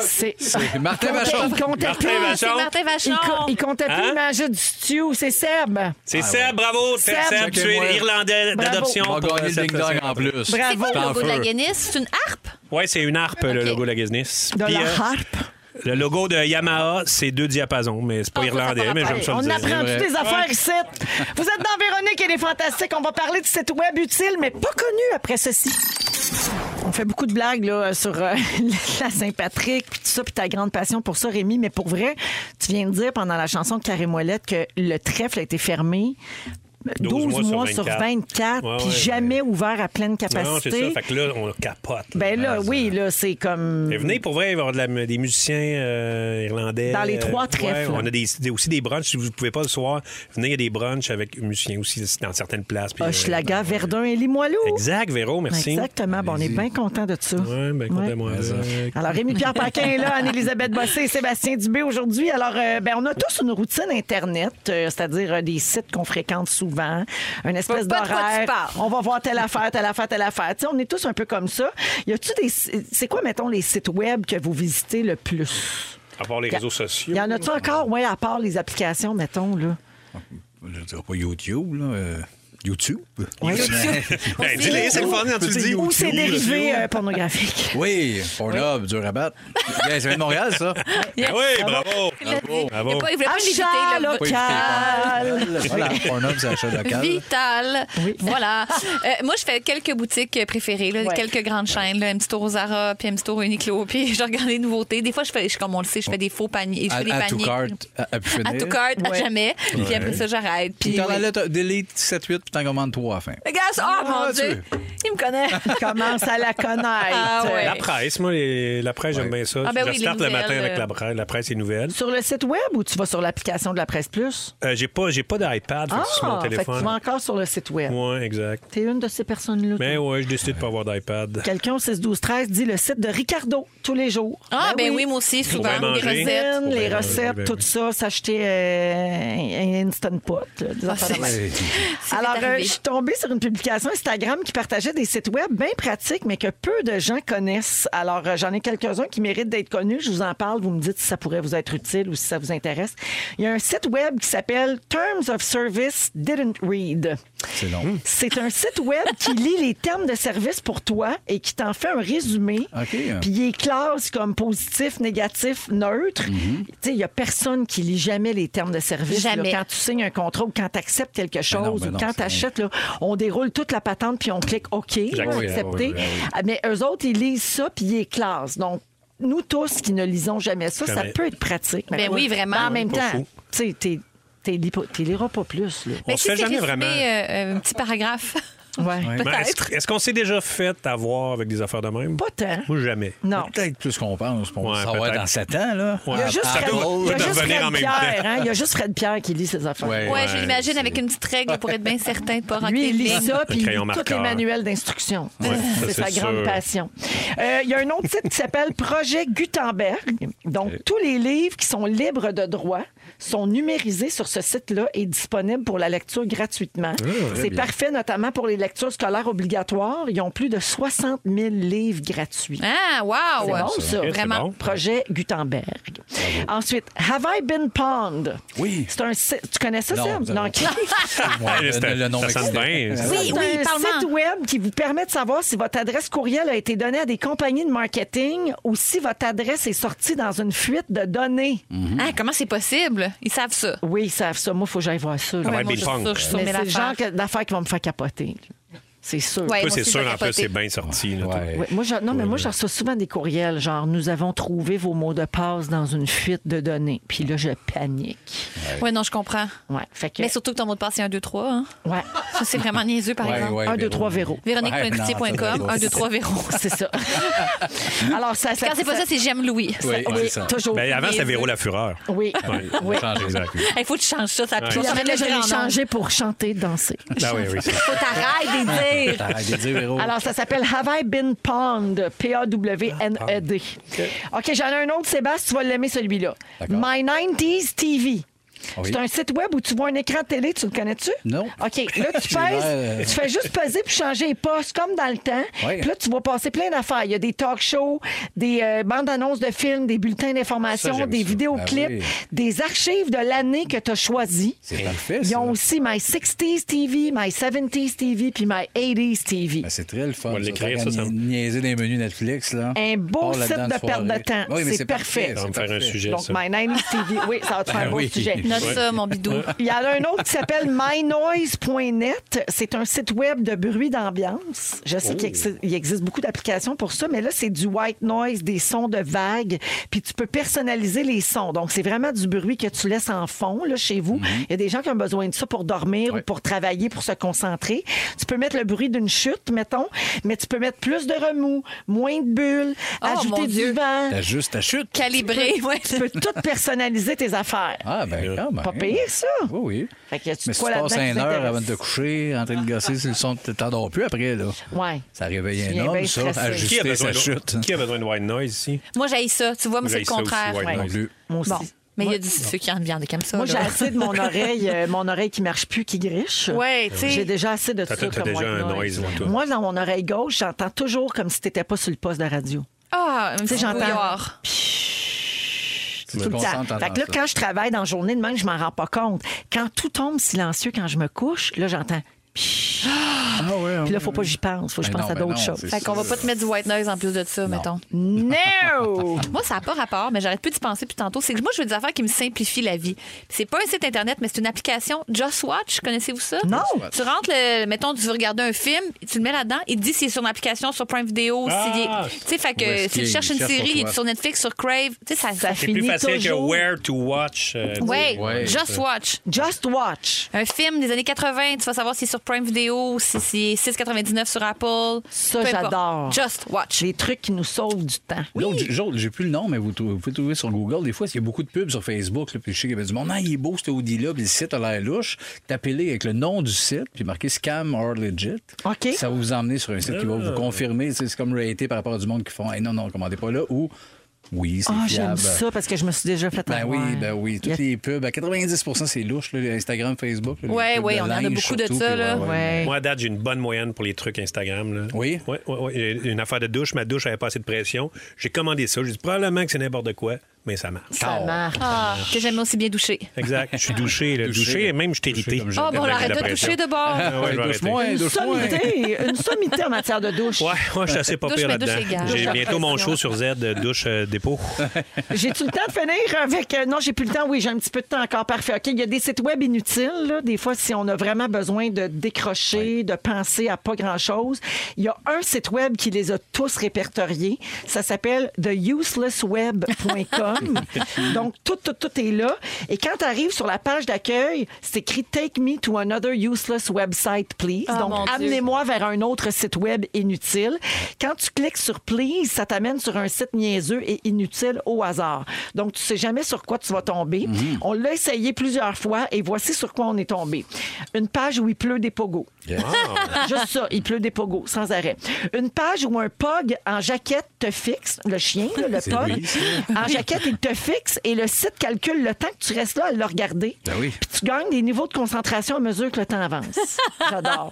Speaker 5: C'est.
Speaker 9: C'est Martin Vachon.
Speaker 5: Il comptait
Speaker 4: Martin
Speaker 5: plus.
Speaker 4: Vachon.
Speaker 6: Ah, C'est Martin
Speaker 5: Il,
Speaker 6: Vachon.
Speaker 5: co- il comptait plus
Speaker 4: Hein?
Speaker 5: le manger du stew. C'est Seb.
Speaker 9: Ah,
Speaker 4: C'est Seb, bravo. Seb,
Speaker 5: Seb,
Speaker 4: Seb, tu
Speaker 9: checkez-moi.
Speaker 4: es irlandais
Speaker 5: Bravo.
Speaker 4: d'adoption. euh,
Speaker 9: On va gagner le ding-dong en plus.
Speaker 5: Bravo.
Speaker 6: C'est quoi
Speaker 9: T'es
Speaker 6: le
Speaker 9: en
Speaker 6: logo de la
Speaker 9: feu.
Speaker 6: Guinness? C'est une harpe?
Speaker 4: Oui, c'est une harpe, le
Speaker 6: Ok.
Speaker 4: logo de la Guinness.
Speaker 5: De
Speaker 4: Puis,
Speaker 5: la
Speaker 4: euh,
Speaker 5: harpe.
Speaker 4: le logo de Yamaha, c'est deux diapasons, mais c'est pas
Speaker 6: Ah, ça, ça
Speaker 4: irlandais,
Speaker 6: part
Speaker 4: mais
Speaker 6: à
Speaker 4: j'aime ça le
Speaker 5: On
Speaker 4: dire.
Speaker 5: apprend
Speaker 9: C'est
Speaker 5: toutes
Speaker 9: vrai.
Speaker 5: des affaires ici. Vous êtes dans Véronique et les Fantastiques. On va parler de site web utile, mais pas connu après ceci. On fait beaucoup de blagues là, sur euh, la Saint-Patrick, puis tout ça, puis ta grande passion pour ça, Rémi. Mais pour vrai, tu viens de dire pendant la chanson de Carré Moellette que le trèfle a été fermé 12,
Speaker 4: 12
Speaker 5: mois, sur 24,
Speaker 4: Ouais,
Speaker 5: puis
Speaker 4: ouais,
Speaker 5: jamais ouvert à pleine
Speaker 4: Non, c'est
Speaker 5: capacité.
Speaker 4: ça. Fait que là, on capote.
Speaker 5: Ben là, oui, là, c'est comme...
Speaker 4: Et venez, pour vrai, il va y avoir de la- des musiciens euh, irlandais.
Speaker 5: Dans les
Speaker 4: Euh,
Speaker 5: trois trèfles.
Speaker 4: ouais, on a des, des- aussi des brunchs. Si vous ne pouvez pas le soir, venez, il y a des brunchs avec musiciens aussi dans certaines places.
Speaker 5: Ah,
Speaker 4: puis, euh,
Speaker 5: Hochelaga, Verdun et Limoilou.
Speaker 4: Exact, Véro, merci.
Speaker 5: Exactement. Bon, on est bien content de ça.
Speaker 4: Ouais, ben,
Speaker 5: Ouais.
Speaker 4: comptez-moi
Speaker 6: Euh,
Speaker 4: avec.
Speaker 5: Alors, Rémi-Pierre Paquin est là, Anne-Élisabeth Bossé et Sébastien Dubé aujourd'hui. Alors, euh, ben, on a tous une routine Internet, euh, c'est-à-dire euh, des sites qu'on fréquente souvent, souvent. Un espèce
Speaker 6: Pas de quoi tu
Speaker 5: d'horaire.
Speaker 6: parles.
Speaker 5: On va voir telle affaire, telle affaire, telle affaire. Tu sais, on est tous un peu comme ça. Y a-tu des. C'est quoi, mettons, les sites web que vous visitez le plus?
Speaker 4: À part les réseaux sociaux.
Speaker 5: Y en a-tu encore, oui, à part les applications, mettons, là?
Speaker 9: Je dirais pas YouTube, là. euh, YouTube.
Speaker 4: Ben, dis-les, c'est le fun
Speaker 9: hein,
Speaker 4: quand tu le dis.
Speaker 5: Ou c'est
Speaker 9: YouTube,
Speaker 5: dérivé
Speaker 9: là.
Speaker 5: euh, pornographique?
Speaker 9: Oui, Pornhub, dur à battre. Yeah, C'est de Montréal, ça.
Speaker 4: Ben oui, bravo.
Speaker 6: Il l'a dit. Il a
Speaker 4: Bravo.
Speaker 6: pas- il voulait pas l'éviter,
Speaker 5: Achat
Speaker 6: là.
Speaker 5: local!
Speaker 9: Voilà, Pornhub, c'est achat local.
Speaker 6: Vital. Voilà. Euh, moi, je fais quelques boutiques préférées, là,
Speaker 5: Ouais.
Speaker 6: quelques grandes chaînes, là, un petit tour aux Zara, puis un petit tour au Uniqlo, puis je regarde les nouveautés. Des fois, je fais, je- comme on le sait, je fais des faux paniers. Je
Speaker 9: À,
Speaker 6: fais des
Speaker 9: à tout
Speaker 6: paniers.
Speaker 9: cart, à, à pu finir.
Speaker 6: À tout cart, à
Speaker 5: Ouais.
Speaker 6: jamais. Puis après ça, j'arrête.
Speaker 9: Puis
Speaker 6: Puis.
Speaker 9: t'en allais, t'as- delete 7-8, puis t'en commandes 3 à la fin.
Speaker 6: Regarde, oh mon
Speaker 9: Ah, tu
Speaker 6: Dieu! Il me connaît.
Speaker 5: Commence à la connaître.
Speaker 6: Ah ouais.
Speaker 4: La presse, moi, les- la presse, j'aime bien ça.
Speaker 6: Ah, ben
Speaker 4: je
Speaker 6: oui, les
Speaker 4: starte le
Speaker 6: nouvelles,
Speaker 4: matin avec
Speaker 6: euh.
Speaker 4: la, presse- la presse et les nouvelles.
Speaker 5: Sur le site web ou tu vas sur l'application de la Presse Plus?
Speaker 4: Euh, j'ai pas, j'ai pas d'iPad fait que c'est sur mon
Speaker 5: Ah, fait que tu vas
Speaker 4: téléphone.
Speaker 5: encore sur le site web.
Speaker 4: Ouais, exact.
Speaker 5: T'es une de ces personnes-là.
Speaker 4: Mais
Speaker 5: toi.
Speaker 4: ouais, je décide de pas avoir d'iPad.
Speaker 5: Quelqu'un au 6 12 13 dit le site de Ricardo tous les jours.
Speaker 6: Ah, ben oui, moi aussi, souvent,
Speaker 4: bien
Speaker 6: des
Speaker 4: manger.
Speaker 6: recettes.
Speaker 5: Cuisine,
Speaker 4: Faut
Speaker 5: les
Speaker 4: bien manger,
Speaker 5: recettes,
Speaker 4: ben
Speaker 5: tout
Speaker 4: oui.
Speaker 5: ça, s'acheter euh, un un instant pot. là, des affaires de même.
Speaker 6: Ah, C'est
Speaker 5: Alors, euh,
Speaker 6: arrivé.
Speaker 5: je suis tombée sur une publication Instagram qui partageait des sites web bien pratiques, mais que peu de gens connaissent. Alors, euh, j'en ai quelques-uns qui méritent d'être connus. Je vous en parle. Vous me dites si ça pourrait vous être utile ou si ça vous intéresse. Il y a un site web qui s'appelle Terms of Service Didn't Read.
Speaker 9: C'est
Speaker 7: Hmm.
Speaker 9: long.
Speaker 5: C'est un site web qui lit les termes de service pour toi et qui t'en fait un résumé.
Speaker 9: OK.
Speaker 5: Puis il les classe comme positif, négatif, neutre. Tu sais, il n'y a personne qui lit jamais les termes de service. là.
Speaker 6: Jamais.
Speaker 5: quand tu signes un contrat ou quand tu acceptes quelque chose
Speaker 9: non, ben
Speaker 5: ou
Speaker 9: non,
Speaker 5: quand
Speaker 9: c'est
Speaker 5: tu achètes, là, on déroule toute la patente puis on clique OK,
Speaker 4: J'accepte.
Speaker 5: accepter. Ah,
Speaker 4: Oui, oui,
Speaker 5: Mais eux autres, ils lisent ça puis ils les classent. Donc, nous tous qui ne lisons jamais ça, ça
Speaker 4: Jamais.
Speaker 5: peut être pratique.
Speaker 6: Ben
Speaker 5: Marie-Claude.
Speaker 6: oui, vraiment.
Speaker 5: Mais en même
Speaker 4: Pas
Speaker 5: temps,
Speaker 4: fou.
Speaker 5: tu sais, t'es- t'es lis pas- t'es liras pas plus. Là.
Speaker 6: Mais
Speaker 4: On
Speaker 6: ben, si
Speaker 4: se fait
Speaker 6: c'est
Speaker 4: jamais
Speaker 6: résumé,
Speaker 4: vraiment.
Speaker 6: euh, un petit paragraphe.
Speaker 5: Ouais.
Speaker 9: Ouais.
Speaker 4: Ben, est-ce, est-ce qu'on s'est déjà fait avoir avec des affaires de même?
Speaker 5: Pas tant.
Speaker 4: Moi, jamais.
Speaker 5: Non.
Speaker 9: Peut-être plus qu'on pense. On
Speaker 4: Ouais,
Speaker 9: va savoir
Speaker 4: peut-être.
Speaker 9: dans 7 ans, là.
Speaker 4: Ouais.
Speaker 5: Il y a juste
Speaker 9: Ah,
Speaker 5: Fred,
Speaker 9: bon,
Speaker 5: il y a
Speaker 4: peut
Speaker 5: juste
Speaker 4: revenir
Speaker 5: Fred
Speaker 4: en même
Speaker 5: Pierre.
Speaker 4: temps.
Speaker 5: hein. Il y a juste Fred Pierre qui lit ses affaires.
Speaker 9: Ouais.
Speaker 6: Ouais, je l'imagine avec une petite règle pour être bien certain de pas rentrer
Speaker 5: Lui, il lit ça, puis il
Speaker 4: crayon
Speaker 5: lit tous les
Speaker 4: marqueur.
Speaker 5: manuels d'instruction.
Speaker 4: Ouais, ça,
Speaker 5: c'est
Speaker 4: c'est
Speaker 5: sa
Speaker 4: sûr.
Speaker 5: grande passion. Euh, Il y a un autre site qui s'appelle Projet Gutenberg. Donc, tous les livres qui sont libres de droit sont numérisés sur ce site-là et disponibles pour la lecture
Speaker 4: Ah,
Speaker 5: gratuitement. c'est parfait, notamment pour les lectures scolaires obligatoires. Ils ont plus de 60 000 livres gratuits.
Speaker 6: Ah, wow!
Speaker 5: C'est bon, ça.
Speaker 4: Ok, c'est
Speaker 6: Vraiment.
Speaker 4: bon.
Speaker 5: Projet Gutenberg. Ensuite, Have I Been Pond?
Speaker 9: Oui.
Speaker 5: C'est un site. Tu connais ça,
Speaker 9: Non,
Speaker 5: Sam?
Speaker 9: non.
Speaker 4: Ouais,
Speaker 9: Ouais,
Speaker 4: c'était-
Speaker 9: le, le nom
Speaker 4: ça
Speaker 9: existe.
Speaker 4: sonne bien. ça.
Speaker 6: Oui, oui,
Speaker 5: c'est un
Speaker 6: parle-moi.
Speaker 5: site web qui vous permet de savoir si votre adresse courriel a été donnée à des compagnies de marketing ou si votre adresse est sortie dans une fuite de données.
Speaker 6: Ah, comment c'est possible? Ils savent ça.
Speaker 5: Oui, ils savent ça. Moi, il faut que j'aille voir ça. là.
Speaker 4: va être
Speaker 6: moi,
Speaker 4: Bill
Speaker 6: je suis
Speaker 4: Punk.
Speaker 6: sûre, je suis sur
Speaker 5: Mais
Speaker 6: mes
Speaker 5: c'est le
Speaker 6: affaires.
Speaker 5: genre que- d'affaires qui vont me faire capoter. là. C'est sûr.
Speaker 6: Ouais,
Speaker 4: Toi,
Speaker 6: moi
Speaker 4: c'est
Speaker 6: aussi,
Speaker 4: sûr,
Speaker 6: j'ai
Speaker 4: en plus,
Speaker 6: capoté.
Speaker 4: c'est bien sorti. là, tout.
Speaker 9: Ouais.
Speaker 5: Ouais, moi, je- non, mais moi, je reçois souvent des courriels, genre, nous avons trouvé vos mots de passe dans une fuite de données. Puis là, je panique.
Speaker 6: Ouais, non, je comprends.
Speaker 5: Ouais, fait que,
Speaker 6: Mais surtout que ton mot de passe, c'est 1, 2, 3. Hein.
Speaker 5: ouais.
Speaker 6: Ça, c'est vraiment niaiseux, par exemple.
Speaker 5: Un, deux, trois, Véro.
Speaker 6: Véronique.coutier.com, 1, 2, 3, Véro.
Speaker 5: C'est ça. Alors, ça, ça
Speaker 6: Quand c'est pas ça, c'est J'aime Louis.
Speaker 9: Oui,
Speaker 5: Oui,
Speaker 9: c'est ça.
Speaker 5: toujours.
Speaker 4: Ben, avant, c'était Véro la fureur.
Speaker 5: Oui. oui.
Speaker 9: Changer, exact.
Speaker 6: Il faut que tu changes ça, ça
Speaker 5: Puis
Speaker 6: pue.
Speaker 5: après, là, je l'ai changé pour chanter, danser.
Speaker 4: Ah oui, oui. c'est-
Speaker 6: Faut t'arrêter de dire.
Speaker 9: Arrête de dire, Véro.
Speaker 5: Alors, ça s'appelle Have I Been Pond, P-A-W-N-E-D. E OK, j'en ai un autre, Sébastien, tu vas l'aimer celui-là.
Speaker 9: Ah, D'accord.
Speaker 5: My 90s TV.
Speaker 9: Oui.
Speaker 5: C'est un site web où tu vois un écran de télé, tu le connais-tu?
Speaker 9: Non.
Speaker 5: OK, là, tu
Speaker 9: J'ai l'air, euh,
Speaker 5: pèses, tu fais juste peser puis changer les postes, comme dans le temps.
Speaker 9: Oui.
Speaker 5: Puis là, tu vois passer plein d'affaires. Il y a des talk shows, des euh, bandes annonces de films, des bulletins
Speaker 4: Ça,
Speaker 5: d'information,
Speaker 4: j'aime
Speaker 5: des
Speaker 4: ça.
Speaker 5: vidéoclips,
Speaker 9: Ah oui.
Speaker 5: des archives de l'année que tu as choisie.
Speaker 9: C'est parfait,
Speaker 5: Ils
Speaker 9: ça.
Speaker 5: ont aussi My 60s TV, My 70s TV, puis My 80s TV.
Speaker 9: Ben, c'est très le fun.
Speaker 4: On va l'écrire, ça, ça me-
Speaker 9: Niaiser des menus Netflix, là.
Speaker 5: Un beau
Speaker 9: Part là-dedans
Speaker 5: site de perte de
Speaker 9: soirée.
Speaker 5: temps.
Speaker 9: Oui, mais
Speaker 5: C'est
Speaker 9: c'est parfait.
Speaker 5: parfait.
Speaker 4: Ça va me
Speaker 9: c'est
Speaker 4: faire un
Speaker 9: parfait.
Speaker 4: sujet,
Speaker 5: Donc,
Speaker 4: ça.
Speaker 5: My 90s TV, oui, ça va te faire un
Speaker 9: Ben
Speaker 5: beau
Speaker 9: oui.
Speaker 5: sujet.
Speaker 6: Note ça, mon bidou.
Speaker 5: Il y en a un autre qui s'appelle mynoise.net. C'est un site web de bruit d'ambiance. Je sais qu'il exi- il existe beaucoup d'applications pour ça, mais là, c'est du white noise, des sons de vagues, puis tu peux personnaliser les sons. Donc, c'est vraiment du bruit que tu laisses en fond là, chez vous. Il y a des gens qui ont besoin de ça pour dormir ou pour travailler, pour se concentrer. Tu peux mettre le bruit d'une chute, mettons, mais tu peux mettre plus de remous, moins de bulles,
Speaker 6: Oh, mon
Speaker 5: ajouter
Speaker 6: Dieu.
Speaker 5: du vent.
Speaker 7: Euh.
Speaker 9: T'as juste ta chute.
Speaker 6: Calibré, ouais.
Speaker 5: Tu peux tout personnaliser tes affaires.
Speaker 9: Ah, ben quand même.
Speaker 5: Pas pire, ça.
Speaker 9: Oui, oui.
Speaker 5: Fait que y a-tu
Speaker 9: Mais
Speaker 5: de
Speaker 9: si
Speaker 5: quoi
Speaker 9: tu passes
Speaker 5: là-dedans qui
Speaker 9: une heure
Speaker 5: t'intéresse?
Speaker 9: avant de te coucher, en train de gosser sur le son, tu t'endors plus après, là.
Speaker 5: Ouais.
Speaker 9: Ça réveille
Speaker 5: Tu
Speaker 9: un
Speaker 5: viens bien
Speaker 9: homme, ça,
Speaker 5: stressé.
Speaker 4: Qui a,
Speaker 9: ajuster sa
Speaker 4: besoin de...
Speaker 9: chute.
Speaker 4: Qui a besoin de white noise ici?
Speaker 6: Moi, j'ai ça. Tu vois, moi, c'est le
Speaker 4: J'haïs ça aussi,
Speaker 6: contraire.
Speaker 4: white
Speaker 5: Ouais.
Speaker 9: Non
Speaker 4: noise.
Speaker 9: plus.
Speaker 5: Moi aussi.
Speaker 6: Bon. Mais il y a du ceux qui en viande comme ça.
Speaker 5: Moi, j'ai
Speaker 6: là.
Speaker 5: assez de mon oreille, euh, mon oreille qui marche plus, qui griche.
Speaker 6: Ouais, tu sais.
Speaker 5: J'ai déjà assez de ça.
Speaker 4: T'as- t'as
Speaker 5: comme
Speaker 4: déjà
Speaker 5: white
Speaker 4: un noise, moi, toi.
Speaker 5: Moi, dans mon oreille gauche, j'entends toujours comme si t'étais pas sur le poste de radio.
Speaker 6: Ah, un
Speaker 5: sais,
Speaker 6: petit
Speaker 5: j'entends-
Speaker 6: brouillard.
Speaker 9: Tu
Speaker 5: Tout le temps. Fait que là, quand je travaille dans la journée de même, je m'en rends pas compte. Quand tout tombe silencieux, quand je me couche, là, j'entends.
Speaker 9: Ah ouais, ouais,
Speaker 5: Puis là, faut
Speaker 9: ouais.
Speaker 5: pas que j'y pense. Faut que je
Speaker 9: Ben
Speaker 5: pense
Speaker 9: non,
Speaker 5: à
Speaker 9: ben
Speaker 5: d'autres
Speaker 9: non,
Speaker 5: choses.
Speaker 9: c'est
Speaker 6: Fait qu'on va pas te mettre du white noise en plus de ça, mettons.
Speaker 5: No!
Speaker 6: Moi, ça n'a pas rapport, mais j'arrête plus d'y penser plus tantôt. C'est que moi, je veux des affaires qui me simplifient la vie. C'est pas un site Internet, mais c'est une application Just Watch. Connaissez-vous ça?
Speaker 5: Non!
Speaker 6: Tu rentres, le- mettons, tu veux regarder un film, tu le mets là-dedans, il te dit s'il est sur une application, sur Prime Video,
Speaker 4: Ah!
Speaker 6: s'il est. Tu sais, fait
Speaker 9: Où
Speaker 6: que
Speaker 9: est-ce
Speaker 6: si
Speaker 9: qu'il
Speaker 6: tu
Speaker 9: est?
Speaker 6: cherches
Speaker 9: Il cherche
Speaker 6: une
Speaker 9: pour
Speaker 6: série, il est
Speaker 9: toi.
Speaker 6: sur Netflix, sur Crave. Tu sais, ça. ça
Speaker 5: Ça
Speaker 4: C'est plus
Speaker 5: Fini
Speaker 4: facile que
Speaker 5: toujours.
Speaker 4: Where to Watch. euh,
Speaker 6: Ouais,
Speaker 4: tu sais.
Speaker 9: Ouais,
Speaker 6: Just
Speaker 9: ça.
Speaker 6: Watch.
Speaker 5: Just watch.
Speaker 6: Un film des années 80, tu vas savoir s'il est sur Prime Video ou si c'est 6,99 sur Apple.
Speaker 5: Ça,
Speaker 6: Peu importe.
Speaker 5: j'adore.
Speaker 6: Just Watch.
Speaker 5: Les trucs qui nous sauvent du temps.
Speaker 9: L'autre jour, j'ai plus le nom, mais vous, trou- vous pouvez trouver sur Google. Des fois, il y a beaucoup de pubs sur Facebook. Là, puis je sais qu'il y avait du monde. Ah, il est beau, cet Audi-là, puis le site a l'air louche. Tapez-le avec le nom du site, puis marquez Scam or Legit.
Speaker 5: OK.
Speaker 9: Ça va vous emmener sur un site qui va
Speaker 4: Ah.
Speaker 9: vous confirmer. Tu sais, C'est comme raté par rapport à du monde qui font Hey, non, non, commandez pas là. Ou Oui, c'est
Speaker 5: Ah, j'aime
Speaker 9: fiable.
Speaker 5: ça parce que je me suis déjà fait
Speaker 9: Ben oui,
Speaker 5: avoir.
Speaker 9: ben oui.
Speaker 5: Il y a
Speaker 9: Toutes les pubs, à 90 c'est louche, là, Instagram, Facebook. là, les
Speaker 6: Ouais,
Speaker 9: pubs
Speaker 6: ouais,
Speaker 9: de
Speaker 6: on en a
Speaker 9: linge,
Speaker 6: beaucoup de
Speaker 9: surtout,
Speaker 6: ça,
Speaker 9: puis
Speaker 6: là.
Speaker 5: Ouais.
Speaker 4: Moi, à date, j'ai une bonne moyenne pour les trucs Instagram. Là.
Speaker 9: Oui?
Speaker 4: Oui, oui, oui. J'ai Une affaire de douche. Ma douche avait pas assez de pression. J'ai commandé ça. J'ai dit probablement que c'est n'importe quoi, mais ça marche.
Speaker 5: Ça marche.
Speaker 6: Ah, t'es jamais aussi bien douché.
Speaker 4: Exact. Je suis douché. Là.
Speaker 9: Douché,
Speaker 4: Douché,
Speaker 9: là.
Speaker 4: et même je t'ai
Speaker 9: Douché
Speaker 4: irrité.
Speaker 9: comme je-
Speaker 6: Ah,
Speaker 9: Ah,
Speaker 6: bon,
Speaker 4: Avec
Speaker 6: arrête
Speaker 4: la
Speaker 6: de
Speaker 4: pression.
Speaker 6: toucher de bord.
Speaker 9: Ah ouais,
Speaker 4: Ouais, je vais
Speaker 9: douche-moi,
Speaker 5: Une
Speaker 9: douche-moi.
Speaker 5: sommité, une sommité en matière de douche.
Speaker 4: Ouais, ouais, je suis assez pas
Speaker 6: Douche,
Speaker 4: pire
Speaker 6: mais douche
Speaker 4: là-dedans.
Speaker 6: égale.
Speaker 4: J'ai
Speaker 6: Douche
Speaker 4: bientôt mon
Speaker 6: impression.
Speaker 4: show sur Z de douche euh, dépôt.
Speaker 5: J'ai-tu le temps de finir avec. euh, non, j'ai plus le temps. Oui, j'ai un petit peu de temps encore. Parfait. OK. Il y a des sites web inutiles, là. Des fois, si on a vraiment besoin de décrocher, de penser à pas grand-chose. Il y a un site web qui les a tous répertoriés. Ça s'appelle theuselessweb.com. Donc, tout, tout, tout est là. Et quand tu arrives sur la page d'accueil, c'est écrit Take me to another useless website, please.
Speaker 6: Ah,
Speaker 5: Donc,
Speaker 6: mon Dieu.
Speaker 5: amenez-moi moi vers un autre site web inutile. Quand tu cliques sur Please, ça t'amène sur un site niaiseux et inutile au hasard. Donc, tu sais jamais sur quoi tu vas tomber.
Speaker 9: Mhm.
Speaker 5: On l'a essayé plusieurs fois et voici sur quoi on est tombé. Une page où il pleut des pogos.
Speaker 9: Ah.
Speaker 5: Juste ça, il pleut des pogos, sans arrêt. Une page où un pog en jaquette te fixe, le chien, là, le
Speaker 9: C'est
Speaker 5: pog,
Speaker 9: lui, ça.
Speaker 5: en jaquette, il te fixe et le site calcule le temps que tu restes là à le regarder.
Speaker 9: Ben oui.
Speaker 5: Puis tu gagnes des niveaux de concentration à mesure que le temps avance. J'adore.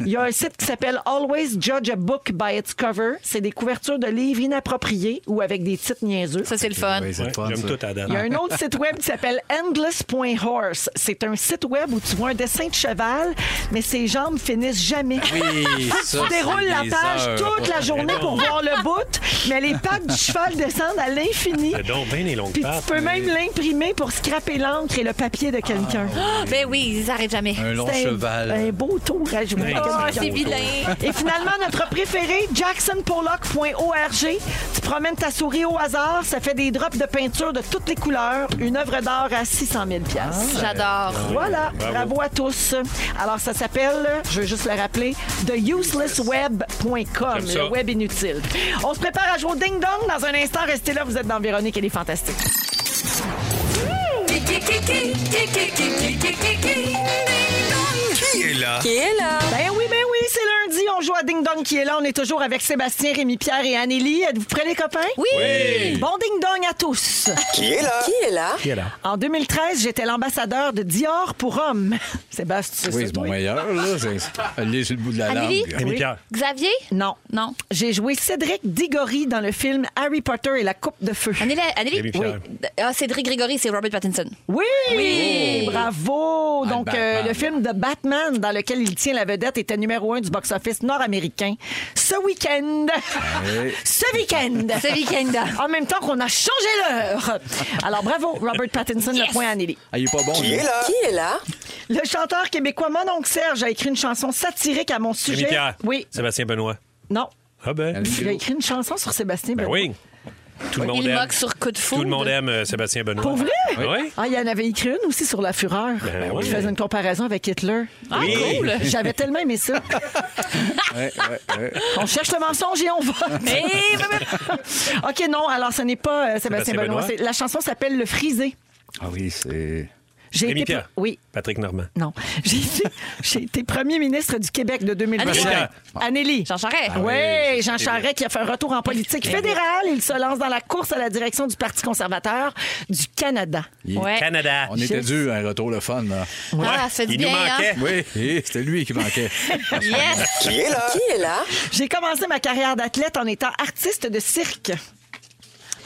Speaker 5: Il y a un site qui s'appelle Always Judge a Book by its Cover. C'est des couvertures de livres inappropriées ou avec des titres niaiseux.
Speaker 6: Ça, c'est le fun.
Speaker 9: Ouais, c'est
Speaker 4: Ouais,
Speaker 9: le fun,
Speaker 4: J'aime
Speaker 9: ça.
Speaker 4: tout à date.
Speaker 5: Il y a un autre site web qui s'appelle endless.horse. C'est un site web où tu vois un dessin de cheval, mais ses jambes finissent jamais.
Speaker 9: Oui, ça,
Speaker 5: Tu déroules
Speaker 9: c'est
Speaker 5: la
Speaker 9: des
Speaker 5: page
Speaker 9: heures.
Speaker 5: toute la journée pour voir le bout, mais les pattes du cheval descendent à l'infini.
Speaker 4: C'est donc bien les longues
Speaker 5: Puis tu
Speaker 4: pattes.
Speaker 5: peux même l'imprimer pour scraper l'encre et le papier de quelqu'un.
Speaker 6: Ah, Ben oui, ils arrêtent jamais.
Speaker 9: Un long
Speaker 5: C'est un-
Speaker 9: cheval.
Speaker 5: Un beau tour à jouer.
Speaker 4: Ah,
Speaker 5: à
Speaker 6: Ah,
Speaker 5: quelqu'un.
Speaker 6: c'est vilain.
Speaker 5: Et finalement, notre préféré, jacksonpollock.org. Tu promènes ta souris au hasard, ça fait des drops de peinture de toutes les couleurs, une œuvre d'art à 600 000
Speaker 6: J'adore.
Speaker 5: Voilà, bravo. à tous. Alors, ça s'appelle, je veux juste le rappeler, theuselessweb.com,
Speaker 4: J'aime ça.
Speaker 5: le web inutile. On se prépare à jouer au ding-dong. Dans un instant, restez là, vous êtes dans Véronique, elle est fantastique.
Speaker 3: Qui est là?
Speaker 5: Ben oui, ben oui, c'est lundi, on joue à Ding Dong qui est là. On est toujours avec Sébastien, Rémi Pierre et Anneli. Êtes-vous prêts, les copains?
Speaker 6: Oui.
Speaker 5: Bon Ding Dong à tous.
Speaker 3: Qui est là?
Speaker 4: Qui est là?
Speaker 5: En 2013, j'étais l'ambassadeur de Dior pour hommes. Sébastien,
Speaker 9: Oui,
Speaker 5: c'est
Speaker 9: c'est mon
Speaker 5: toi.
Speaker 9: meilleur, là. C'est aller sur le bout de la
Speaker 6: Amélie?
Speaker 9: langue.
Speaker 4: Rémi Pierre.
Speaker 6: Xavier?
Speaker 5: Non.
Speaker 6: Non.
Speaker 5: J'ai joué Cédric Diggory dans le film Harry Potter et la Coupe de Feu.
Speaker 6: Anneli? Anneli?
Speaker 4: Rémi Pierre.
Speaker 6: Ah, Cédric Grégory, c'est Robert Pattinson.
Speaker 5: Oui! Bravo!
Speaker 9: Ah,
Speaker 5: Donc,
Speaker 9: le
Speaker 5: euh,
Speaker 9: Batman.
Speaker 5: le film de Batman, dans lequel il tient la vedette, était numéro un du box-office nord-américain ce week-end. ce week-end!
Speaker 6: Ce week-end.
Speaker 5: En même temps qu'on a changé l'heure. Alors, bravo, Robert Pattinson, le point à Nelly.
Speaker 9: Ah, il est pas bon.
Speaker 3: Qui
Speaker 9: lui.
Speaker 3: est là?
Speaker 5: Le chanteur québécois Mon Oncle Serge a écrit une chanson satirique à mon
Speaker 4: Rémi
Speaker 5: sujet.
Speaker 4: Pierre.
Speaker 5: Oui.
Speaker 4: Sébastien Benoît.
Speaker 5: Non.
Speaker 4: Ah ben.
Speaker 9: Allez.
Speaker 5: Il a écrit une chanson sur Sébastien
Speaker 4: Ben
Speaker 5: Benoît.
Speaker 4: oui. Tout le monde
Speaker 6: Il
Speaker 4: aime.
Speaker 6: moque sur coup de foudre.
Speaker 4: Tout le monde aime euh, Sébastien Benoît.
Speaker 5: Pour vrai?
Speaker 4: Oui.
Speaker 5: Ah, il y en avait écrit une aussi sur la fureur.
Speaker 4: Ben
Speaker 5: Il
Speaker 4: oui.
Speaker 5: faisait une comparaison avec Hitler.
Speaker 6: Ah,
Speaker 4: Oui.
Speaker 6: cool.
Speaker 5: J'avais tellement aimé ça.
Speaker 9: Ouais, ouais, ouais.
Speaker 5: On cherche le mensonge et on va. OK, non, alors ce n'est pas euh, Sébastien
Speaker 4: Sébastien
Speaker 5: Benoît.
Speaker 4: Benoît.
Speaker 5: C'est- La chanson s'appelle Le Frisé.
Speaker 9: Ah oui, c'est.
Speaker 5: J'ai
Speaker 4: Rémi
Speaker 5: été.
Speaker 4: Pierre.
Speaker 5: Oui.
Speaker 4: Patrick Normand.
Speaker 5: Non. J'ai été, j'ai été premier ministre du Québec de 2021.
Speaker 6: Anneli.
Speaker 5: Anneli.
Speaker 6: Jean Charest.
Speaker 4: Ah
Speaker 5: Oui, Jean Charest qui a fait un retour en politique fédérale. Il se lance dans la course à la direction du Parti conservateur du Canada.
Speaker 6: Ouais.
Speaker 4: Canada.
Speaker 9: On était dû à un retour le fun, là.
Speaker 6: Ah, ça fait du
Speaker 4: Il
Speaker 6: bien,
Speaker 4: nous
Speaker 6: hein?
Speaker 4: manquait.
Speaker 9: Oui, et c'était lui qui manquait.
Speaker 6: Yes!
Speaker 3: Qui est là?
Speaker 5: J'ai commencé ma carrière d'athlète en étant artiste de cirque.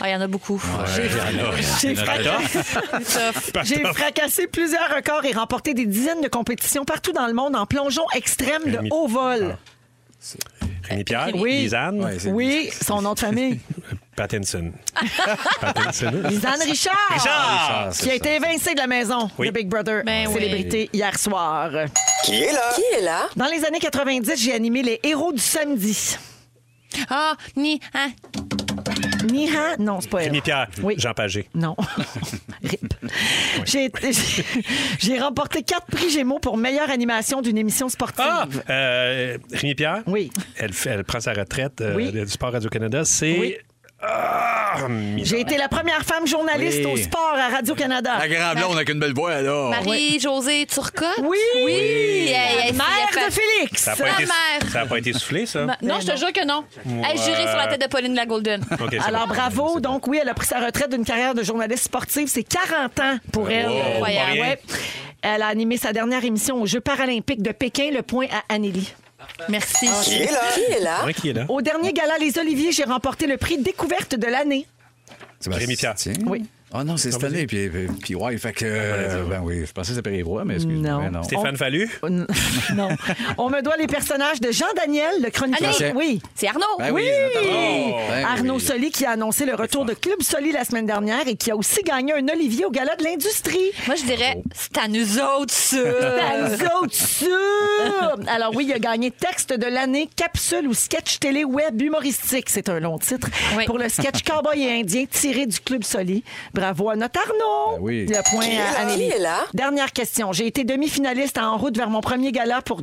Speaker 6: Ah, il y en a beaucoup.
Speaker 4: Ah,
Speaker 5: J'ai fracassé, j'ai fracassé plusieurs records et remporté des dizaines de compétitions partout dans le monde en plongeon extrême de
Speaker 4: Rémi-
Speaker 5: haut vol.
Speaker 4: Ah. Rémi Pierre.
Speaker 5: Oui.
Speaker 4: Lisanne.
Speaker 9: Ouais, c'est-
Speaker 5: Oui, son nom de famille.
Speaker 4: Pattinson. Pattinson.
Speaker 5: Lisanne Richard.
Speaker 4: Richard.
Speaker 5: Qui a été évincée de la maison
Speaker 4: Oui.
Speaker 5: de Big Brother,
Speaker 6: Ben oui.
Speaker 5: célébrité hier soir.
Speaker 3: Qui est là?
Speaker 5: Dans les années 90, j'ai animé les héros du samedi.
Speaker 6: Ah, ni, hein.
Speaker 5: Niha, non, c'est pas elle.
Speaker 4: Rémi Pierre.
Speaker 5: Oui.
Speaker 4: Jean Pagé.
Speaker 5: Non. Rip. J'ai j'ai- j'ai remporté quatre prix Gémeaux pour meilleure animation d'une émission sportive.
Speaker 4: Ah! Euh, Rémi Pierre.
Speaker 5: Oui.
Speaker 4: Elle, fait- elle prend sa retraite euh,
Speaker 5: Oui.
Speaker 4: du Sport Radio-Canada. C'est.
Speaker 5: Oui.
Speaker 4: Ah, mis-
Speaker 5: J'ai été la première femme journaliste
Speaker 9: Oui.
Speaker 5: au sport à Radio-Canada.
Speaker 9: La grande blonde avec une belle voix, là.
Speaker 6: Marie-Josée Turcotte.
Speaker 5: Oui!
Speaker 6: Oui! Elle- elle-
Speaker 5: Mère
Speaker 6: elle-
Speaker 5: de Félix.
Speaker 4: ça n'a pas,
Speaker 6: sa
Speaker 4: été-
Speaker 6: mère.
Speaker 4: ça a pas été soufflé, ça?
Speaker 6: Ma- Bah, Ben Non, je te jure que non. Elle jurait sur la tête de Pauline la Golden.
Speaker 4: OK, c'est
Speaker 5: Alors
Speaker 4: bon.
Speaker 5: bravo, donc oui, elle a pris sa retraite d'une carrière de journaliste sportive. C'est 40 ans pour elle.
Speaker 6: Incroyable.
Speaker 5: Ouais. Elle a animé sa dernière émission aux Jeux paralympiques de Pékin, le point à Anélie.
Speaker 6: Merci.
Speaker 3: Qui est là?
Speaker 4: C'est vrai qu'il est là.
Speaker 6: Oh,
Speaker 5: Au dernier gala Les Oliviers, j'ai remporté le prix découverte de l'année.
Speaker 4: Rémi Pierre.
Speaker 5: Oui.
Speaker 9: Ah non, c'est cette année, puis, puis, puis ouais, fait que... euh, ben oui, je pensais que c'était Péré-Roy, mais excuse-moi,
Speaker 5: Non.
Speaker 9: mais
Speaker 6: oh.
Speaker 9: non.
Speaker 4: Stéphane Fallu.
Speaker 5: Oh, non. On me doit les personnages de Jean Daniel, le chroniqueur.
Speaker 6: Allez.
Speaker 5: Oui.
Speaker 6: C'est Arnaud.
Speaker 9: Ben
Speaker 5: Oui!
Speaker 4: Oh!
Speaker 9: notamment.
Speaker 4: Ah
Speaker 9: Ben
Speaker 5: Arnaud
Speaker 9: oui.
Speaker 5: Soli qui a annoncé le retour de Club Soli la semaine dernière et qui a aussi gagné un Olivier au Gala de l'Industrie.
Speaker 6: Moi, je dirais, c'est à nous autres, ça. Euh. Ah.
Speaker 5: Ben, nous autres, ça! Alors oui, il a gagné texte de l'année, capsule ou sketch télé web humoristique. C'est un long titre.
Speaker 6: Oui.
Speaker 5: Pour le sketch Cowboy et Indien tiré du Club Soli. Bravo à notre Arnaud!
Speaker 9: Ben oui.
Speaker 5: Le point à Anneli. Dernière question. J'ai été demi-finaliste à en route vers mon premier gala pour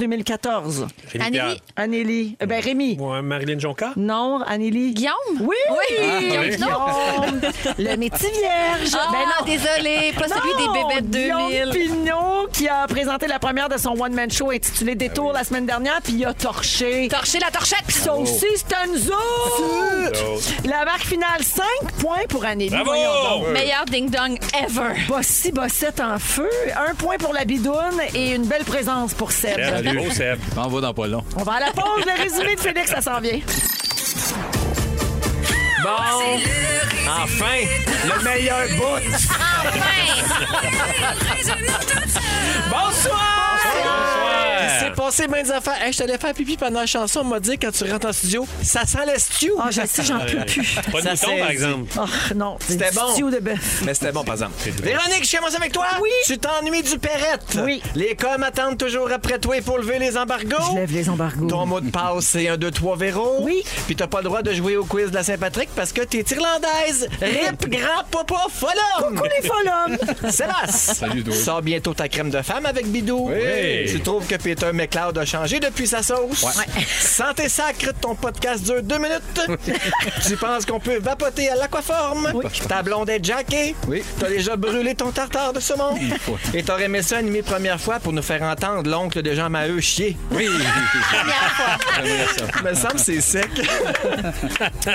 Speaker 5: 2013-2014.
Speaker 4: Rémi
Speaker 6: Anneli.
Speaker 4: Pierre.
Speaker 5: Anneli. euh, Ben, Rémi.
Speaker 4: Ouais, Marilyn Jonca.
Speaker 5: Non, Anneli.
Speaker 6: Guillaume?
Speaker 5: Oui!
Speaker 6: Guillaume
Speaker 5: Guillaume.
Speaker 6: Pinot?
Speaker 5: Le métier vierge.
Speaker 6: Ah,
Speaker 5: Ben non.
Speaker 6: désolé, pas celui
Speaker 5: Non,
Speaker 6: des bébés
Speaker 5: Guillaume
Speaker 6: 2000.
Speaker 5: Pinot qui a présenté la première de son one-man show intitulé Détour la semaine dernière, puis il a torché.
Speaker 6: Torcher la torchette.
Speaker 5: Ça aussi, c'est un nous autres. La marque finale, 5 points pour Anneli.
Speaker 4: Bravo!
Speaker 5: Voyons donc.
Speaker 6: Meilleur ding-dong ever.
Speaker 5: Bossy Bossette en feu, un point pour la bidoune et une belle présence pour Seb.
Speaker 4: Seb, Gros Seb.
Speaker 9: M'en va dans pas long.
Speaker 5: On va à la pause, le résumé de Félix, ça s'en vient.
Speaker 4: Bon! Enfin! Le meilleur bout!
Speaker 10: Bonsoir!
Speaker 6: Ah,
Speaker 10: Il s'est
Speaker 4: Bonsoir!
Speaker 10: passé maintes affaires. Hey, je t'allais faire pipi pendant la chanson. On m'a dit quand tu rentres en studio, ça sent le stew.
Speaker 5: Ah, je sais, j'en peux plus.
Speaker 4: Pas de
Speaker 10: Ça,
Speaker 4: mouton,
Speaker 10: c'est-
Speaker 4: par exemple.
Speaker 5: Oh, non, c'est
Speaker 10: C'était
Speaker 5: du
Speaker 10: bon.
Speaker 5: stew de bœuf.
Speaker 10: Mais c'était bon, par exemple. Véronique, je commence avec toi.
Speaker 5: Oui.
Speaker 10: Tu t'ennuies du perrette.
Speaker 5: Oui.
Speaker 10: Les coms attendent toujours après toi pour lever les embargos.
Speaker 5: Je lève les embargos.
Speaker 10: Ton mot de passe, c'est un 2, 3 Véro.
Speaker 5: Oui.
Speaker 10: Puis t'as pas le droit de jouer au quiz de la Saint-Patrick parce que t'es Irlandaise. Rip, grand-papa, follum.
Speaker 5: Coucou les folums!
Speaker 10: Sébastien.
Speaker 9: Salut, Doug.
Speaker 10: Sors bientôt ta crème de femme avec Bidou.
Speaker 4: Oui.
Speaker 10: Tu trouves que Peter McLeod a changé depuis sa sauce. Santé sacre, ton podcast dure deux minutes. tu penses qu'on peut vapoter à l'aquaforme. Ta blonde est jackée.
Speaker 9: Oui.
Speaker 10: T'as déjà brûlé ton tartare de saumon. Et t'aurais aimé ça animer première fois pour nous faire entendre l'oncle de Jean Maheu chier.
Speaker 9: Oui!
Speaker 10: Me semble que c'est sec.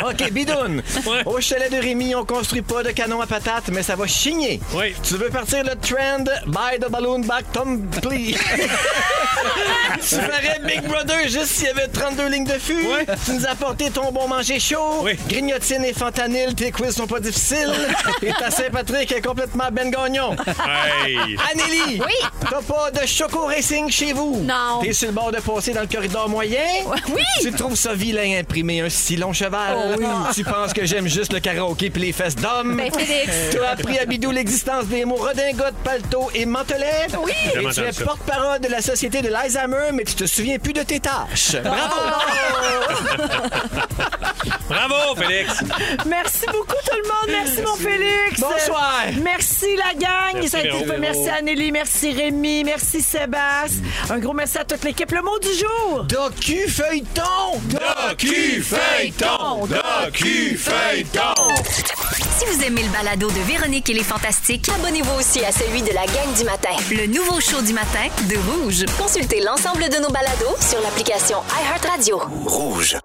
Speaker 10: OK, bidoune.
Speaker 4: Ouais.
Speaker 10: Au chalet de Rémi, on construit pas de canon à patates, mais ça va chigner.
Speaker 4: Oui.
Speaker 10: Tu veux partir le trend? Buy the balloon back, Tom, please. tu ferais Big Brother juste s'il y avait 32 lignes de fût.
Speaker 4: Ouais.
Speaker 10: Tu nous apportais ton bon manger chaud.
Speaker 4: Oui.
Speaker 10: Grignotine et fentanyl, tes quiz sont pas difficiles. et ta Saint-Patrick est complètement ben gagnon.
Speaker 4: Hey!
Speaker 10: Anneli!
Speaker 6: Oui.
Speaker 10: Ah, T'as pas de choco racing chez vous?
Speaker 6: Non.
Speaker 10: T'es sur le bord de passer dans le corridor moyen?
Speaker 6: Oui. Oh,
Speaker 10: Tu trouves ça vilain imprimer un si long cheval? Tu penses que j'aime juste le karaoké pis les fesses d'hommes?
Speaker 6: Ben, Félix.
Speaker 10: T'as appris à Bidou l'existence des mots redingote, palto et mantelet? Oui!
Speaker 4: J'aime
Speaker 10: Et tu es
Speaker 4: entendre ça.
Speaker 10: porte-parole de la société de l'Alzheimer, mais tu te souviens plus de tes tâches. Bravo!
Speaker 6: Oh.
Speaker 4: Bravo, Félix!
Speaker 5: Merci beaucoup tout le monde. Merci mon Félix.
Speaker 10: Bonsoir.
Speaker 5: Merci la gang.
Speaker 4: Merci,
Speaker 5: Ça a été
Speaker 4: Véro.
Speaker 5: fait. merci Anneli, merci Rémi, merci Sébastien. Un gros merci à toute l'équipe. Le mot du jour.
Speaker 10: Docu feuilleton!
Speaker 4: Docu-feuilleton! Docu-feuilleton!
Speaker 11: Si vous aimez le balado de Véronique et les Fantastiques,
Speaker 1: Abonnez-vous aussi à celui de la gang du matin.
Speaker 11: le nouveau show du matin de Rouge.
Speaker 1: Consultez l'ensemble de nos balados sur l'application iHeartRadio.
Speaker 12: Rouge.